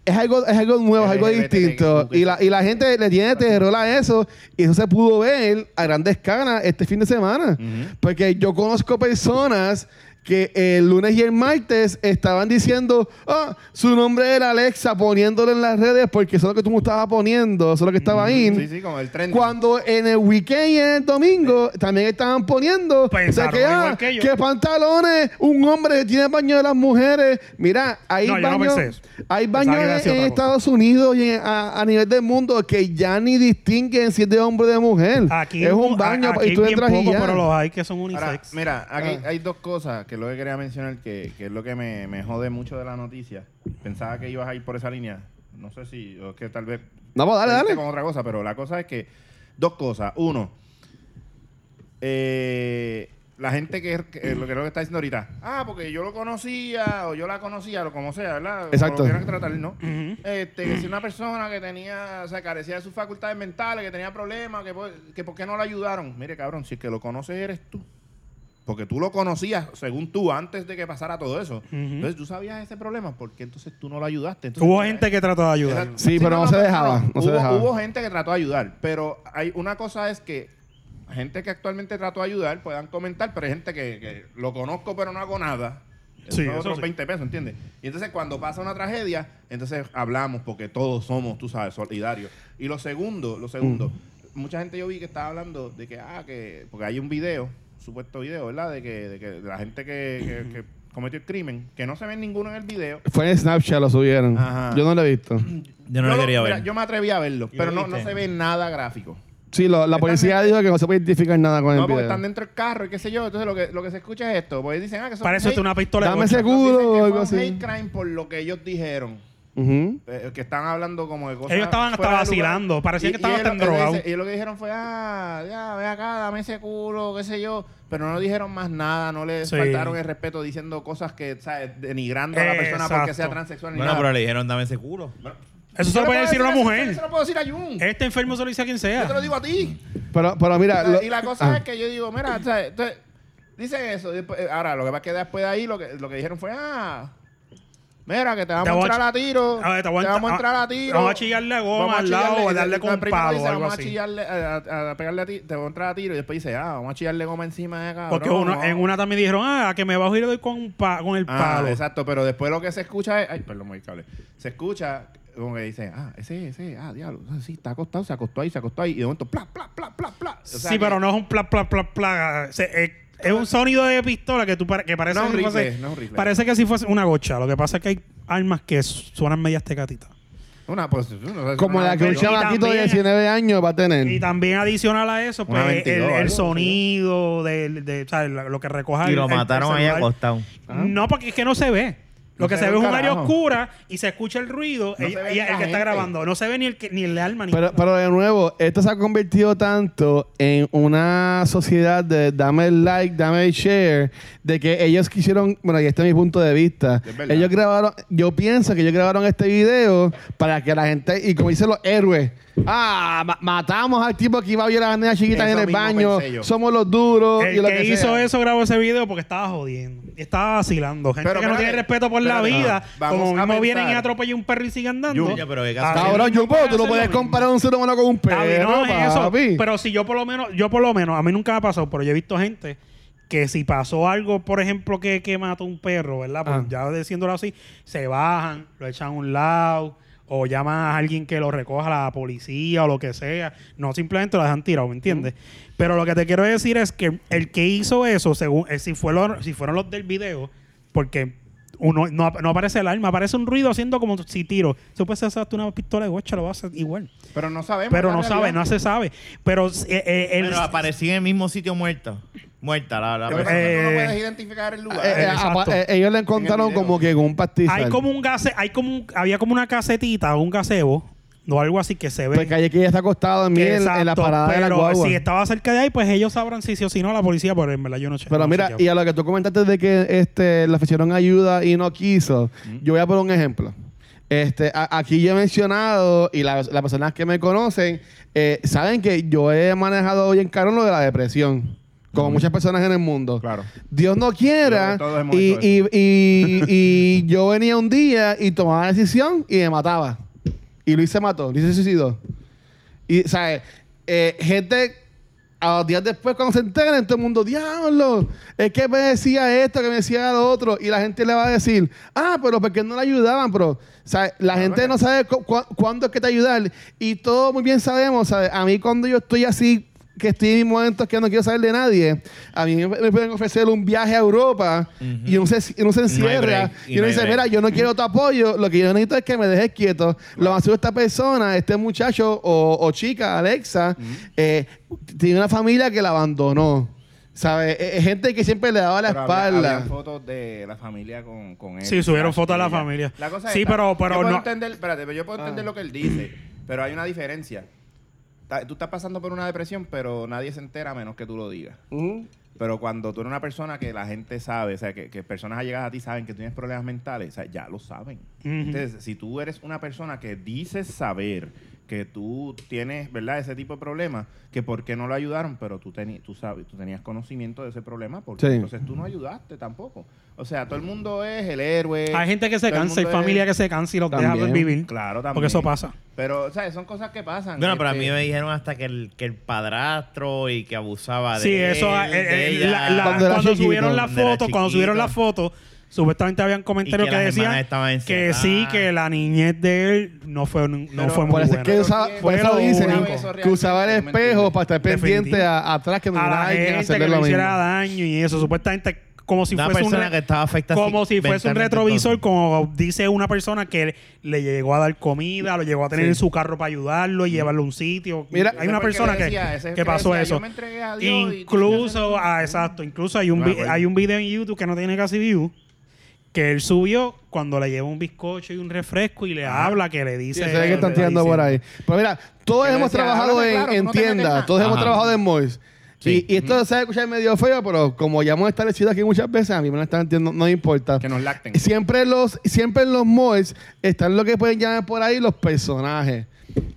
[SPEAKER 4] es algo, es algo nuevo, es algo
[SPEAKER 1] LGBT,
[SPEAKER 4] distinto.
[SPEAKER 1] que-
[SPEAKER 4] Y la, y la gente le tiene terror a eso. Y eso se pudo ver a grande escala este fin de semana. Porque yo conozco personas que el lunes y el martes estaban diciendo, ah, su nombre era Alexa, poniéndolo en las redes porque eso es lo que tú me estabas poniendo, eso es lo que estaba ahí.
[SPEAKER 1] Sí, sí, con el tren.
[SPEAKER 4] Eh, Cuando en el weekend y en el domingo también estaban poniendo
[SPEAKER 3] Pensaron
[SPEAKER 4] o sea, que,
[SPEAKER 3] igual
[SPEAKER 4] ah,
[SPEAKER 3] que yo.
[SPEAKER 4] que pantalones, un hombre que tiene baño de las mujeres. Mira, hay
[SPEAKER 3] No, yo no
[SPEAKER 4] baños,
[SPEAKER 3] pensé eso. Pensaba
[SPEAKER 4] hay baños
[SPEAKER 3] que iba a
[SPEAKER 4] en,
[SPEAKER 3] decir otra cosa.
[SPEAKER 4] Estados Unidos y en- a, a nivel del mundo que ya ni distinguen si es de hombre o de mujer.
[SPEAKER 3] Aquí
[SPEAKER 4] es un baño
[SPEAKER 3] a- aquí
[SPEAKER 4] y tú
[SPEAKER 3] bien
[SPEAKER 4] entras y
[SPEAKER 3] poco,
[SPEAKER 4] ya.
[SPEAKER 3] pero los hay que son
[SPEAKER 1] Ahora,
[SPEAKER 3] unisex.
[SPEAKER 1] mira, aquí
[SPEAKER 4] Ah.
[SPEAKER 1] hay dos cosas que es lo que quería mencionar que, que es lo que me, me jode mucho de la noticia. Pensaba que ibas a ir por esa línea. No sé si, o es que tal vez.
[SPEAKER 4] No, pues, dale,
[SPEAKER 1] te diste
[SPEAKER 4] dale.
[SPEAKER 1] Con otra cosa, pero la cosa es que. Dos cosas. Uno, eh, la gente que, que- eh, lo que lo que está diciendo ahorita. Ah, porque yo lo conocía o yo la conocía, o como sea, ¿verdad?
[SPEAKER 4] Exacto.
[SPEAKER 1] Como lo quieran tratar, ¿no?
[SPEAKER 3] Ujú.
[SPEAKER 1] Este, que si una persona que tenía, o sea, carecía de sus facultades mentales, que tenía problemas, que, por- que por qué no la ayudaron. Mire, cabrón, si el que lo conoces eres tú. Porque tú lo conocías, según tú, antes de que pasara todo eso. Entonces tú sabías ese problema, porque entonces tú no lo ayudaste. Entonces,
[SPEAKER 3] Hubo
[SPEAKER 1] ¿sabes?
[SPEAKER 3] gente que trató de ayudar.
[SPEAKER 1] Exacto.
[SPEAKER 4] Sí, pero no se dejaba, no se
[SPEAKER 1] hubo,
[SPEAKER 4] dejaba.
[SPEAKER 1] hubo gente que trató de ayudar, pero hay una cosa es que gente que actualmente trató de ayudar puedan comentar, pero hay gente que, que lo conozco pero no hago nada.
[SPEAKER 3] Sí,
[SPEAKER 1] Son
[SPEAKER 3] eso
[SPEAKER 1] otros
[SPEAKER 3] sí.
[SPEAKER 1] 20 pesos, ¿entiendes? Y entonces cuando pasa una tragedia, entonces hablamos porque todos somos, tú sabes, solidarios. Y lo segundo, lo segundo,
[SPEAKER 4] Mm.
[SPEAKER 1] mucha gente yo vi que estaba hablando de que, ah, que, porque hay un video, supuesto video, ¿verdad? De que, de que la gente que, que- que cometió el crimen, que no se ve ninguno en el video,
[SPEAKER 4] Fue en Snapchat, lo subieron.
[SPEAKER 1] Ajá.
[SPEAKER 4] Yo no lo he visto.
[SPEAKER 2] Yo no lo
[SPEAKER 1] lo-
[SPEAKER 2] quería
[SPEAKER 1] mira,
[SPEAKER 2] ver.
[SPEAKER 1] yo me atreví a verlo,
[SPEAKER 2] ¿Y
[SPEAKER 1] pero
[SPEAKER 2] lo
[SPEAKER 1] no, no
[SPEAKER 2] viste?
[SPEAKER 1] se ve nada gráfico.
[SPEAKER 4] Sí, lo- la
[SPEAKER 1] Están
[SPEAKER 4] policía
[SPEAKER 1] en-
[SPEAKER 4] dijo que no se puede identificar nada con
[SPEAKER 1] No,
[SPEAKER 4] el
[SPEAKER 1] porque
[SPEAKER 4] video.
[SPEAKER 1] están dentro del carro y qué sé yo. Entonces lo que, lo que se escucha es esto. Porque dicen, ah, que son
[SPEAKER 3] Parece
[SPEAKER 1] hate-
[SPEAKER 3] una pistola. de
[SPEAKER 4] Dame
[SPEAKER 3] bocha.
[SPEAKER 1] nos
[SPEAKER 4] ese
[SPEAKER 1] dicen
[SPEAKER 4] seguro
[SPEAKER 1] que
[SPEAKER 4] o algo
[SPEAKER 1] fue un
[SPEAKER 4] así.
[SPEAKER 1] hate crime por lo que ellos dijeron.
[SPEAKER 4] Ujú.
[SPEAKER 1] eh, que estaban hablando como de cosas.
[SPEAKER 3] Ellos estaban hasta
[SPEAKER 1] fuera de lugar.
[SPEAKER 3] vacilando, parecía que estaban
[SPEAKER 1] ellos-
[SPEAKER 3] tan drogados.
[SPEAKER 1] dice- Ellos lo que dijeron fue, ah, ya, ve acá, dame ese culo, qué sé yo. Pero no dijeron más nada, no les
[SPEAKER 3] Sí.
[SPEAKER 1] faltaron el respeto diciendo cosas que, ¿sabes? Denigrando a la persona porque
[SPEAKER 3] Exacto.
[SPEAKER 1] sea transexual ni
[SPEAKER 2] Bueno,
[SPEAKER 1] nada.
[SPEAKER 2] pero le dijeron dame ese culo.
[SPEAKER 3] Eso se
[SPEAKER 1] Yo
[SPEAKER 3] lo
[SPEAKER 1] le
[SPEAKER 3] puede
[SPEAKER 1] puedo
[SPEAKER 3] decir una
[SPEAKER 1] eso, Yo
[SPEAKER 3] mujer.
[SPEAKER 1] se lo puedo decir a Jun.
[SPEAKER 3] Este enfermo se lo dice a quien
[SPEAKER 1] Yo te lo
[SPEAKER 3] sea.
[SPEAKER 1] digo a ti.
[SPEAKER 4] Pero, pero mira. lo-
[SPEAKER 1] y la cosa
[SPEAKER 4] ah.
[SPEAKER 1] es que yo digo, mira, o sea, entonces, dicen eso. y después- eh, ahora, lo que pasa es que después de ahí lo que, lo que dijeron fue, ah, mira, que te vamos
[SPEAKER 3] Te
[SPEAKER 1] a
[SPEAKER 3] voy a
[SPEAKER 1] entrar
[SPEAKER 3] ch-
[SPEAKER 1] a tiro.
[SPEAKER 3] A ver, te voy a
[SPEAKER 1] vamos a
[SPEAKER 3] entrar-
[SPEAKER 1] entrar a tiro.
[SPEAKER 3] vamos a chillarle a goma
[SPEAKER 1] vamos a
[SPEAKER 3] al lado
[SPEAKER 1] chillarle-
[SPEAKER 3] o a darle
[SPEAKER 1] la-
[SPEAKER 3] con
[SPEAKER 1] la primera
[SPEAKER 3] palo
[SPEAKER 1] dice,
[SPEAKER 3] o algo
[SPEAKER 1] vamos a
[SPEAKER 3] así.
[SPEAKER 1] chillarle, a, a- a pegarle a ti, te voy a entrar a tiro. Y después dice, ah, vamos a chillarle goma encima de acá.
[SPEAKER 3] Porque
[SPEAKER 1] cabrón,
[SPEAKER 3] uno-
[SPEAKER 1] vamos".
[SPEAKER 3] en una también dijeron, ah, que me bajo y le doy con, un pa- con el
[SPEAKER 1] Ah,
[SPEAKER 3] palo.
[SPEAKER 1] exacto, pero después lo que se escucha es. Ay, perdón, me di el cable. Se escucha como que dicen, ah, ese, ese, ah, diablo, ah, sí, está acostado, se acostó ahí, se acostó ahí. Y de momento, pla, pla, pla, pla, pla. O sea
[SPEAKER 3] sí,
[SPEAKER 1] que-
[SPEAKER 3] pero no es un pla, pla, pla, pla. Se- es, es un sonido de pistola que tú pare- que parece
[SPEAKER 1] No, un
[SPEAKER 3] que si fuese-
[SPEAKER 1] rifle, no, un rifle.
[SPEAKER 3] parece que si fuese una gocha. Lo que pasa es que hay armas que suenan medias tecatitas.
[SPEAKER 1] Una, pues, no sé,
[SPEAKER 4] Como
[SPEAKER 1] una
[SPEAKER 4] la que un
[SPEAKER 1] ventidora.
[SPEAKER 4] chamaquito de
[SPEAKER 3] también-
[SPEAKER 4] 19 años va a tener.
[SPEAKER 3] Y también adicional a eso,
[SPEAKER 1] Una
[SPEAKER 3] pues, el,
[SPEAKER 1] 22,
[SPEAKER 3] el
[SPEAKER 1] algo,
[SPEAKER 3] sonido de, de- o sea, la- lo que recoja
[SPEAKER 2] Y
[SPEAKER 3] el-
[SPEAKER 2] lo
[SPEAKER 3] el-
[SPEAKER 2] mataron
[SPEAKER 3] el
[SPEAKER 2] ahí
[SPEAKER 3] celular.
[SPEAKER 2] acostado.
[SPEAKER 3] No, porque es que no se ve. Lo
[SPEAKER 1] Ah. No
[SPEAKER 3] que
[SPEAKER 1] se
[SPEAKER 3] se
[SPEAKER 1] ve
[SPEAKER 3] ve es
[SPEAKER 1] un
[SPEAKER 3] un área
[SPEAKER 1] carajo.
[SPEAKER 3] oscura y se escucha el ruido
[SPEAKER 1] No
[SPEAKER 3] y-
[SPEAKER 1] se ve
[SPEAKER 3] y-
[SPEAKER 1] ni la
[SPEAKER 3] el que está
[SPEAKER 1] gente.
[SPEAKER 3] grabando. No se ve ni el, que- ni el alma ni
[SPEAKER 4] Pero, pero de nuevo, esto se ha convertido tanto en una sociedad de dame el like, dame el share, de que ellos quisieron, bueno, y este es mi punto de vista,
[SPEAKER 1] Es verdad.
[SPEAKER 4] ellos grabaron, yo pienso que ellos grabaron este video para que la gente, y como dicen los héroes, ah, ma- matamos al tipo que iba a violar a las nenas chiquitas
[SPEAKER 1] Eso
[SPEAKER 4] en el
[SPEAKER 1] mismo
[SPEAKER 4] baño,
[SPEAKER 1] pensé yo.
[SPEAKER 4] somos los duros, y
[SPEAKER 3] El
[SPEAKER 4] lo
[SPEAKER 3] que,
[SPEAKER 4] que
[SPEAKER 3] hizo
[SPEAKER 4] sea.
[SPEAKER 3] eso grabó ese video porque estaba jodiendo. Y Estaba vacilando. Gente
[SPEAKER 1] Pero
[SPEAKER 3] que no
[SPEAKER 1] espérate,
[SPEAKER 3] tiene respeto por la
[SPEAKER 1] espérate,
[SPEAKER 3] vida.
[SPEAKER 1] no. Vamos
[SPEAKER 3] como
[SPEAKER 1] a
[SPEAKER 3] mismo
[SPEAKER 1] pensar. Ah,
[SPEAKER 3] vienen y atropellan un perro y siguen andando.
[SPEAKER 2] Yuya, pero qué
[SPEAKER 3] Así
[SPEAKER 4] Cabrón,
[SPEAKER 3] mismo pueden
[SPEAKER 4] yo tú no
[SPEAKER 3] hacer
[SPEAKER 4] puedes
[SPEAKER 3] lo mismo.
[SPEAKER 4] comparar un ser humano con un perro,
[SPEAKER 3] Está bien, no, es eso.
[SPEAKER 4] papi.
[SPEAKER 3] Pero si yo por lo menos, yo por lo menos, a mí nunca me ha pasado, pero yo he visto gente que si pasó algo, por ejemplo, que, que mató un perro, ¿verdad? Pues
[SPEAKER 4] Ah.
[SPEAKER 3] ya diciéndolo así, se bajan, lo echan a un lado, o llaman a alguien que lo recoja, a la policía o lo que sea. No, simplemente lo dejan tirado, ¿me entiendes? Pero lo que te quiero decir es que el que hizo eso, según eh, si, fue lo- si fueron los del video, porque uno no, ap- no aparece el arma, aparece un ruido haciendo como si tiro. Eso puede ser hasta una pistola de gocha, lo va a hacer igual.
[SPEAKER 1] Pero no sabemos.
[SPEAKER 3] Pero
[SPEAKER 1] la
[SPEAKER 3] no
[SPEAKER 1] realidad.
[SPEAKER 3] sabe, no se sabe. Pero eh, eh, él-
[SPEAKER 2] Pero aparecí en el mismo sitio muerta. Muerta, la, la
[SPEAKER 1] Lo que
[SPEAKER 2] persona.
[SPEAKER 1] pasa es que tú no
[SPEAKER 3] Eh,
[SPEAKER 1] puedes identificar el
[SPEAKER 4] Eh,
[SPEAKER 1] lugar.
[SPEAKER 4] eh,
[SPEAKER 3] Exacto.
[SPEAKER 4] apa- eh, ellos le encontraron
[SPEAKER 1] video.
[SPEAKER 4] como que con un pastizal.
[SPEAKER 3] hay como un gase, hay como un- había como una casetita, un gasebo o algo así que se ve.
[SPEAKER 4] Porque ayer Pues que ya está acostado en, mí, en- en la
[SPEAKER 3] Exacto,
[SPEAKER 4] parada de la
[SPEAKER 3] pero
[SPEAKER 4] guagua.
[SPEAKER 3] si estaba cerca de ahí, pues ellos sabrán si sí o si no la policía, pero en verdad yo no sé.
[SPEAKER 4] Pero
[SPEAKER 3] no
[SPEAKER 4] mira,
[SPEAKER 3] sé qué
[SPEAKER 4] y a lo que tú comentaste de que este, le ofrecieron ayuda y no quiso,
[SPEAKER 3] Mm.
[SPEAKER 4] yo voy a poner un ejemplo. Este, a- aquí yo he mencionado, y la- las personas que me conocen, eh, saben que yo he manejado hoy en Carón lo de la depresión, como muchas personas en el mundo.
[SPEAKER 1] Claro.
[SPEAKER 3] eh,
[SPEAKER 4] Dios no
[SPEAKER 1] Yo creo que
[SPEAKER 4] quiera,
[SPEAKER 1] todos hemos
[SPEAKER 4] y,
[SPEAKER 1] hecho
[SPEAKER 4] y, y, y yo venía un día y tomaba la decisión y me mataba. Y Luis se mató, Luis se suicidó. Y, ¿sabes? Eh, gente a los días después, cuando se enteren, todo el mundo, diablo, es que me decía esto, que me decía lo otro, y la gente le va a decir, ah, pero porque no le ayudaban, pero, o sea, la gente no sabe cu- cu- cuándo es que te ayudar, y todos muy bien sabemos, ¿sabes? A mí cuando yo estoy así, que estoy en momentos que no quiero saber de nadie, a mí me, me pueden ofrecer un viaje a Europa, y uno se, y uno se encierra,
[SPEAKER 2] break, y
[SPEAKER 4] y uno
[SPEAKER 2] no hay
[SPEAKER 4] dice,
[SPEAKER 2] break.
[SPEAKER 4] mira, yo no quiero tu apoyo, lo que yo necesito es que me dejes quieto. Lo más seguro esta persona, este muchacho o, o chica, Alexa, eh, tiene una familia que la abandonó. ¿Sabes? Eh, eh, gente que siempre le daba la
[SPEAKER 1] Pero había-
[SPEAKER 4] espalda.
[SPEAKER 1] habían fotos de la familia con, con él.
[SPEAKER 3] Sí, subieron
[SPEAKER 1] Ah,
[SPEAKER 3] fotos de la
[SPEAKER 1] ella.
[SPEAKER 3] familia.
[SPEAKER 1] La cosa
[SPEAKER 3] Sí,
[SPEAKER 1] esta,
[SPEAKER 3] pero- pero
[SPEAKER 1] yo puedo
[SPEAKER 3] no- Ah.
[SPEAKER 1] entender, espérate, pero yo puedo entender lo que él dice, pero hay una diferencia. Ta- Tú estás pasando por una depresión, pero nadie se entera a menos que tú lo digas.
[SPEAKER 4] Ujú.
[SPEAKER 1] Pero cuando tú eres una persona que la gente sabe, o sea, que, que personas allegadas a ti saben que tienes problemas mentales, o sea, ya lo saben. Entonces, si tú eres una persona que dices saber que tú tienes, ¿verdad?, ese tipo de problemas, que por qué no lo ayudaron, pero tú, teni- tú, sabes, tú tenías conocimiento de ese problema, porque
[SPEAKER 4] Sí.
[SPEAKER 1] entonces tú no ayudaste tampoco. O sea, todo el mundo es el héroe.
[SPEAKER 3] Hay gente que se
[SPEAKER 1] todo el
[SPEAKER 3] cansa, hay
[SPEAKER 1] mundo es-
[SPEAKER 3] familia que se cansa y los deja
[SPEAKER 4] También,
[SPEAKER 3] vivir.
[SPEAKER 1] Claro, también.
[SPEAKER 3] Porque eso pasa.
[SPEAKER 1] Pero, o sea, son cosas que pasan.
[SPEAKER 2] Bueno, pero a mí
[SPEAKER 1] este,
[SPEAKER 2] me dijeron hasta que el, que el padrastro y que abusaba de
[SPEAKER 3] Sí, eso.
[SPEAKER 2] él,
[SPEAKER 3] eh,
[SPEAKER 2] de
[SPEAKER 3] eh,
[SPEAKER 2] ella.
[SPEAKER 3] la- la-
[SPEAKER 4] Cuando
[SPEAKER 3] cuando
[SPEAKER 4] era chiquito.
[SPEAKER 3] subieron la
[SPEAKER 2] Cuando era
[SPEAKER 3] foto, cuando subieron la
[SPEAKER 2] chiquito.
[SPEAKER 3] foto, supuestamente habían comentarios
[SPEAKER 2] Y
[SPEAKER 3] que,
[SPEAKER 2] que las hermanas
[SPEAKER 3] decían
[SPEAKER 2] estaban
[SPEAKER 3] que sí,
[SPEAKER 2] encerradas.
[SPEAKER 3] que la niñez de él no fue, no
[SPEAKER 1] Pero-
[SPEAKER 3] fue muy
[SPEAKER 4] Por eso
[SPEAKER 3] buena.
[SPEAKER 4] es que usaba,
[SPEAKER 1] Pero
[SPEAKER 4] por
[SPEAKER 3] fue
[SPEAKER 4] eso
[SPEAKER 3] lo
[SPEAKER 4] dicen
[SPEAKER 3] único.
[SPEAKER 4] que usaba el espejo para estar pendiente
[SPEAKER 3] Definitivo.
[SPEAKER 4] a- atrás que no
[SPEAKER 3] a la
[SPEAKER 4] nadie quiera
[SPEAKER 3] gente que
[SPEAKER 4] hacerle
[SPEAKER 3] le
[SPEAKER 4] lo mismo.
[SPEAKER 3] hiciera daño y eso, supuestamente como si
[SPEAKER 2] Una
[SPEAKER 3] fuese un
[SPEAKER 2] persona
[SPEAKER 3] re-
[SPEAKER 2] que estaba afectada
[SPEAKER 3] como si fuese un
[SPEAKER 2] mentalmente,
[SPEAKER 3] retrovisor,
[SPEAKER 2] entonces.
[SPEAKER 3] como dice una persona que le llegó a dar comida, lo llegó a tener en su carro para ayudarlo y llevarlo a un sitio.
[SPEAKER 4] Mira,
[SPEAKER 3] hay una
[SPEAKER 1] Ese fue el que
[SPEAKER 3] persona
[SPEAKER 1] le
[SPEAKER 3] que,
[SPEAKER 1] decía, ese es el
[SPEAKER 3] que
[SPEAKER 1] que
[SPEAKER 3] pasó
[SPEAKER 1] decía,
[SPEAKER 3] eso.
[SPEAKER 1] "Yo me entregué a Dios y tú
[SPEAKER 3] incluso,
[SPEAKER 1] tienes que
[SPEAKER 3] ah,
[SPEAKER 1] hacer- Ah, pues.
[SPEAKER 3] exacto, incluso hay un
[SPEAKER 1] Me
[SPEAKER 3] vi-
[SPEAKER 1] acuerdo.
[SPEAKER 3] hay un video en YouTube que no tiene casi view que él subió cuando le lleva un bizcocho y un refresco y le habla que le
[SPEAKER 4] Sí,
[SPEAKER 3] dice
[SPEAKER 4] se ve que están
[SPEAKER 3] le está
[SPEAKER 4] tirando por
[SPEAKER 3] diciendo.
[SPEAKER 4] ahí. Pero mira, todos
[SPEAKER 1] Porque
[SPEAKER 4] hemos
[SPEAKER 1] decía,
[SPEAKER 4] trabajado
[SPEAKER 1] háblame
[SPEAKER 4] en,
[SPEAKER 1] claro,
[SPEAKER 4] en
[SPEAKER 1] no te metes
[SPEAKER 4] tiendas,
[SPEAKER 1] más.
[SPEAKER 4] todos hemos
[SPEAKER 2] Ajá.
[SPEAKER 4] trabajado en malls.
[SPEAKER 2] Sí.
[SPEAKER 4] Y, y esto se escucha medio feo, pero como ya hemos establecido aquí muchas veces, a mí me lo están entiendo, no importa.
[SPEAKER 1] Que nos lacten.
[SPEAKER 4] Siempre los, siempre en los malls están lo que pueden llamar por ahí los personajes.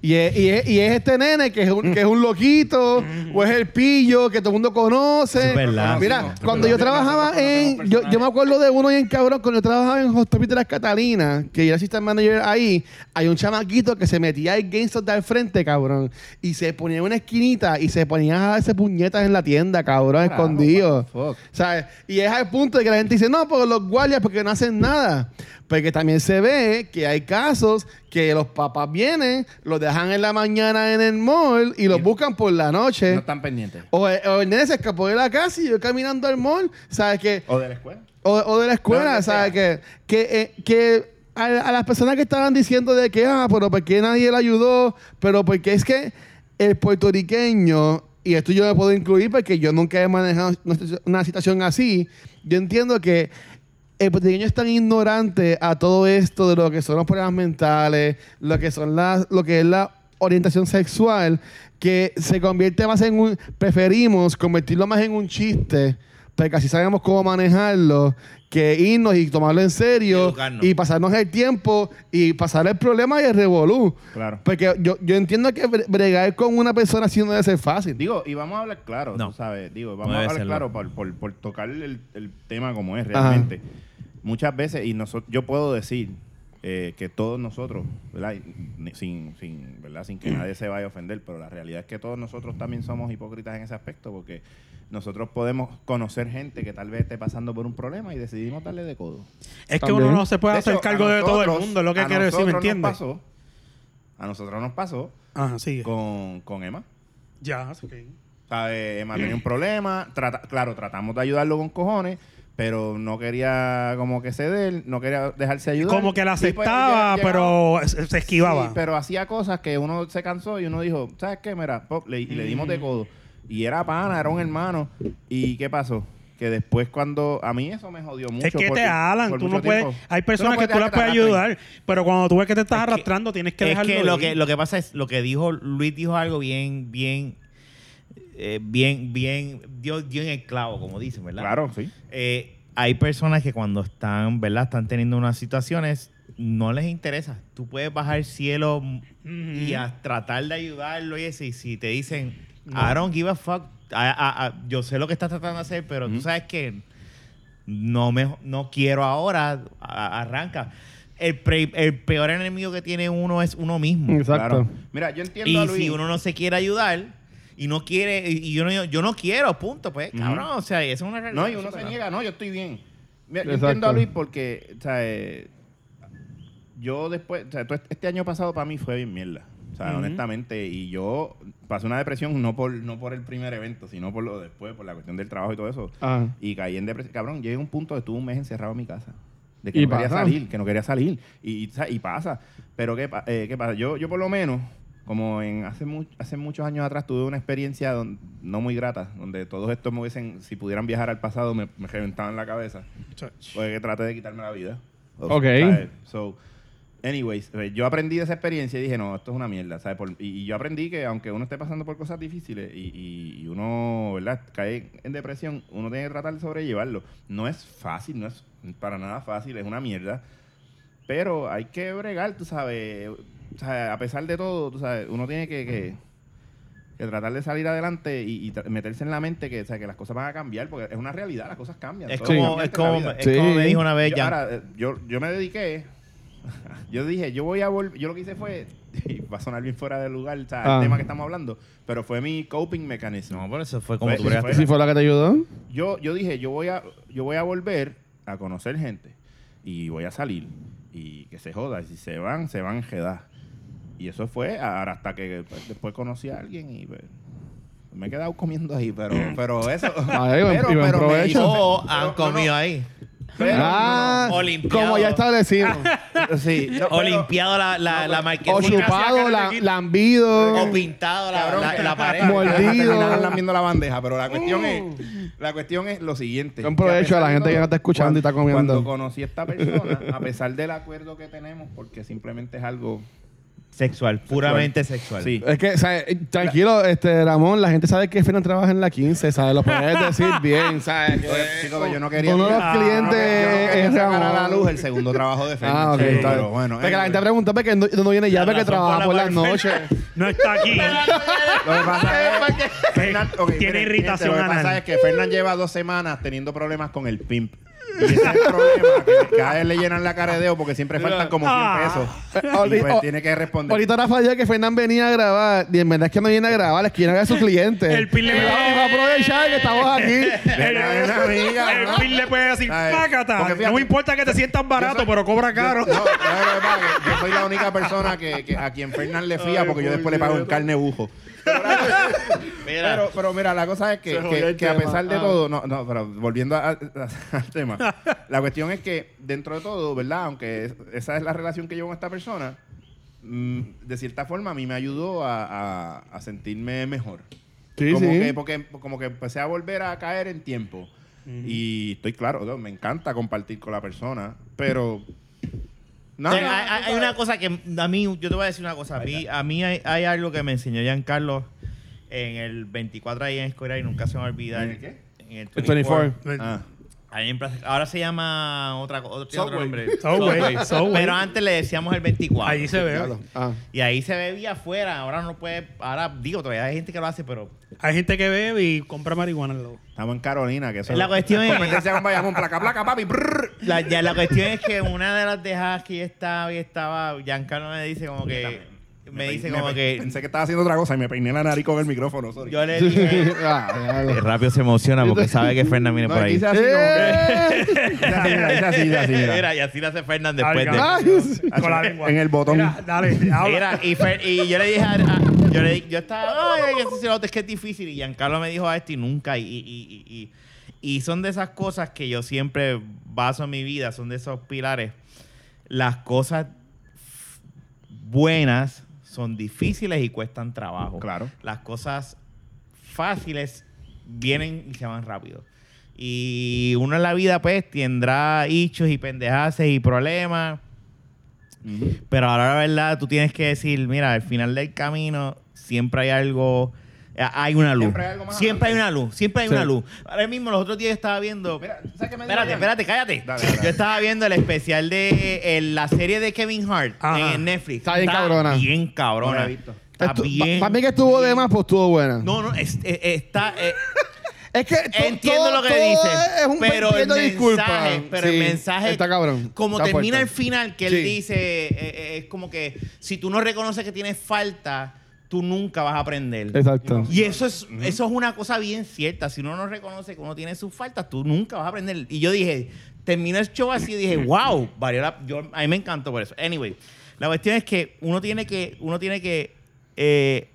[SPEAKER 4] Y es, y es- y es este nene que es un, que es un loquito,
[SPEAKER 1] Mm.
[SPEAKER 4] o es el pillo que todo el mundo conoce.
[SPEAKER 2] Es verdad.
[SPEAKER 4] Mira,
[SPEAKER 1] Es
[SPEAKER 4] cuando
[SPEAKER 1] verdad.
[SPEAKER 4] yo trabajaba
[SPEAKER 1] Nosotros
[SPEAKER 4] en.
[SPEAKER 1] conocemos
[SPEAKER 4] Yo, yo me
[SPEAKER 1] personajes.
[SPEAKER 4] acuerdo de uno y en cabrón, cuando yo trabajaba en Hospital de las Catalinas, que yo era assistant manager ahí, hay un chamaquito que se metía al GameStop de al frente, cabrón, y se ponía en una esquinita y se ponía a darse puñetas en la tienda, cabrón,
[SPEAKER 1] Carajo,
[SPEAKER 4] escondido.
[SPEAKER 1] what the fuck.
[SPEAKER 4] ¿Sabes? Y es al punto de que la gente dice, no, porque los guardias, porque no hacen nada. Porque también se ve que hay casos que los papás vienen, los dejan en la mañana en el mall y los
[SPEAKER 1] Y-
[SPEAKER 4] buscan por la noche.
[SPEAKER 1] No están pendientes.
[SPEAKER 4] O, o el nene se escapó de la casa y yo caminando al mall, ¿sabes qué?
[SPEAKER 1] O de la escuela.
[SPEAKER 4] O, o de
[SPEAKER 1] De
[SPEAKER 4] la escuela,
[SPEAKER 1] donde
[SPEAKER 4] ¿sabes qué? Que, eh, que a, a las personas que estaban diciendo de que, ah, pero ¿por qué nadie le ayudó? Pero porque es que el puertorriqueño, y esto yo me puedo incluir porque yo nunca he manejado una situ- una situación así, yo entiendo que el puertorriqueño es tan ignorante a todo esto de lo que son los problemas mentales, lo que son las, lo que es la orientación sexual, que se convierte más en un, preferimos convertirlo más en un chiste, porque así sabemos cómo manejarlo, que irnos y tomarlo en serio
[SPEAKER 2] Educarnos.
[SPEAKER 4] y, pasarnos el tiempo y pasar el problema y el revolú.
[SPEAKER 1] Claro.
[SPEAKER 4] Porque yo, yo entiendo que bre- bregar con una persona así no debe ser fácil.
[SPEAKER 1] Digo, y vamos a hablar claro,
[SPEAKER 2] No.
[SPEAKER 1] tú sabes. Digo, vamos
[SPEAKER 2] No
[SPEAKER 1] a
[SPEAKER 2] debe
[SPEAKER 1] hablar
[SPEAKER 2] serlo.
[SPEAKER 1] claro por, por- por tocar el, el tema como es
[SPEAKER 4] Ajá.
[SPEAKER 1] realmente. Muchas veces, y nosotros, yo puedo decir eh, que todos nosotros, ¿verdad? Y ni- Sin, sin, ¿verdad? sin que nadie se vaya a ofender, pero la realidad es que todos nosotros también somos hipócritas en ese aspecto, porque nosotros podemos conocer gente que tal vez esté pasando por un problema y decidimos darle de codo.
[SPEAKER 3] Es que
[SPEAKER 4] También.
[SPEAKER 3] uno no se puede
[SPEAKER 1] De
[SPEAKER 3] hacer
[SPEAKER 1] hecho,
[SPEAKER 3] cargo
[SPEAKER 1] a
[SPEAKER 3] de todo el
[SPEAKER 1] nosotros-
[SPEAKER 3] mundo, es lo que
[SPEAKER 1] a
[SPEAKER 3] quiero decir, ¿me
[SPEAKER 1] nosotros nos
[SPEAKER 3] entiendes?
[SPEAKER 1] pasó- a nosotros nos pasó
[SPEAKER 3] Ajá, sigue.
[SPEAKER 1] con, con Emma.
[SPEAKER 3] Ya, ok.
[SPEAKER 1] ¿Sabe? Emma tenía un problema. trata- claro, tratamos de ayudarlo con cojones, pero no quería como que ceder, no quería dejarse ayudar.
[SPEAKER 3] Como que la
[SPEAKER 1] Y pues,
[SPEAKER 3] aceptaba,
[SPEAKER 1] llega-
[SPEAKER 3] pero se se esquivaba.
[SPEAKER 1] Sí, pero hacía cosas que uno se cansó y uno dijo, ¿sabes qué? Mira, pop", le, y le dimos
[SPEAKER 3] Mm.
[SPEAKER 1] de codo. Y era pana, era un hermano. ¿Y qué pasó? Que después cuando... A mí eso me jodió mucho.
[SPEAKER 3] es que
[SPEAKER 1] porque-
[SPEAKER 3] te alan,
[SPEAKER 1] por
[SPEAKER 3] tú
[SPEAKER 1] mucho
[SPEAKER 3] no puedes.
[SPEAKER 1] tiempo.
[SPEAKER 3] Hay personas
[SPEAKER 1] no
[SPEAKER 3] que tú
[SPEAKER 1] dejar
[SPEAKER 3] las
[SPEAKER 1] te
[SPEAKER 3] puedes
[SPEAKER 1] arrastren.
[SPEAKER 3] ayudar, pero cuando tú ves que te estás
[SPEAKER 2] Es que-
[SPEAKER 3] arrastrando, tienes que
[SPEAKER 2] es
[SPEAKER 3] dejarlo.
[SPEAKER 2] que lo,
[SPEAKER 3] ir.
[SPEAKER 2] que lo que pasa es lo que dijo Luis dijo algo bien bien eh, bien bien dio, dio en el clavo como dicen verdad
[SPEAKER 1] Claro, sí.
[SPEAKER 2] Eh, hay personas que cuando están verdad están teniendo unas situaciones no les interesa tú puedes bajar el cielo y a tratar de ayudarlo y eso y si te dicen I don't give a fuck I- I- I- yo sé lo que estás tratando de hacer pero tú sabes que no me no quiero ahora a- arranca el, pre- el peor enemigo que tiene uno es uno mismo
[SPEAKER 4] Exacto.
[SPEAKER 1] Claro. Mira, yo entiendo a
[SPEAKER 2] y
[SPEAKER 1] Luis.
[SPEAKER 2] si uno no se quiere ayudar y no quiere, y y yo no, yo no quiero, punto, pues, cabrón. O sea, y eso es una realidad.
[SPEAKER 1] No, y uno se niega, no, yo estoy bien. Mira, yo
[SPEAKER 4] Exacto.
[SPEAKER 1] entiendo a Luis porque, o sea, eh, yo después, o sea, todo este- este año pasado para mí fue bien mierda. O sea,
[SPEAKER 3] Ujú.
[SPEAKER 1] honestamente, y yo pasé una depresión no por, no por el primer evento, sino por lo después, por la cuestión del trabajo y todo eso.
[SPEAKER 4] Ah.
[SPEAKER 1] Y caí en depresión. Cabrón, llegué a un punto de estuve un mes encerrado en mi casa. De que
[SPEAKER 4] Y
[SPEAKER 1] no quería
[SPEAKER 4] pasa.
[SPEAKER 1] salir, que no quería salir. Y, y sa- y pasa. Pero ¿qué, pa- eh, qué pasa? Yo, yo por lo menos, como en hace, mu- hace muchos años atrás tuve una experiencia don- no muy grata, donde todos estos me hubiesen, si pudieran viajar al pasado, me, me reventaban la cabeza. Porque traté de quitarme la vida. O-
[SPEAKER 4] Ok.
[SPEAKER 1] ¿sabes? So, anyways, eh, yo aprendí de esa experiencia y dije, no, esto es una mierda, ¿sabes? Por- y, y yo aprendí que aunque uno esté pasando por cosas difíciles y, y- y uno, ¿verdad? Cae en depresión, uno tiene que tratar de sobrellevarlo. No es fácil, no es para nada fácil, es una mierda. Pero hay que bregar, tú sabes. O sea, a pesar de todo, tú sabes, uno tiene que, que- que tratar de salir adelante y, y tra- meterse en la mente que, o sea, que las cosas van a cambiar, porque es una realidad, las cosas cambian.
[SPEAKER 2] Es
[SPEAKER 1] todo
[SPEAKER 2] como,
[SPEAKER 1] cambia
[SPEAKER 2] es
[SPEAKER 1] en la
[SPEAKER 2] como,
[SPEAKER 1] vida.
[SPEAKER 2] es como
[SPEAKER 4] Sí.
[SPEAKER 2] me dijo una vez
[SPEAKER 1] Yo,
[SPEAKER 2] ya.
[SPEAKER 1] ahora, eh, yo, yo me dediqué. Yo dije, yo voy a volver. Yo lo que hice fue. y va a sonar bien fuera de lugar, o sea,
[SPEAKER 4] Ah.
[SPEAKER 1] el tema que estamos hablando. Pero fue mi coping mechanism.
[SPEAKER 2] no, pero eso fue como
[SPEAKER 1] Pues,
[SPEAKER 2] tú
[SPEAKER 1] eso
[SPEAKER 2] bregaste.
[SPEAKER 1] fue-
[SPEAKER 4] ¿Sí fue la que te ayudó?
[SPEAKER 1] Yo, yo dije, yo voy, a, yo voy a volver a conocer gente y voy a salir y que se joda. Y si se van, se van jedas. Y eso fue ahora hasta que pues, después conocí a alguien y pues, me he quedado comiendo ahí, pero, pero eso.
[SPEAKER 4] Ay, buen- y buen provecho.
[SPEAKER 2] O Oh,
[SPEAKER 1] pero-
[SPEAKER 2] han comido
[SPEAKER 1] no, no,
[SPEAKER 2] ahí.
[SPEAKER 1] pero-
[SPEAKER 4] ah,
[SPEAKER 2] no, no. O limpiado.
[SPEAKER 4] como ya establecimos.
[SPEAKER 1] sí, no,
[SPEAKER 2] O
[SPEAKER 1] pero-
[SPEAKER 2] limpiado la, la, la marquesina.
[SPEAKER 4] o chupado, la, lambido.
[SPEAKER 2] o pintado la,
[SPEAKER 1] Cabrón,
[SPEAKER 2] la, la pared.
[SPEAKER 4] Mol-
[SPEAKER 1] Deja
[SPEAKER 4] Mordido.
[SPEAKER 1] terminar lambiendo la bandeja, pero la cuestión es la cuestión es lo siguiente.
[SPEAKER 4] Buen provecho
[SPEAKER 1] Que pesar
[SPEAKER 4] a la
[SPEAKER 1] de
[SPEAKER 4] gente que
[SPEAKER 1] todo,
[SPEAKER 4] nos está escuchando y está comiendo.
[SPEAKER 1] Cuando conocí a esta persona, a pesar del acuerdo que tenemos, porque simplemente es algo
[SPEAKER 2] Sexual, puramente sexual.
[SPEAKER 1] sí.
[SPEAKER 4] Es que, o sea, eh, tranquilo, este, Ramón, la gente sabe que Fernan trabaja en la 15, ¿sabes? Lo puedes decir bien, ¿sabes?
[SPEAKER 1] Oye, chico, que yo no quería.
[SPEAKER 4] Uno de los
[SPEAKER 1] Ah, yo
[SPEAKER 4] clientes
[SPEAKER 1] no quería- yo no
[SPEAKER 4] es
[SPEAKER 1] quería sacar a
[SPEAKER 4] Ramón.
[SPEAKER 1] la luz el segundo trabajo de Fernández.
[SPEAKER 4] Ah, ok,
[SPEAKER 1] Sí,
[SPEAKER 4] está bien.
[SPEAKER 1] pero bueno. eh,
[SPEAKER 4] Porque la gente
[SPEAKER 1] anyway.
[SPEAKER 4] pregunta que no, no
[SPEAKER 1] Pues
[SPEAKER 4] viene ya,
[SPEAKER 2] La
[SPEAKER 4] porque
[SPEAKER 2] razón
[SPEAKER 4] trabaja por
[SPEAKER 2] por la
[SPEAKER 4] las
[SPEAKER 2] cual
[SPEAKER 4] noches.
[SPEAKER 3] No está aquí.
[SPEAKER 1] Lo que pasa es Fernan- ok,
[SPEAKER 3] Tiene
[SPEAKER 1] miren,
[SPEAKER 3] irritación
[SPEAKER 1] gente, Lo que
[SPEAKER 3] anal.
[SPEAKER 1] pasa es que Fernán lleva dos semanas teniendo problemas con el pimp. Y ese es el problema. que cada vez le llenan la cara de dedo porque siempre faltan como 100
[SPEAKER 3] Ah.
[SPEAKER 1] pesos. Y pues
[SPEAKER 4] ahorita-
[SPEAKER 1] tiene que responder.
[SPEAKER 4] Ahorita ahora falló que Fernán venía a grabar, y en verdad es que no viene a grabar, es que viene a ver a sus clientes.
[SPEAKER 3] El pin le-
[SPEAKER 4] Y vamos a aprovechar que estamos aquí.
[SPEAKER 1] Ven, ven, amiga,
[SPEAKER 3] el
[SPEAKER 1] ¿no?
[SPEAKER 3] Phil le puede decir,
[SPEAKER 1] Ay,
[SPEAKER 3] pácata.
[SPEAKER 1] porque
[SPEAKER 3] No
[SPEAKER 1] fíjate,
[SPEAKER 3] me importa que te sientas barato,
[SPEAKER 1] soy-
[SPEAKER 3] pero cobra caro.
[SPEAKER 1] Yo, no, no, no, no, no, yo soy la única persona que, que- a quien Fernán le fía porque yo después le pago en carne bujo.
[SPEAKER 2] Mira,
[SPEAKER 1] Pero, pero mira, la cosa es que,
[SPEAKER 4] Se jodió
[SPEAKER 1] que-
[SPEAKER 4] el
[SPEAKER 1] que a
[SPEAKER 4] tema.
[SPEAKER 1] pesar de
[SPEAKER 4] Ah.
[SPEAKER 1] todo, no, no, pero volviendo a- a- al tema, la cuestión es que dentro de todo, ¿verdad? Aunque es- esa es la relación que llevo con esta persona, mm, de cierta forma a mí me ayudó a, a- a sentirme mejor.
[SPEAKER 4] Sí,
[SPEAKER 1] como
[SPEAKER 4] sí.
[SPEAKER 1] que porque como que empecé a volver a caer en tiempo. Y estoy claro, ¿no? me encanta compartir con la persona, pero
[SPEAKER 2] o
[SPEAKER 1] nada,
[SPEAKER 2] sea, hay, hay- hay una cosa que a mí, yo te voy a decir una cosa. A mí, a mí hay, hay algo que me enseñó Giancarlo en el 24 ahí en Escuela y nunca se me olvida.
[SPEAKER 1] ¿En el qué?
[SPEAKER 2] En el
[SPEAKER 4] 24.
[SPEAKER 2] 24.
[SPEAKER 3] Pues,
[SPEAKER 1] Ah.
[SPEAKER 2] Ahí en Plaza- ahora se llama otra, co- otro, tiene otro
[SPEAKER 4] Subway.
[SPEAKER 2] nombre.
[SPEAKER 3] Subway, Subway.
[SPEAKER 2] Pero antes le decíamos el 24.
[SPEAKER 3] Ahí se ve.
[SPEAKER 4] Ah.
[SPEAKER 2] Y ahí se bebía afuera. Ahora no puede. Ahora digo, todavía hay gente que lo hace, pero.
[SPEAKER 3] Hay gente que bebe y compra marihuana al lado.
[SPEAKER 1] Estamos en Carolina, que eso
[SPEAKER 2] La cuestión es-
[SPEAKER 1] competencia con Bayamón, placa, placa, papi. brrr.
[SPEAKER 2] La, ya, la cuestión es que una de las dejadas que yo estaba y estaba, Giancarlo me dice como que. Me dice
[SPEAKER 1] pe-
[SPEAKER 2] como que.
[SPEAKER 1] Pensé que estaba haciendo otra cosa y me peiné la nariz con el micrófono, sorry.
[SPEAKER 2] Yo le dije.
[SPEAKER 4] Ah, ya lo-
[SPEAKER 2] Rápido se emociona
[SPEAKER 4] porque
[SPEAKER 2] sabe que Fernández viene
[SPEAKER 1] No, aquí hice así,
[SPEAKER 4] ¡Eh!
[SPEAKER 1] como que- hice así, mira, hice así, hice así, mira.
[SPEAKER 2] Mira, y así lo hace Fernández después de.
[SPEAKER 4] Ay,
[SPEAKER 3] Ay, Con la lengua.
[SPEAKER 1] En el botón.
[SPEAKER 3] Mira, dale, habla.
[SPEAKER 2] Mira, y, Fer- y yo le dije a, a- yo, le, di- yo estaba, ay, ay, ese celote es que es difícil. Y Giancarlo me dijo a esto y nunca. Y, y, y, y, y son de esas cosas que yo siempre baso en mi vida, son de esos pilares. Las cosas buenas son difíciles y cuestan trabajo.
[SPEAKER 1] Claro.
[SPEAKER 2] Las cosas fáciles vienen y se van rápido. Y uno en la vida, pues, tendrá hichos y pendejaces y problemas. Pero ahora la verdad, tú tienes que decir, mira, al final del camino siempre hay algo, eh, hay una luz.
[SPEAKER 1] Siempre hay algo más
[SPEAKER 2] Siempre hay
[SPEAKER 1] adelante.
[SPEAKER 2] una luz, siempre hay
[SPEAKER 4] Sí.
[SPEAKER 2] una luz. Ahora mismo los otros días estaba viendo...
[SPEAKER 1] Mira, ¿sabes qué me dijo
[SPEAKER 2] espérate,
[SPEAKER 1] Jan?
[SPEAKER 2] espérate, cállate.
[SPEAKER 1] Dale, dale,
[SPEAKER 2] Yo
[SPEAKER 1] dale.
[SPEAKER 2] estaba viendo el especial de eh, la serie de Kevin Hart
[SPEAKER 3] Ajá.
[SPEAKER 2] en Netflix.
[SPEAKER 4] Está bien cabrona.
[SPEAKER 2] Bien
[SPEAKER 1] No
[SPEAKER 2] cabrona.
[SPEAKER 1] la he visto.
[SPEAKER 2] Está
[SPEAKER 4] Estu-
[SPEAKER 2] bien.
[SPEAKER 4] pa- Para mí que estuvo de más, pues estuvo buena.
[SPEAKER 2] No, no, es- eh, está... eh,
[SPEAKER 4] Es que to-
[SPEAKER 2] Entiendo
[SPEAKER 4] todo-
[SPEAKER 2] lo que
[SPEAKER 4] todo
[SPEAKER 2] dice.
[SPEAKER 4] Es un
[SPEAKER 2] pero el
[SPEAKER 4] pidiendo
[SPEAKER 2] mensaje,
[SPEAKER 4] disculpas.
[SPEAKER 2] pero
[SPEAKER 4] Sí,
[SPEAKER 2] el mensaje.
[SPEAKER 4] Está cabrón.
[SPEAKER 2] Como
[SPEAKER 4] Está
[SPEAKER 2] termina
[SPEAKER 4] fuerte.
[SPEAKER 2] el final, que él
[SPEAKER 4] Sí.
[SPEAKER 2] dice, eh, eh, es como que si tú no reconoces que tienes falta, tú nunca vas a aprender.
[SPEAKER 4] Exacto.
[SPEAKER 2] Y eso es, eso es una cosa bien cierta. Si uno no reconoce que uno tiene sus faltas, tú nunca vas a aprender. Y yo dije, terminé el show así y dije, wow, valió la- yo, a mí me encantó por eso. Anyway, la cuestión es que uno tiene que, uno tiene que, eh,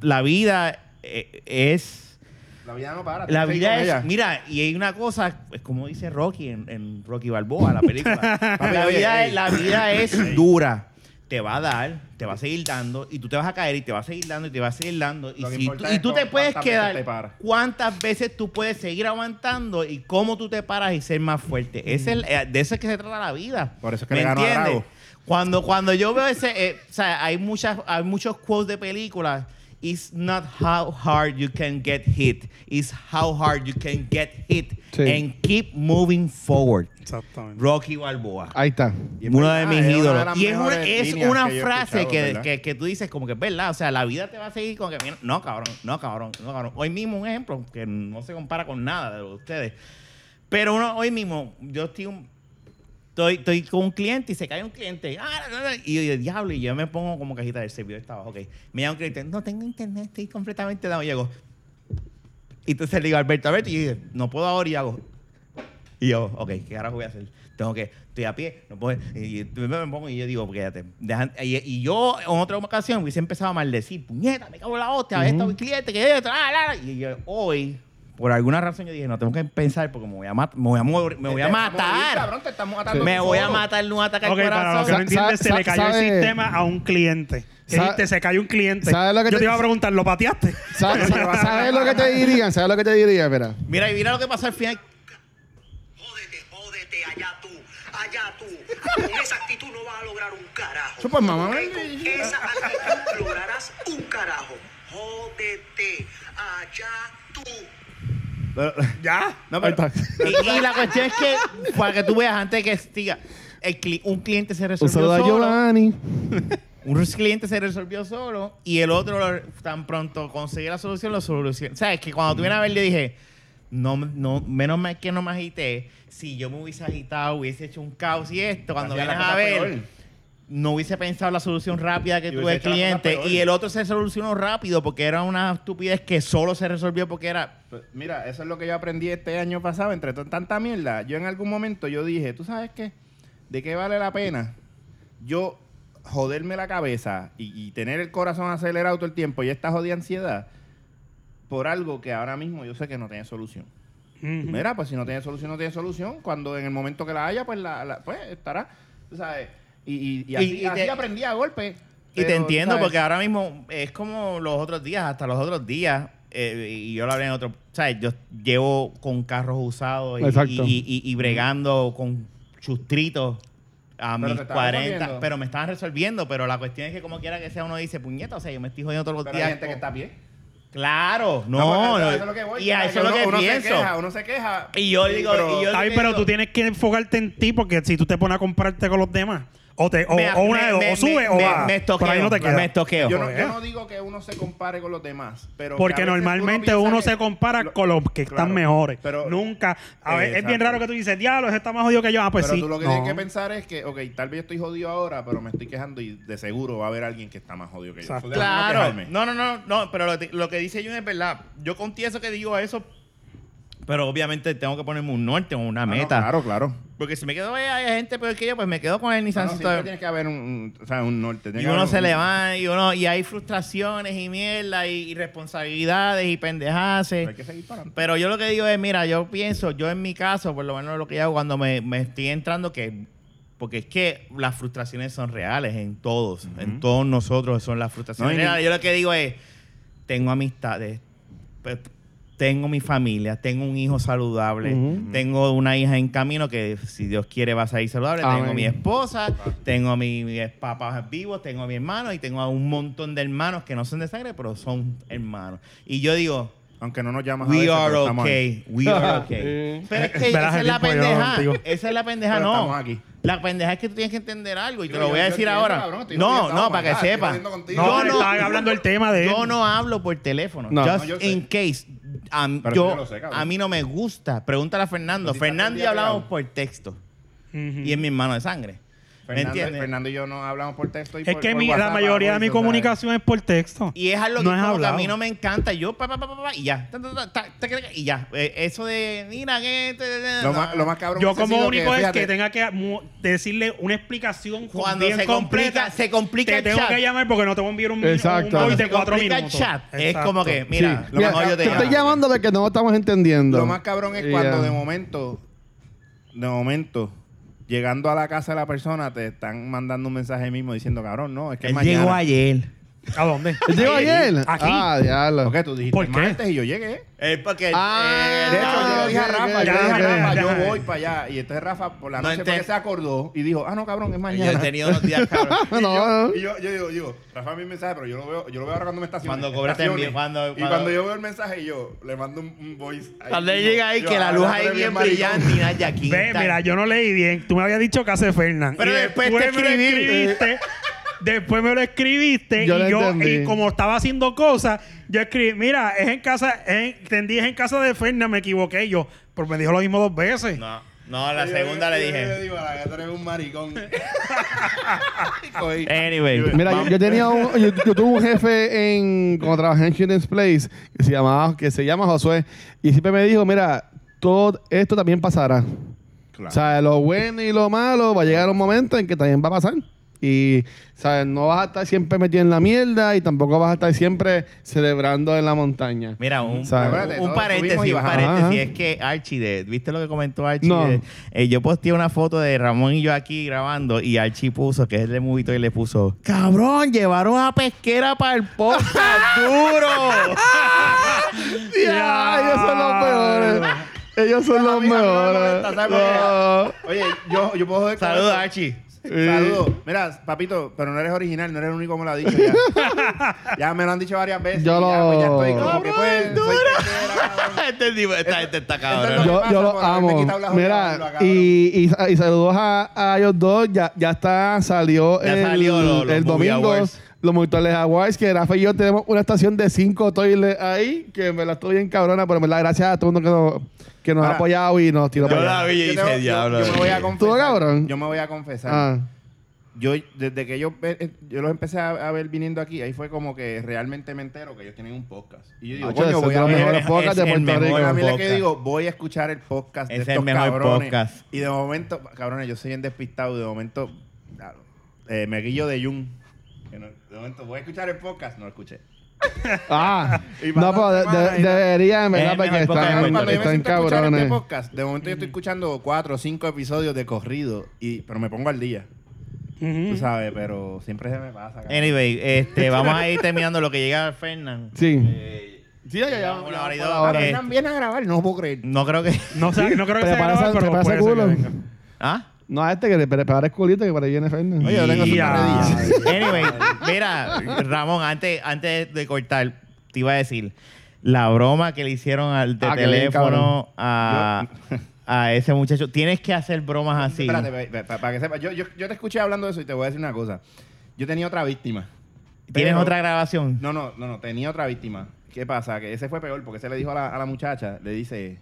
[SPEAKER 2] la vida eh, es...
[SPEAKER 1] La vida no para.
[SPEAKER 2] La
[SPEAKER 1] tú sigues
[SPEAKER 2] vida
[SPEAKER 1] con
[SPEAKER 2] es,
[SPEAKER 1] ella.
[SPEAKER 2] mira, y hay una cosa, es como dice Rocky en, en Rocky Balboa, la película. la,
[SPEAKER 1] oye,
[SPEAKER 2] vida,
[SPEAKER 1] ey.
[SPEAKER 2] es- la vida es dura. Te va a dar, te va a seguir dando, y tú te vas a caer, y te va a seguir dando, y te va a seguir dando. Y,
[SPEAKER 1] Lo que
[SPEAKER 2] si
[SPEAKER 1] importa
[SPEAKER 2] tú, y
[SPEAKER 1] es
[SPEAKER 2] tú te
[SPEAKER 1] cuántas
[SPEAKER 2] puedes
[SPEAKER 1] veces
[SPEAKER 2] quedar.
[SPEAKER 1] te paras.
[SPEAKER 2] ¿Cuántas veces tú puedes seguir aguantando y cómo tú te paras y ser más fuerte? Ese es el- eh, de eso es que se trata la vida.
[SPEAKER 1] Por eso es que
[SPEAKER 2] ¿Me
[SPEAKER 1] le ganó a
[SPEAKER 2] entiendes?
[SPEAKER 1] Drago.
[SPEAKER 2] Cuando, cuando yo veo ese, eh, o sea, hay, muchas, hay muchos quotes de películas. It's not how hard you can get hit, it's how hard you can get hit
[SPEAKER 4] Sí.
[SPEAKER 2] and keep moving forward.
[SPEAKER 3] Exactamente.
[SPEAKER 2] Rocky Balboa.
[SPEAKER 4] Ahí está.
[SPEAKER 1] Y es
[SPEAKER 2] Uno
[SPEAKER 1] verdad,
[SPEAKER 2] de mis
[SPEAKER 1] es una de
[SPEAKER 2] ídolos.
[SPEAKER 1] las
[SPEAKER 2] y es una,
[SPEAKER 1] mejores
[SPEAKER 2] es
[SPEAKER 1] líneas
[SPEAKER 2] una
[SPEAKER 1] que yo he
[SPEAKER 2] frase
[SPEAKER 1] escuchado,
[SPEAKER 2] que,
[SPEAKER 1] ¿verdad?
[SPEAKER 2] que- que tú dices como que es verdad. O sea, la vida te va a seguir con que... mira, No, cabrón. No, cabrón. No, cabrón. Hoy mismo un ejemplo que no se compara con nada de ustedes. Pero uno, hoy mismo yo estoy, un- estoy, estoy con un cliente y se cae un cliente. Ah, no, no, Y yo digo, diablo, y yo me pongo como cajita del servidor está abajo. ok. Me llama un cliente. No tengo internet. Estoy completamente dado. Y llego... Y entonces le digo, Alberto, Alberto, y yo dije, no puedo ahora y hago. Y yo, ok, ¿qué carajo voy a hacer? Tengo que, estoy a pie, no puedo. Y, y me me pongo y yo digo, quédate. deja- y, y yo en otra ocasión hubiese empezado a maldecir, puñeta, me cago en la hostia, esto, mi cliente, que esto, la, la, la". Y yo, hoy, por alguna razón, yo dije, no, tengo que pensar porque me voy a, mat- me voy a, morir- me voy a
[SPEAKER 1] Te vas morir,
[SPEAKER 2] matar.
[SPEAKER 1] cabrón, te estamos matando
[SPEAKER 2] me
[SPEAKER 1] tú
[SPEAKER 2] voy a
[SPEAKER 1] solo.
[SPEAKER 2] matar, no ataca el
[SPEAKER 3] Ok, para los que
[SPEAKER 2] corazón.
[SPEAKER 3] no
[SPEAKER 4] Sa-
[SPEAKER 3] entienden,
[SPEAKER 4] sa-
[SPEAKER 3] se le
[SPEAKER 4] sa-
[SPEAKER 3] cayó
[SPEAKER 4] sabe-
[SPEAKER 3] el sistema a un cliente. ¿Qué
[SPEAKER 4] Sa-
[SPEAKER 3] dijiste? Se cayó un cliente.
[SPEAKER 4] ¿Sabe lo que
[SPEAKER 3] Yo
[SPEAKER 4] te-
[SPEAKER 3] te iba a preguntar, ¿lo pateaste?
[SPEAKER 4] ¿Sabes, sabes lo que te dirían? ¿Sabes lo que te dirían? Espera.
[SPEAKER 2] Mira, y mira lo que pasó al final.
[SPEAKER 5] Jódete, jódete, allá tú, allá tú. Con esa actitud no vas a lograr un carajo.
[SPEAKER 1] Eso, pues, mamá,
[SPEAKER 5] ¿Ok?
[SPEAKER 1] me-
[SPEAKER 5] Con esa actitud lograrás un carajo. Jódete, allá tú.
[SPEAKER 3] Ya.
[SPEAKER 1] No, pero,
[SPEAKER 2] Y, y la cuestión es que, para que tú veas, antes que siga, el cli- un cliente se
[SPEAKER 4] Un
[SPEAKER 2] resolvió
[SPEAKER 4] saludo a
[SPEAKER 2] solo.
[SPEAKER 4] Giovanni.
[SPEAKER 2] Un cliente se resolvió solo y el otro lo- tan pronto conseguí la solución, lo solucionó. O sea, es que cuando tú vienes a ver, le dije, no, no, menos mal que no me agité. Si yo me hubiese agitado, hubiese hecho un caos y esto, cuando
[SPEAKER 1] Hacía la
[SPEAKER 2] vienes a
[SPEAKER 1] cosa
[SPEAKER 2] ver,
[SPEAKER 1] peor.
[SPEAKER 2] no hubiese pensado la solución rápida que
[SPEAKER 1] Y
[SPEAKER 2] tuve
[SPEAKER 1] hubiese
[SPEAKER 2] el
[SPEAKER 1] hecho la cosa
[SPEAKER 2] cliente.
[SPEAKER 1] peor.
[SPEAKER 2] Y el otro se solucionó rápido porque era una estupidez que solo se resolvió porque era...
[SPEAKER 1] Pues, Mira, eso es lo que yo aprendí este año pasado, entre to- tanta mierda. Yo en algún momento yo dije, ¿tú sabes qué? ¿De qué vale la pena yo joderme la cabeza y, y tener el corazón acelerado todo el tiempo y esta jodida ansiedad por algo que ahora mismo yo sé que no tiene solución? Mira, pues si no tiene solución, no tiene solución. Cuando en el momento que la haya, pues, la, la- pues estará, tú sabes. Y, y- y así,
[SPEAKER 2] y te-
[SPEAKER 1] así aprendí a golpe.
[SPEAKER 2] Y te
[SPEAKER 1] Pero,
[SPEAKER 2] entiendo
[SPEAKER 1] ¿sabes?
[SPEAKER 2] porque ahora mismo es como los otros días, hasta los otros días, eh, y yo lo hablé en otro, ¿sabes? Yo llevo con carros usados y,
[SPEAKER 4] Exacto.
[SPEAKER 2] y- y- y bregando con chustritos a
[SPEAKER 1] Pero te
[SPEAKER 2] mis
[SPEAKER 1] estaban
[SPEAKER 2] 40,
[SPEAKER 1] resolviendo.
[SPEAKER 2] pero me estaban resolviendo, pero la cuestión es que como quiera que sea uno dice, puñeta, o sea, yo me estoy jodiendo todos los
[SPEAKER 1] Pero hay
[SPEAKER 2] días.
[SPEAKER 1] gente que está bien.
[SPEAKER 2] Claro, no,
[SPEAKER 1] porque
[SPEAKER 2] no,
[SPEAKER 1] eso es lo que voy,
[SPEAKER 2] y a
[SPEAKER 1] ¿sabes?
[SPEAKER 2] eso es lo que
[SPEAKER 1] uno, uno Se
[SPEAKER 2] pienso.
[SPEAKER 1] queja, uno se queja.
[SPEAKER 2] Y yo digo- y yo-
[SPEAKER 3] Ay, pero tú tienes que enfocarte en ti porque si tú te pones a compararte con los demás, o, te, o,
[SPEAKER 2] Me-
[SPEAKER 3] o una
[SPEAKER 2] me-
[SPEAKER 3] de dos,
[SPEAKER 2] me-
[SPEAKER 3] o sube
[SPEAKER 2] me-
[SPEAKER 3] o
[SPEAKER 2] me-
[SPEAKER 3] baja.
[SPEAKER 2] me
[SPEAKER 3] Por ahí no te
[SPEAKER 2] estoqueo,
[SPEAKER 3] queda.
[SPEAKER 2] me estoqueo.
[SPEAKER 1] Yo no,
[SPEAKER 3] Joder.
[SPEAKER 1] yo no digo que uno se compare con los demás, pero que
[SPEAKER 3] Porque
[SPEAKER 1] a veces
[SPEAKER 3] normalmente
[SPEAKER 1] uno,
[SPEAKER 3] uno,
[SPEAKER 1] piensa que-
[SPEAKER 3] se compara
[SPEAKER 1] lo-
[SPEAKER 3] con los que
[SPEAKER 1] claro,
[SPEAKER 3] están mejores.
[SPEAKER 1] pero-
[SPEAKER 3] Nunca. A ver, es bien
[SPEAKER 1] Exacto.
[SPEAKER 3] raro que tú dices, diablo, ese está más jodido que yo. Ah, pues
[SPEAKER 1] pero
[SPEAKER 3] sí.
[SPEAKER 1] tú lo que
[SPEAKER 3] No.
[SPEAKER 1] tienes que pensar es que, ok, tal vez yo estoy jodido ahora, pero me estoy quejando y de seguro va a haber alguien que está más jodido que yo.
[SPEAKER 3] Exacto.
[SPEAKER 1] Eso déjame no
[SPEAKER 2] Claro.
[SPEAKER 1] quejarme.
[SPEAKER 2] No, no, no, no, pero lo, lo que dice Jun es verdad. Yo confieso que digo eso, pero obviamente tengo que ponerme un norte o una
[SPEAKER 1] Ah, no,
[SPEAKER 2] meta.
[SPEAKER 1] claro, claro.
[SPEAKER 2] Porque si me quedo, "Ay, hay gente peor que yo, pues me quedo con el
[SPEAKER 1] No, no,
[SPEAKER 2] Nissan.
[SPEAKER 1] siempre tiene que haber un, un- o sea, un norte. tiene
[SPEAKER 2] y
[SPEAKER 1] que haber
[SPEAKER 2] uno
[SPEAKER 1] un-
[SPEAKER 2] se le va, y uno, y hay frustraciones y mierda, y, y responsabilidades y pendejaces.
[SPEAKER 1] Hay que seguir para adelante.
[SPEAKER 2] Pero yo lo que digo es, mira, yo pienso, yo en mi caso, por lo menos lo que yo hago cuando me, me estoy entrando, que porque es que las frustraciones son reales en todos, en todos nosotros son las frustraciones
[SPEAKER 1] No, y ni-
[SPEAKER 2] reales. Yo lo que digo es, tengo amistades, pe- tengo mi familia, tengo un hijo saludable,
[SPEAKER 4] Ujú.
[SPEAKER 2] tengo una hija en camino que si Dios quiere va a salir saludable, tengo
[SPEAKER 4] Amén.
[SPEAKER 2] mi esposa, tengo a mi- mis papás vivos, tengo a mi hermano y tengo a un montón de hermanos que no son de sangre, pero son hermanos. Y yo digo,
[SPEAKER 1] Aunque no nos llamas
[SPEAKER 2] We
[SPEAKER 1] a veces,
[SPEAKER 2] are
[SPEAKER 1] pero estamos ahí.
[SPEAKER 2] okay. We are okay.
[SPEAKER 4] Sí.
[SPEAKER 2] Pero es que esa
[SPEAKER 3] Verás el
[SPEAKER 2] es la
[SPEAKER 3] tiempo que llevamos
[SPEAKER 2] pendeja.
[SPEAKER 3] contigo.
[SPEAKER 2] Esa es la pendeja,
[SPEAKER 1] Pero
[SPEAKER 2] no.
[SPEAKER 1] estamos aquí.
[SPEAKER 2] La pendeja es que tú tienes que entender algo y te
[SPEAKER 1] Pero
[SPEAKER 2] lo
[SPEAKER 1] yo-
[SPEAKER 2] voy a
[SPEAKER 1] yo
[SPEAKER 2] decir
[SPEAKER 1] entiendo,
[SPEAKER 2] ahora.
[SPEAKER 1] cabrón, estoy
[SPEAKER 2] No,
[SPEAKER 1] jodiendo, oh
[SPEAKER 2] no,
[SPEAKER 1] my
[SPEAKER 2] para que
[SPEAKER 1] God, estoy
[SPEAKER 2] sepa.
[SPEAKER 1] jodiendo contigo.
[SPEAKER 3] No,
[SPEAKER 2] Yo
[SPEAKER 3] no,
[SPEAKER 2] no,
[SPEAKER 3] estaba hablando del tema de.
[SPEAKER 2] yo no hablo por teléfono.
[SPEAKER 4] No,
[SPEAKER 2] Just
[SPEAKER 1] no, yo sé.
[SPEAKER 2] in case. A, m-
[SPEAKER 1] Pero
[SPEAKER 2] yo,
[SPEAKER 1] yo lo sé, cabrón.
[SPEAKER 2] a mí no me gusta. Pregúntale a
[SPEAKER 1] Pero
[SPEAKER 2] Fernando.
[SPEAKER 1] si estás todo el
[SPEAKER 2] Fernando y
[SPEAKER 1] día
[SPEAKER 2] hablamos
[SPEAKER 1] pegado.
[SPEAKER 2] por texto.
[SPEAKER 3] Ujú.
[SPEAKER 2] Y es mi hermano de sangre. ¿Me
[SPEAKER 1] Fernando,
[SPEAKER 2] entiendes?
[SPEAKER 1] Fernando y yo no hablamos por texto. Y
[SPEAKER 3] Es
[SPEAKER 1] por-
[SPEAKER 3] que
[SPEAKER 1] por
[SPEAKER 3] mi- la
[SPEAKER 1] WhatsApp,
[SPEAKER 3] mayoría de
[SPEAKER 1] ahora,
[SPEAKER 3] mi
[SPEAKER 1] o sea,
[SPEAKER 3] comunicación es por texto.
[SPEAKER 2] Y es algo
[SPEAKER 3] No
[SPEAKER 2] que, como
[SPEAKER 3] es
[SPEAKER 2] que a
[SPEAKER 3] hablado.
[SPEAKER 2] mí no me encanta. Yo, pa, pa, pa, pa, pa, y ya. Ta, ta, ta, ta, ta, ta, Y ya. Eh, Eso de, mira, que. ta, ta, ta,
[SPEAKER 1] Lo
[SPEAKER 2] no.
[SPEAKER 1] más, lo más cabrón
[SPEAKER 3] Yo
[SPEAKER 1] hubiese
[SPEAKER 3] como
[SPEAKER 1] sido
[SPEAKER 3] único es
[SPEAKER 1] fíjate,
[SPEAKER 3] que tenga que mu- decirle una explicación
[SPEAKER 2] Cuando
[SPEAKER 3] bien
[SPEAKER 2] se
[SPEAKER 3] completa.
[SPEAKER 2] complica- se complica
[SPEAKER 3] te
[SPEAKER 2] el
[SPEAKER 3] tengo
[SPEAKER 2] chat.
[SPEAKER 3] que llamar porque no te voy a enviar un, Exacto.
[SPEAKER 4] Exacto.
[SPEAKER 3] un
[SPEAKER 2] Cuando
[SPEAKER 3] móvil
[SPEAKER 2] se
[SPEAKER 3] de cuatro
[SPEAKER 2] complica el
[SPEAKER 3] minutos.
[SPEAKER 2] chat, es
[SPEAKER 3] Exacto.
[SPEAKER 2] como que, mira,
[SPEAKER 4] Sí.
[SPEAKER 2] lo mejor yo te,
[SPEAKER 4] te estoy
[SPEAKER 2] llamo.
[SPEAKER 4] llamando porque no estamos entendiendo.
[SPEAKER 1] Lo más cabrón es
[SPEAKER 4] Y
[SPEAKER 1] cuando
[SPEAKER 4] ya.
[SPEAKER 1] de momento, de momento, llegando a la casa de la persona, te están mandando un mensaje ahí mismo diciendo, cabrón, no, es que
[SPEAKER 2] Él
[SPEAKER 1] mañana.
[SPEAKER 2] llegó ayer.
[SPEAKER 3] ¿A dónde?
[SPEAKER 4] ¿Él llegó ayer?
[SPEAKER 3] Aquí.
[SPEAKER 4] Ah, diablo.
[SPEAKER 1] ¿Por qué tú dijiste
[SPEAKER 3] ¿Por
[SPEAKER 1] el
[SPEAKER 3] qué?
[SPEAKER 1] martes y yo llegué?
[SPEAKER 2] Es porque.
[SPEAKER 4] Ah,
[SPEAKER 1] De hecho,
[SPEAKER 2] eh,
[SPEAKER 1] yo le dije a
[SPEAKER 4] ok,
[SPEAKER 1] Rafa,
[SPEAKER 4] ok,
[SPEAKER 1] yo le dije a
[SPEAKER 4] ok,
[SPEAKER 1] Rafa,
[SPEAKER 3] ok.
[SPEAKER 1] yo voy para allá. Y entonces Rafa, por la
[SPEAKER 2] No
[SPEAKER 1] noche, fue que
[SPEAKER 2] entiendo.
[SPEAKER 1] se acordó y dijo, ah, no, cabrón, es
[SPEAKER 2] yo he
[SPEAKER 1] mañana.
[SPEAKER 2] tenido unos días, cabrón.
[SPEAKER 1] Y
[SPEAKER 4] No,
[SPEAKER 1] yo,
[SPEAKER 4] no.
[SPEAKER 1] y yo, yo digo, digo, Rafa mi mensaje, pero yo lo veo, yo lo veo ahora cuando me estaciona.
[SPEAKER 2] Cuando cobra este envío, cuando-
[SPEAKER 1] Y
[SPEAKER 2] cuando-
[SPEAKER 1] cuando yo veo el mensaje, yo le mando un, un voice. ahí
[SPEAKER 2] Cuando él
[SPEAKER 1] mismo.
[SPEAKER 2] llega ahí,
[SPEAKER 1] Yo,
[SPEAKER 2] que la
[SPEAKER 1] ah,
[SPEAKER 2] luz
[SPEAKER 1] Rafa
[SPEAKER 2] ahí
[SPEAKER 1] eres
[SPEAKER 2] bien
[SPEAKER 1] maricón.
[SPEAKER 2] brillante y nadie aquí.
[SPEAKER 3] Ve,
[SPEAKER 2] está-
[SPEAKER 3] mira, yo no leí bien. Tú me habías dicho que hace Fernández.
[SPEAKER 2] Pero
[SPEAKER 3] Y
[SPEAKER 2] después te
[SPEAKER 3] me lo
[SPEAKER 2] escribí.
[SPEAKER 3] escribiste. Después me lo escribiste
[SPEAKER 4] Yo
[SPEAKER 3] y
[SPEAKER 4] lo
[SPEAKER 3] yo,
[SPEAKER 4] entendí.
[SPEAKER 3] y como estaba haciendo cosas, yo escribí, mira, es en casa, es en- entendí, es en casa de Fernández, me equivoqué Y yo, pero me dijo lo mismo dos veces.
[SPEAKER 2] No, no, la
[SPEAKER 1] Yo-
[SPEAKER 2] segunda
[SPEAKER 1] yo-
[SPEAKER 2] le
[SPEAKER 1] yo- Yo le
[SPEAKER 2] dije.
[SPEAKER 1] digo, a la que tú eres un maricón. Y cogí.
[SPEAKER 2] Anyway.
[SPEAKER 4] Mira, yo, yo tenía un, yo, yo tuve un jefe en cuando trabajé en Children's Place que se llamaba que se llama Josué y siempre me dijo, mira, todo esto también pasará.
[SPEAKER 1] Claro.
[SPEAKER 4] O sea, lo bueno y lo malo va a llegar un momento en que también va a pasar. Y, ¿sabes? No vas a estar siempre metido en la mierda y tampoco vas a estar siempre celebrando en la montaña.
[SPEAKER 2] Mira, un,
[SPEAKER 4] ¿Sabes?
[SPEAKER 1] Acuérdate,
[SPEAKER 2] un- un
[SPEAKER 1] todos subimos y
[SPEAKER 2] paréntesis, un
[SPEAKER 1] bajamos.
[SPEAKER 2] paréntesis.
[SPEAKER 4] Ajá.
[SPEAKER 2] Es que Archie, de- ¿viste lo que comentó Archie?
[SPEAKER 4] No.
[SPEAKER 2] De- eh, yo posteé una foto de Ramón y yo aquí grabando y Archie puso, que es el de Movito, y le puso, cabrón, llevaron a pesquera para el podcast duro.
[SPEAKER 4] Ya, ellos son los peores. Ellos son los
[SPEAKER 1] mí no me
[SPEAKER 4] mejores.
[SPEAKER 1] molesta, ¿sabes por qué?
[SPEAKER 4] No.
[SPEAKER 1] Oye, yo, yo puedo joder con
[SPEAKER 2] Saludos,
[SPEAKER 1] esto.
[SPEAKER 2] Archie.
[SPEAKER 1] Saludos. Mira, papito, pero no eres original, no eres el único que me lo ha dicho ya. ya me lo han dicho varias veces.
[SPEAKER 4] Yo
[SPEAKER 1] y ya, pues, ya
[SPEAKER 4] lo-
[SPEAKER 1] estoy como que
[SPEAKER 2] Cabrón,
[SPEAKER 1] pues. soy
[SPEAKER 2] duro.
[SPEAKER 1] tetera, cabrón.
[SPEAKER 2] Este tipo, esta gente está
[SPEAKER 1] eso es
[SPEAKER 2] cabrón.
[SPEAKER 1] lo-
[SPEAKER 4] Yo,
[SPEAKER 1] pasa
[SPEAKER 4] yo lo
[SPEAKER 1] por haberme
[SPEAKER 4] amo.
[SPEAKER 1] quitado la jodida
[SPEAKER 4] Mira,
[SPEAKER 1] barba, cabrón.
[SPEAKER 4] y, y, y saludos a, a ellos dos. Ya, ya está, salió
[SPEAKER 2] Ya
[SPEAKER 4] el,
[SPEAKER 2] salió lo- los
[SPEAKER 4] el
[SPEAKER 2] Movie
[SPEAKER 4] domingo.
[SPEAKER 2] Awards.
[SPEAKER 4] Los Mortales Awards, que Rafa y yo tenemos una estación de cinco toiles ahí, que me la estoy bien cabrona, pero me la gracias a todo el mundo que nos, que nos
[SPEAKER 1] Ahora,
[SPEAKER 4] ha apoyado y nos tiró
[SPEAKER 2] yo
[SPEAKER 4] para
[SPEAKER 2] la
[SPEAKER 4] allá.
[SPEAKER 2] vi y
[SPEAKER 1] Yo
[SPEAKER 2] dice,
[SPEAKER 1] tengo- yo-
[SPEAKER 2] diablo.
[SPEAKER 1] Yo me voy a confesar.
[SPEAKER 4] cabrón?
[SPEAKER 1] Yo me voy a confesar.
[SPEAKER 4] Ah.
[SPEAKER 1] Yo, desde que yo, ve- eh, yo los empecé a, a ver viniendo aquí, ahí fue como que realmente me entero que ellos tienen un podcast. Y yo digo,
[SPEAKER 4] Ah,
[SPEAKER 1] coño,
[SPEAKER 4] eso
[SPEAKER 1] voy
[SPEAKER 4] es
[SPEAKER 1] a
[SPEAKER 4] lo
[SPEAKER 1] ver.
[SPEAKER 4] mejor. mejores
[SPEAKER 2] Es
[SPEAKER 4] podcasts de
[SPEAKER 2] el
[SPEAKER 4] Puerto
[SPEAKER 2] mejor
[SPEAKER 4] Rico.
[SPEAKER 1] Bueno, a mí la que
[SPEAKER 2] podcast.
[SPEAKER 1] digo, voy a escuchar el podcast de
[SPEAKER 2] Es el
[SPEAKER 1] estos
[SPEAKER 2] mejor
[SPEAKER 1] cabrones.
[SPEAKER 2] podcast.
[SPEAKER 1] Y de momento, cabrones, yo soy bien despistado. y De momento, claro, eh, me guillo de Jun. Que no- de momento, voy a escuchar el podcast. No lo escuché.
[SPEAKER 4] Ah.
[SPEAKER 1] Y
[SPEAKER 4] no, pero
[SPEAKER 1] pasan
[SPEAKER 4] de-
[SPEAKER 1] semanas y
[SPEAKER 4] de-
[SPEAKER 1] no-
[SPEAKER 4] debería, en
[SPEAKER 2] Es
[SPEAKER 4] verdad,
[SPEAKER 2] el
[SPEAKER 4] porque
[SPEAKER 2] mejor podcast de
[SPEAKER 4] están,
[SPEAKER 1] Cuando
[SPEAKER 2] Puerto
[SPEAKER 1] yo
[SPEAKER 2] Rico.
[SPEAKER 1] me siento
[SPEAKER 4] Ah, están
[SPEAKER 1] a escuchar este
[SPEAKER 4] cabrones.
[SPEAKER 1] podcast, de momento yo estoy escuchando cuatro o cinco episodios de corrido, y, pero me pongo al día.
[SPEAKER 3] Ujú.
[SPEAKER 1] Tú sabes, pero siempre se me pasa. cabrón.
[SPEAKER 2] Anyway, este, vamos a ir terminando lo que llega Fernán.
[SPEAKER 4] Sí.
[SPEAKER 2] Eh,
[SPEAKER 4] Sí, ya, ya, ya.
[SPEAKER 2] Una hora y
[SPEAKER 4] ya,
[SPEAKER 2] dos.
[SPEAKER 1] Ah,
[SPEAKER 4] ahora.
[SPEAKER 1] pero
[SPEAKER 2] Eh,
[SPEAKER 1] están bien a grabar, no puedo creer.
[SPEAKER 2] no creo que...
[SPEAKER 3] No, sé, no creo que
[SPEAKER 4] Prepara
[SPEAKER 3] sea grabado,
[SPEAKER 4] ese-
[SPEAKER 3] pero
[SPEAKER 4] prepara
[SPEAKER 3] puede
[SPEAKER 4] ese
[SPEAKER 3] ser que
[SPEAKER 4] culo.
[SPEAKER 3] venga.
[SPEAKER 2] ¿Ah?
[SPEAKER 4] No, a este que le prepara el culito que para ahí viene Fernández.
[SPEAKER 1] Oye, yo tengo su
[SPEAKER 3] Ya.
[SPEAKER 1] parrilla.
[SPEAKER 2] Anyway, mira, Ramón, antes, antes de cortar, te iba a decir la broma que le hicieron al de
[SPEAKER 4] Ah, qué bien,
[SPEAKER 2] teléfono a, a ese muchacho. Tienes que hacer bromas así.
[SPEAKER 1] Espérate, para, que sepas. Yo, yo, yo te escuché hablando de eso y te voy a decir una cosa. Yo tenía otra víctima.
[SPEAKER 2] ¿Tienes
[SPEAKER 1] Pero-
[SPEAKER 2] otra grabación?
[SPEAKER 1] No, no, no, no. Tenía otra víctima. ¿Qué pasa? Que ese fue peor porque ese le dijo a la, a la muchacha, le dice...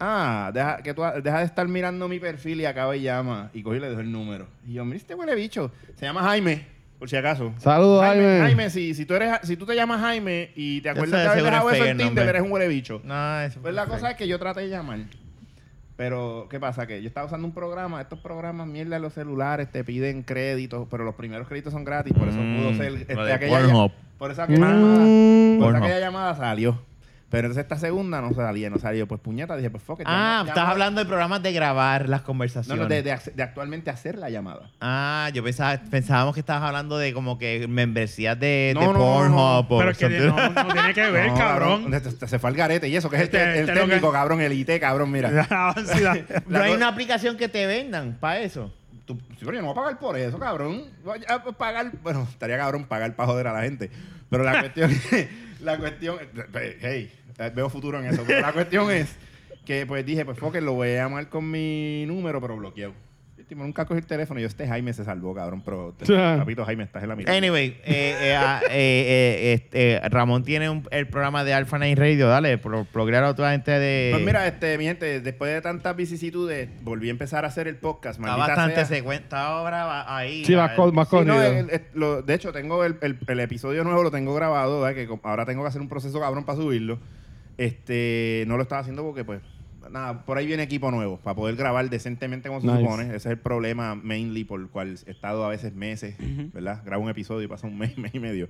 [SPEAKER 1] Ah, deja, que tú, ha- deja de estar mirando mi perfil y acaba y llama. Y cogí y le dejó el número. Y yo, mira este huele bicho. Se llama Jaime, por si acaso.
[SPEAKER 4] Saludos, Jaime.
[SPEAKER 1] Jaime, si, si, tú eres, si tú te llamas Jaime y te acuerdas
[SPEAKER 2] Eso
[SPEAKER 1] de haber
[SPEAKER 2] seguro
[SPEAKER 1] dejado
[SPEAKER 2] es
[SPEAKER 1] eso
[SPEAKER 2] fake
[SPEAKER 1] en
[SPEAKER 2] el
[SPEAKER 1] Tinder,
[SPEAKER 2] nombre.
[SPEAKER 1] eres un huele bicho.
[SPEAKER 2] No, eso
[SPEAKER 1] Pues la cosa es que yo traté de llamar. Pero, ¿qué pasa? Que yo estaba usando un programa, estos programas mierda de los celulares te piden créditos, pero los primeros créditos son gratis, por eso
[SPEAKER 2] Mm,
[SPEAKER 1] pudo ser
[SPEAKER 2] lo
[SPEAKER 1] este,
[SPEAKER 2] de
[SPEAKER 1] aquella
[SPEAKER 2] Pornhub.
[SPEAKER 1] llam- Por esa aquella,
[SPEAKER 4] Mm.
[SPEAKER 1] llamada, por esa
[SPEAKER 2] Pornhub.
[SPEAKER 1] aquella llamada salió. Pero entonces esta segunda no salía, no salió. Pues puñeta, dije, pues fuck it,
[SPEAKER 2] Ah,
[SPEAKER 1] llama-
[SPEAKER 2] estás
[SPEAKER 1] llama-
[SPEAKER 2] hablando de programas de grabar las
[SPEAKER 1] No,
[SPEAKER 2] conversaciones.
[SPEAKER 1] no, de, de hace- de actualmente hacer la llamada.
[SPEAKER 2] Ah, yo pensaba, pensábamos que estabas hablando de como que membresías de,
[SPEAKER 1] No,
[SPEAKER 2] de
[SPEAKER 1] no, no,
[SPEAKER 2] Pornhub
[SPEAKER 1] no.
[SPEAKER 2] o
[SPEAKER 3] Pero es que
[SPEAKER 2] something.
[SPEAKER 3] no, no tiene que ver,
[SPEAKER 1] No,
[SPEAKER 3] cabrón.
[SPEAKER 1] te- te- Se fue al garete y eso, que es el,
[SPEAKER 3] Este-
[SPEAKER 1] te- el
[SPEAKER 3] este lo que-
[SPEAKER 1] técnico, cabrón, el IT, cabrón, mira.
[SPEAKER 2] No
[SPEAKER 1] La
[SPEAKER 2] hay
[SPEAKER 1] co-
[SPEAKER 2] una aplicación que te vendan para eso.
[SPEAKER 1] Tú, sí, pero yo no voy a pagar por eso, cabrón. Voy a pagar, bueno, estaría cabrón pagar para joder a la gente. Pero la cuestión, la cuestión, eh, hey, veo futuro en eso. Pero la cuestión es que pues dije, pues fuck it, lo voy a llamar con mi número, pero bloqueado. El tipo nunca cogió el teléfono y yo, este Jaime se salvó, cabrón, pero te-
[SPEAKER 4] Sí.
[SPEAKER 1] papito Jaime, estás en la mitad.
[SPEAKER 2] Anyway, eh, eh, ah, eh, eh, este, Ramón tiene un- el programa de Alpha Night Radio. Dale, pro, procrear a toda gente de.
[SPEAKER 1] Pues mira, este, mi gente, después de tantas vicisitudes, volví a empezar a hacer el podcast.
[SPEAKER 2] está
[SPEAKER 1] maldita
[SPEAKER 2] bastante
[SPEAKER 1] sea.
[SPEAKER 2] secuencia ahora ahí.
[SPEAKER 4] Sí, más,
[SPEAKER 2] Ah,
[SPEAKER 4] cor- más
[SPEAKER 1] Sí,
[SPEAKER 4] corrido.
[SPEAKER 1] no, el- el- lo- de hecho, tengo el, el- el episodio nuevo, lo tengo grabado, ¿verdad? que co- ahora tengo que hacer un proceso cabrón para subirlo. Este, no lo estaba haciendo porque, pues, nada, por ahí viene equipo nuevo, para poder grabar decentemente como se
[SPEAKER 4] Nice.
[SPEAKER 1] supone. Ese es el problema, mainly, por el cual he estado a veces meses, ¿verdad? Grabo un episodio y pasa un mes, mes y medio.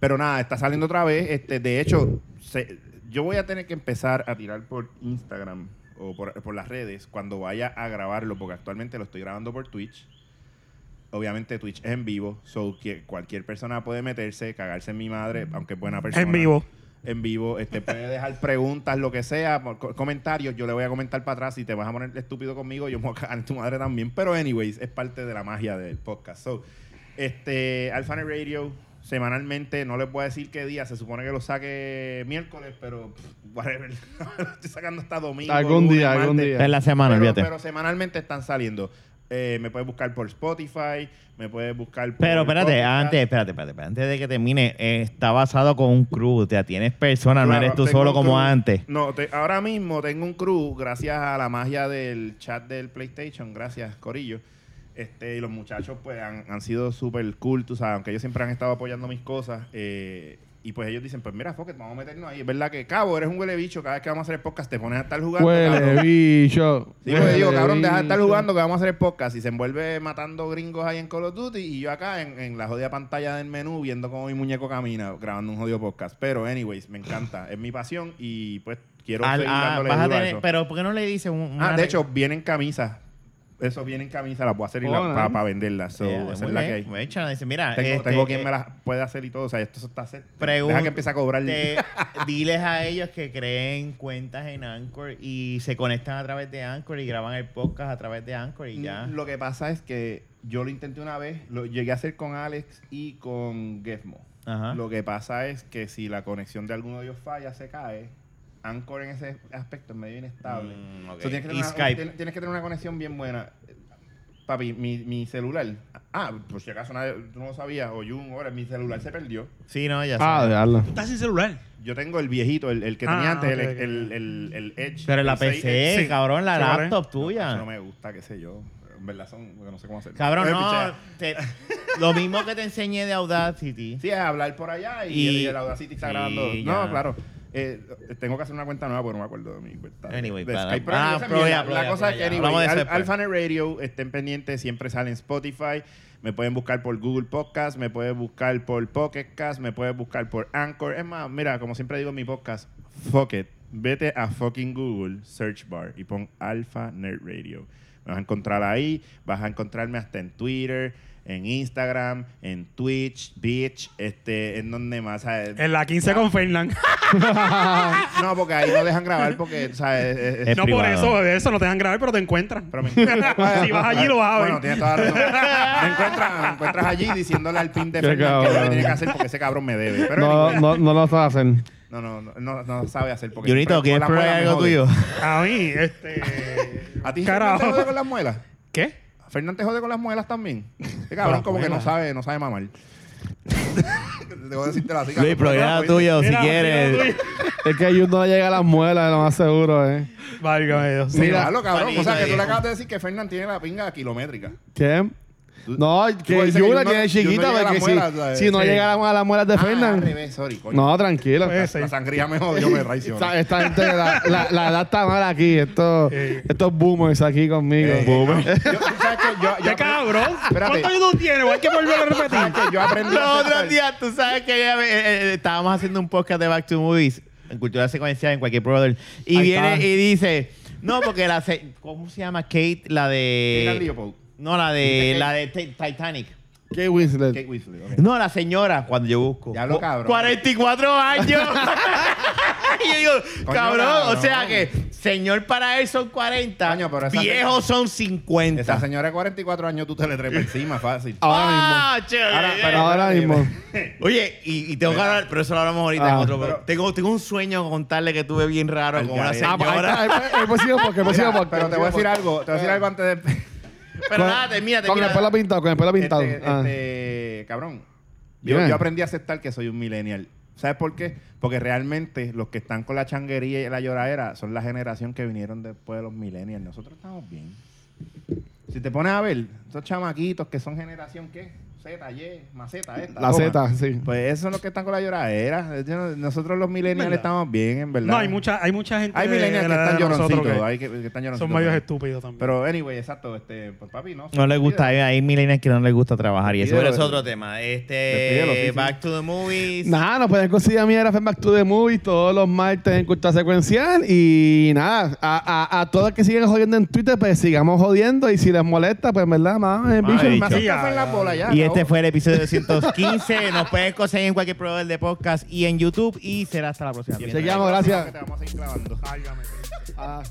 [SPEAKER 1] Pero nada, está saliendo otra vez. Este, de hecho, se- yo voy a tener que empezar a tirar por Instagram o por, por las redes cuando vaya a grabarlo, porque actualmente lo estoy grabando por Twitch. Obviamente Twitch es en vivo, so que cualquier persona puede meterse, cagarse en mi madre, aunque es buena persona.
[SPEAKER 3] En vivo.
[SPEAKER 1] En vivo, este puede dejar preguntas, lo que sea, por co- comentarios, yo le voy a comentar para atrás, si te vas a poner estúpido conmigo, yo me voy a cagar en tu madre también, pero anyways, es parte de la magia del podcast. So, este Alphanet Radio semanalmente, no les voy a decir qué día, se supone que lo saque miércoles, pero pff, whatever. Lo estoy sacando hasta domingo.
[SPEAKER 4] Algún
[SPEAKER 1] lunes,
[SPEAKER 4] día, algún
[SPEAKER 1] martes.
[SPEAKER 4] día.
[SPEAKER 2] Es la semana,
[SPEAKER 1] pero,
[SPEAKER 2] olvídate.
[SPEAKER 1] pero semanalmente están saliendo. Eh, me puedes buscar por Spotify, me puedes buscar por.
[SPEAKER 2] Pero espérate,
[SPEAKER 1] podcast.
[SPEAKER 2] antes, espérate, espérate, espérate, antes de que termine, eh, está basado con un crew, o sea, tienes personas, no
[SPEAKER 1] Claro,
[SPEAKER 2] eres tú
[SPEAKER 1] tengo
[SPEAKER 2] solo
[SPEAKER 1] un
[SPEAKER 2] como
[SPEAKER 1] crew.
[SPEAKER 2] antes.
[SPEAKER 1] No, te- ahora mismo tengo un crew, gracias a la magia del chat del PlayStation, gracias Corillo. Este, y los muchachos pues han, han sido súper cool, tú sabes, aunque ellos siempre han estado apoyando mis cosas. eh, y pues ellos dicen, pues mira, Focket, vamos a meternos ahí. Es verdad que, cabo, eres un huele bicho, cada vez que vamos a hacer el podcast te pones a estar jugando. cabrón.
[SPEAKER 4] Huele bicho.
[SPEAKER 1] Sí, porque digo,
[SPEAKER 4] Huele
[SPEAKER 1] cabrón, deja de estar
[SPEAKER 4] bicho.
[SPEAKER 1] jugando que vamos a hacer el podcast. Y se envuelve matando gringos ahí en Call of Duty y yo acá en, en la jodida pantalla del menú viendo cómo mi muñeco camina grabando un jodido podcast. Pero, anyways, me encanta. Es mi pasión y pues quiero
[SPEAKER 2] Al-
[SPEAKER 1] seguir
[SPEAKER 2] ah,
[SPEAKER 1] dándole
[SPEAKER 2] vas a
[SPEAKER 1] duro a
[SPEAKER 2] tener-
[SPEAKER 1] eso.
[SPEAKER 2] pero ¿por qué no le dices un,
[SPEAKER 1] Ah,
[SPEAKER 2] una
[SPEAKER 1] de hecho, vienen camisas. Eso, vienen camisas. Las voy a hacer
[SPEAKER 4] Oh, nice.
[SPEAKER 1] para venderlas. So,
[SPEAKER 2] Yeah,
[SPEAKER 1] esa
[SPEAKER 2] muy
[SPEAKER 1] es la que
[SPEAKER 2] bien,
[SPEAKER 1] hay.
[SPEAKER 2] muy hecho, dice, mira,
[SPEAKER 1] Tengo,
[SPEAKER 2] este,
[SPEAKER 1] tengo quien
[SPEAKER 2] eh,
[SPEAKER 1] me las puede hacer y todo. O sea, esto está... set-
[SPEAKER 2] Pregun-
[SPEAKER 1] Deja que empiece a cobrar.
[SPEAKER 2] te- diles a ellos que creen cuentas en Anchor y se conectan a través de Anchor y graban el podcast a través de Anchor y ya.
[SPEAKER 1] Lo que pasa es que yo lo intenté una vez, lo llegué a hacer con Alex y con Gizmo.
[SPEAKER 2] Ajá.
[SPEAKER 1] Lo que pasa es que si la conexión de alguno de ellos falla, se cae. Anchor en ese aspecto es medio inestable.
[SPEAKER 2] Mm, ok.
[SPEAKER 1] So, tienes, que
[SPEAKER 2] Y
[SPEAKER 1] tener una,
[SPEAKER 2] Skype.
[SPEAKER 1] tienes- tienes que tener una conexión bien buena. Papi, mi, mi celular. Ah, por si acaso nadie- tú no lo sabías, o Jun, ahora mi celular se perdió.
[SPEAKER 2] Sí, no, ya
[SPEAKER 4] Ah,
[SPEAKER 2] sabes.
[SPEAKER 4] dejarla.
[SPEAKER 3] Estás sin celular.
[SPEAKER 1] Yo tengo el viejito, el, el que
[SPEAKER 3] Ah,
[SPEAKER 1] tenía antes, el,
[SPEAKER 3] ok, ok.
[SPEAKER 1] el- el- el Edge.
[SPEAKER 2] Pero la
[SPEAKER 1] el 6X.
[SPEAKER 2] PC,
[SPEAKER 3] sí.
[SPEAKER 2] cabrón, la
[SPEAKER 3] Sí, cabrón.
[SPEAKER 2] laptop
[SPEAKER 1] No,
[SPEAKER 2] tuya.
[SPEAKER 1] eso no me gusta, qué sé yo. En verdad son, porque no sé cómo hacerlo.
[SPEAKER 2] Cabrón,
[SPEAKER 1] Eh,
[SPEAKER 2] no.
[SPEAKER 1] pichea.
[SPEAKER 2] te- lo mismo que te enseñé de Audacity.
[SPEAKER 1] Sí, es hablar por allá y,
[SPEAKER 2] Y-
[SPEAKER 1] el, y el Audacity está
[SPEAKER 2] Sí,
[SPEAKER 1] grabando.
[SPEAKER 2] ya.
[SPEAKER 1] No, claro. Eh, tengo que hacer una cuenta nueva porque no me acuerdo de mi cuenta. de-
[SPEAKER 2] Anyway,
[SPEAKER 1] de
[SPEAKER 2] para-
[SPEAKER 1] Skype.
[SPEAKER 2] ah,
[SPEAKER 1] esa es
[SPEAKER 2] pero
[SPEAKER 1] mierda.
[SPEAKER 2] ya, pero
[SPEAKER 1] la
[SPEAKER 2] ya,
[SPEAKER 1] cosa
[SPEAKER 2] pero
[SPEAKER 1] es
[SPEAKER 2] ya.
[SPEAKER 1] que,
[SPEAKER 2] Hablamos
[SPEAKER 1] anyway,
[SPEAKER 2] de eso
[SPEAKER 1] Al-
[SPEAKER 2] después.
[SPEAKER 1] Alphanet Radio, estén pendientes, siempre sale en Spotify. Me pueden buscar por Google Podcast, me pueden buscar por Pocket Cast, me pueden buscar por Anchor. Es más, mira, como siempre digo en mi podcast, fuck it. Vete a fucking Google Search Bar y pon Alpha Nerd Radio. Me vas a encontrar ahí, vas a encontrarme hasta en Twitter, en Instagram, en Twitch, Bitch, este, en donde más. ¿sabes?
[SPEAKER 3] En la 15 con Fernán.
[SPEAKER 1] No, porque ahí no dejan grabar porque, ¿sabes? Es- es-
[SPEAKER 2] Es
[SPEAKER 3] No, por
[SPEAKER 2] privado.
[SPEAKER 3] eso, eso no te dan grabar, pero te encuentran.
[SPEAKER 1] Pero me encuentras-
[SPEAKER 3] Si vas allí, lo vas a ver.
[SPEAKER 1] Bueno, tienes toda la razón. Me encuentras, me encuentras allí diciéndole al pin de
[SPEAKER 4] Qué
[SPEAKER 1] Fernández que no me
[SPEAKER 4] cabrón.
[SPEAKER 1] tiene que hacer porque ese cabrón me debe. Pero
[SPEAKER 4] No,
[SPEAKER 1] anyway,
[SPEAKER 4] no, no lo sabes hacer.
[SPEAKER 1] no, no, no, no, no sabe hacer porque.
[SPEAKER 2] Junito,
[SPEAKER 1] siempre
[SPEAKER 2] ¿quieres
[SPEAKER 1] con las muelas
[SPEAKER 2] probar
[SPEAKER 1] me
[SPEAKER 2] algo
[SPEAKER 1] jode.
[SPEAKER 2] tuyo?
[SPEAKER 3] A mí, este.
[SPEAKER 1] ¿A ti
[SPEAKER 3] Carajo.
[SPEAKER 1] Fernández te jode con las muelas?
[SPEAKER 3] ¿Qué?
[SPEAKER 1] ¿Fernández jode con las muelas también? Ese cabrón
[SPEAKER 3] las
[SPEAKER 1] como que no
[SPEAKER 3] muelas.
[SPEAKER 1] sabe, no sabe mamar. Debo decírtelo así.
[SPEAKER 2] Luis,
[SPEAKER 1] cabrón.
[SPEAKER 2] programa tuyo, si
[SPEAKER 3] Mira,
[SPEAKER 2] quieres.
[SPEAKER 3] mira,
[SPEAKER 4] Es que a Jun no le llega a las muelas, lo más seguro, ¿eh?
[SPEAKER 3] tú- Válgame Dios.
[SPEAKER 1] Sí,
[SPEAKER 4] Mira,
[SPEAKER 1] hazlo, cabrón. O sea, que tú le
[SPEAKER 2] viejo.
[SPEAKER 1] acabas de decir que Fernández tiene la pinga kilométrica.
[SPEAKER 4] ¿Qué? No, que
[SPEAKER 1] Tú dices que
[SPEAKER 4] Jun la
[SPEAKER 1] Jun no-
[SPEAKER 4] tiene
[SPEAKER 1] Jun no
[SPEAKER 4] chiquita,
[SPEAKER 1] llega a las
[SPEAKER 4] porque si,
[SPEAKER 1] muelas, ¿sabes?
[SPEAKER 4] si no
[SPEAKER 1] Sí.
[SPEAKER 4] llega a las- a las muelas de
[SPEAKER 1] Ah, Pues, al
[SPEAKER 4] Fernan.
[SPEAKER 1] revés, sorry, coño.
[SPEAKER 4] No, tranquilo.
[SPEAKER 3] Puede ser.
[SPEAKER 1] La sangría me jodió, me traicionó.
[SPEAKER 4] Esta,
[SPEAKER 3] eh,
[SPEAKER 4] esta gente, la, la, la edad está mal aquí. Estos, estos boomers aquí conmigo.
[SPEAKER 1] Eh, yo- tú sabes que yo- yo
[SPEAKER 3] ¡Qué
[SPEAKER 1] aprendí-
[SPEAKER 3] cabrón!
[SPEAKER 1] Espérate.
[SPEAKER 3] ¿Cuántos años tú tienes? Hay que volver a
[SPEAKER 1] sabes
[SPEAKER 3] repetir.
[SPEAKER 1] que yo aprendí a
[SPEAKER 2] Los
[SPEAKER 1] aceptar-
[SPEAKER 2] otros días, tú sabes que ya, eh, eh, estábamos haciendo un podcast de Back to Movies en cultura secuencial, en cualquier brother. Y
[SPEAKER 4] Ahí
[SPEAKER 2] viene
[SPEAKER 4] está.
[SPEAKER 2] y dice, no, porque la... se- ¿Cómo se llama? Kate, la
[SPEAKER 1] Kate
[SPEAKER 2] de...
[SPEAKER 1] Leopold.
[SPEAKER 2] No, la de...
[SPEAKER 1] Kate-
[SPEAKER 2] La de Ti- Titanic.
[SPEAKER 4] Kate Winslet.
[SPEAKER 1] Kate Winslet, ok.
[SPEAKER 2] No, la señora, cuando yo busco.
[SPEAKER 1] Ya lo cabrón.
[SPEAKER 2] 44 años. y yo digo,
[SPEAKER 1] Coño,
[SPEAKER 2] cabrón, o
[SPEAKER 1] cabrón.
[SPEAKER 2] sea que señor para él son 40,
[SPEAKER 1] Coño, pero esa
[SPEAKER 2] viejos son 50.
[SPEAKER 1] Esa señora de 44 años tú te le trepas encima, fácil.
[SPEAKER 4] Ahora
[SPEAKER 2] Ah, che,
[SPEAKER 1] Ahora-
[SPEAKER 2] eh,
[SPEAKER 4] mismo. Ahora
[SPEAKER 1] espérate,
[SPEAKER 4] mismo.
[SPEAKER 2] Oye, y, y tengo que hablar, pero eso lo hablamos ahorita en
[SPEAKER 4] Ah.
[SPEAKER 2] otro.
[SPEAKER 1] Pero-
[SPEAKER 2] tengo, tengo un sueño a contarle que tuve bien raro
[SPEAKER 1] Al
[SPEAKER 2] con una
[SPEAKER 1] garete.
[SPEAKER 4] Ah, pues, ahí
[SPEAKER 2] señora.
[SPEAKER 4] está, ahí- ahí- ahí puedo seguir porque, puedo
[SPEAKER 1] Mira,
[SPEAKER 4] seguir porque.
[SPEAKER 1] pero te voy a decir algo, te voy a decir algo antes de...
[SPEAKER 2] Pero nada, termina,
[SPEAKER 4] Con
[SPEAKER 2] termina.
[SPEAKER 4] el pelo pintado, con el pelo pintado.
[SPEAKER 1] Este,
[SPEAKER 4] Ah.
[SPEAKER 1] este, cabrón, yo,
[SPEAKER 4] Dime.
[SPEAKER 1] yo aprendí a aceptar que soy un millennial. ¿Sabes por qué? Porque realmente los que están con la changuería y la lloradera son la generación que vinieron después de los millennials. Nosotros estamos bien. Si te pones a ver, esos chamaquitos que son generación, ¿qué? Z, Y, maceta, esta.
[SPEAKER 4] La
[SPEAKER 1] toma.
[SPEAKER 4] Z, sí.
[SPEAKER 1] Pues esos son los que están con la lloradera. Yo no- Nosotros los millennials
[SPEAKER 3] ¿Verdad?
[SPEAKER 1] estamos bien, en verdad.
[SPEAKER 3] No, hay mucha, hay mucha gente
[SPEAKER 1] Hay
[SPEAKER 3] de-
[SPEAKER 1] millennials
[SPEAKER 3] de
[SPEAKER 1] que
[SPEAKER 3] la edad
[SPEAKER 1] están
[SPEAKER 3] de nosotros
[SPEAKER 1] lloroncitos.
[SPEAKER 3] que
[SPEAKER 1] hay que, que están lloroncitos.
[SPEAKER 3] son medios
[SPEAKER 1] pero-
[SPEAKER 3] estúpidos también.
[SPEAKER 1] Pero, anyway, exacto. Este, pues, papi, no.
[SPEAKER 2] No le gusta, hay, hay millennials que no les gusta trabajar y eso
[SPEAKER 1] Despídelo,
[SPEAKER 2] pero es otro tema.
[SPEAKER 1] Despídelo, sí,
[SPEAKER 2] Este,
[SPEAKER 1] sí.
[SPEAKER 2] Back to the Movies.
[SPEAKER 4] Nada, nos pueden conseguir a mí era Back to the Movie todos los martes en Cultura Secuencial. Y nada, a, a, a todos los que siguen jodiendo en Twitter, pues sigamos jodiendo. Y si les molesta, pues en verdad, mames,
[SPEAKER 2] Mami,
[SPEAKER 4] bicho.
[SPEAKER 2] bicho.
[SPEAKER 1] Más
[SPEAKER 3] Ya,
[SPEAKER 1] en la
[SPEAKER 3] ya.
[SPEAKER 1] bola ya.
[SPEAKER 2] Y este
[SPEAKER 1] acabó.
[SPEAKER 2] fue el episodio 215. Nos pueden conseguir en cualquier proveedor de podcast y en YouTube. Y será hasta la próxima.
[SPEAKER 4] Seguimos, gracias.
[SPEAKER 1] Que te vamos a ir clavando.
[SPEAKER 3] Válgame.
[SPEAKER 4] Ah.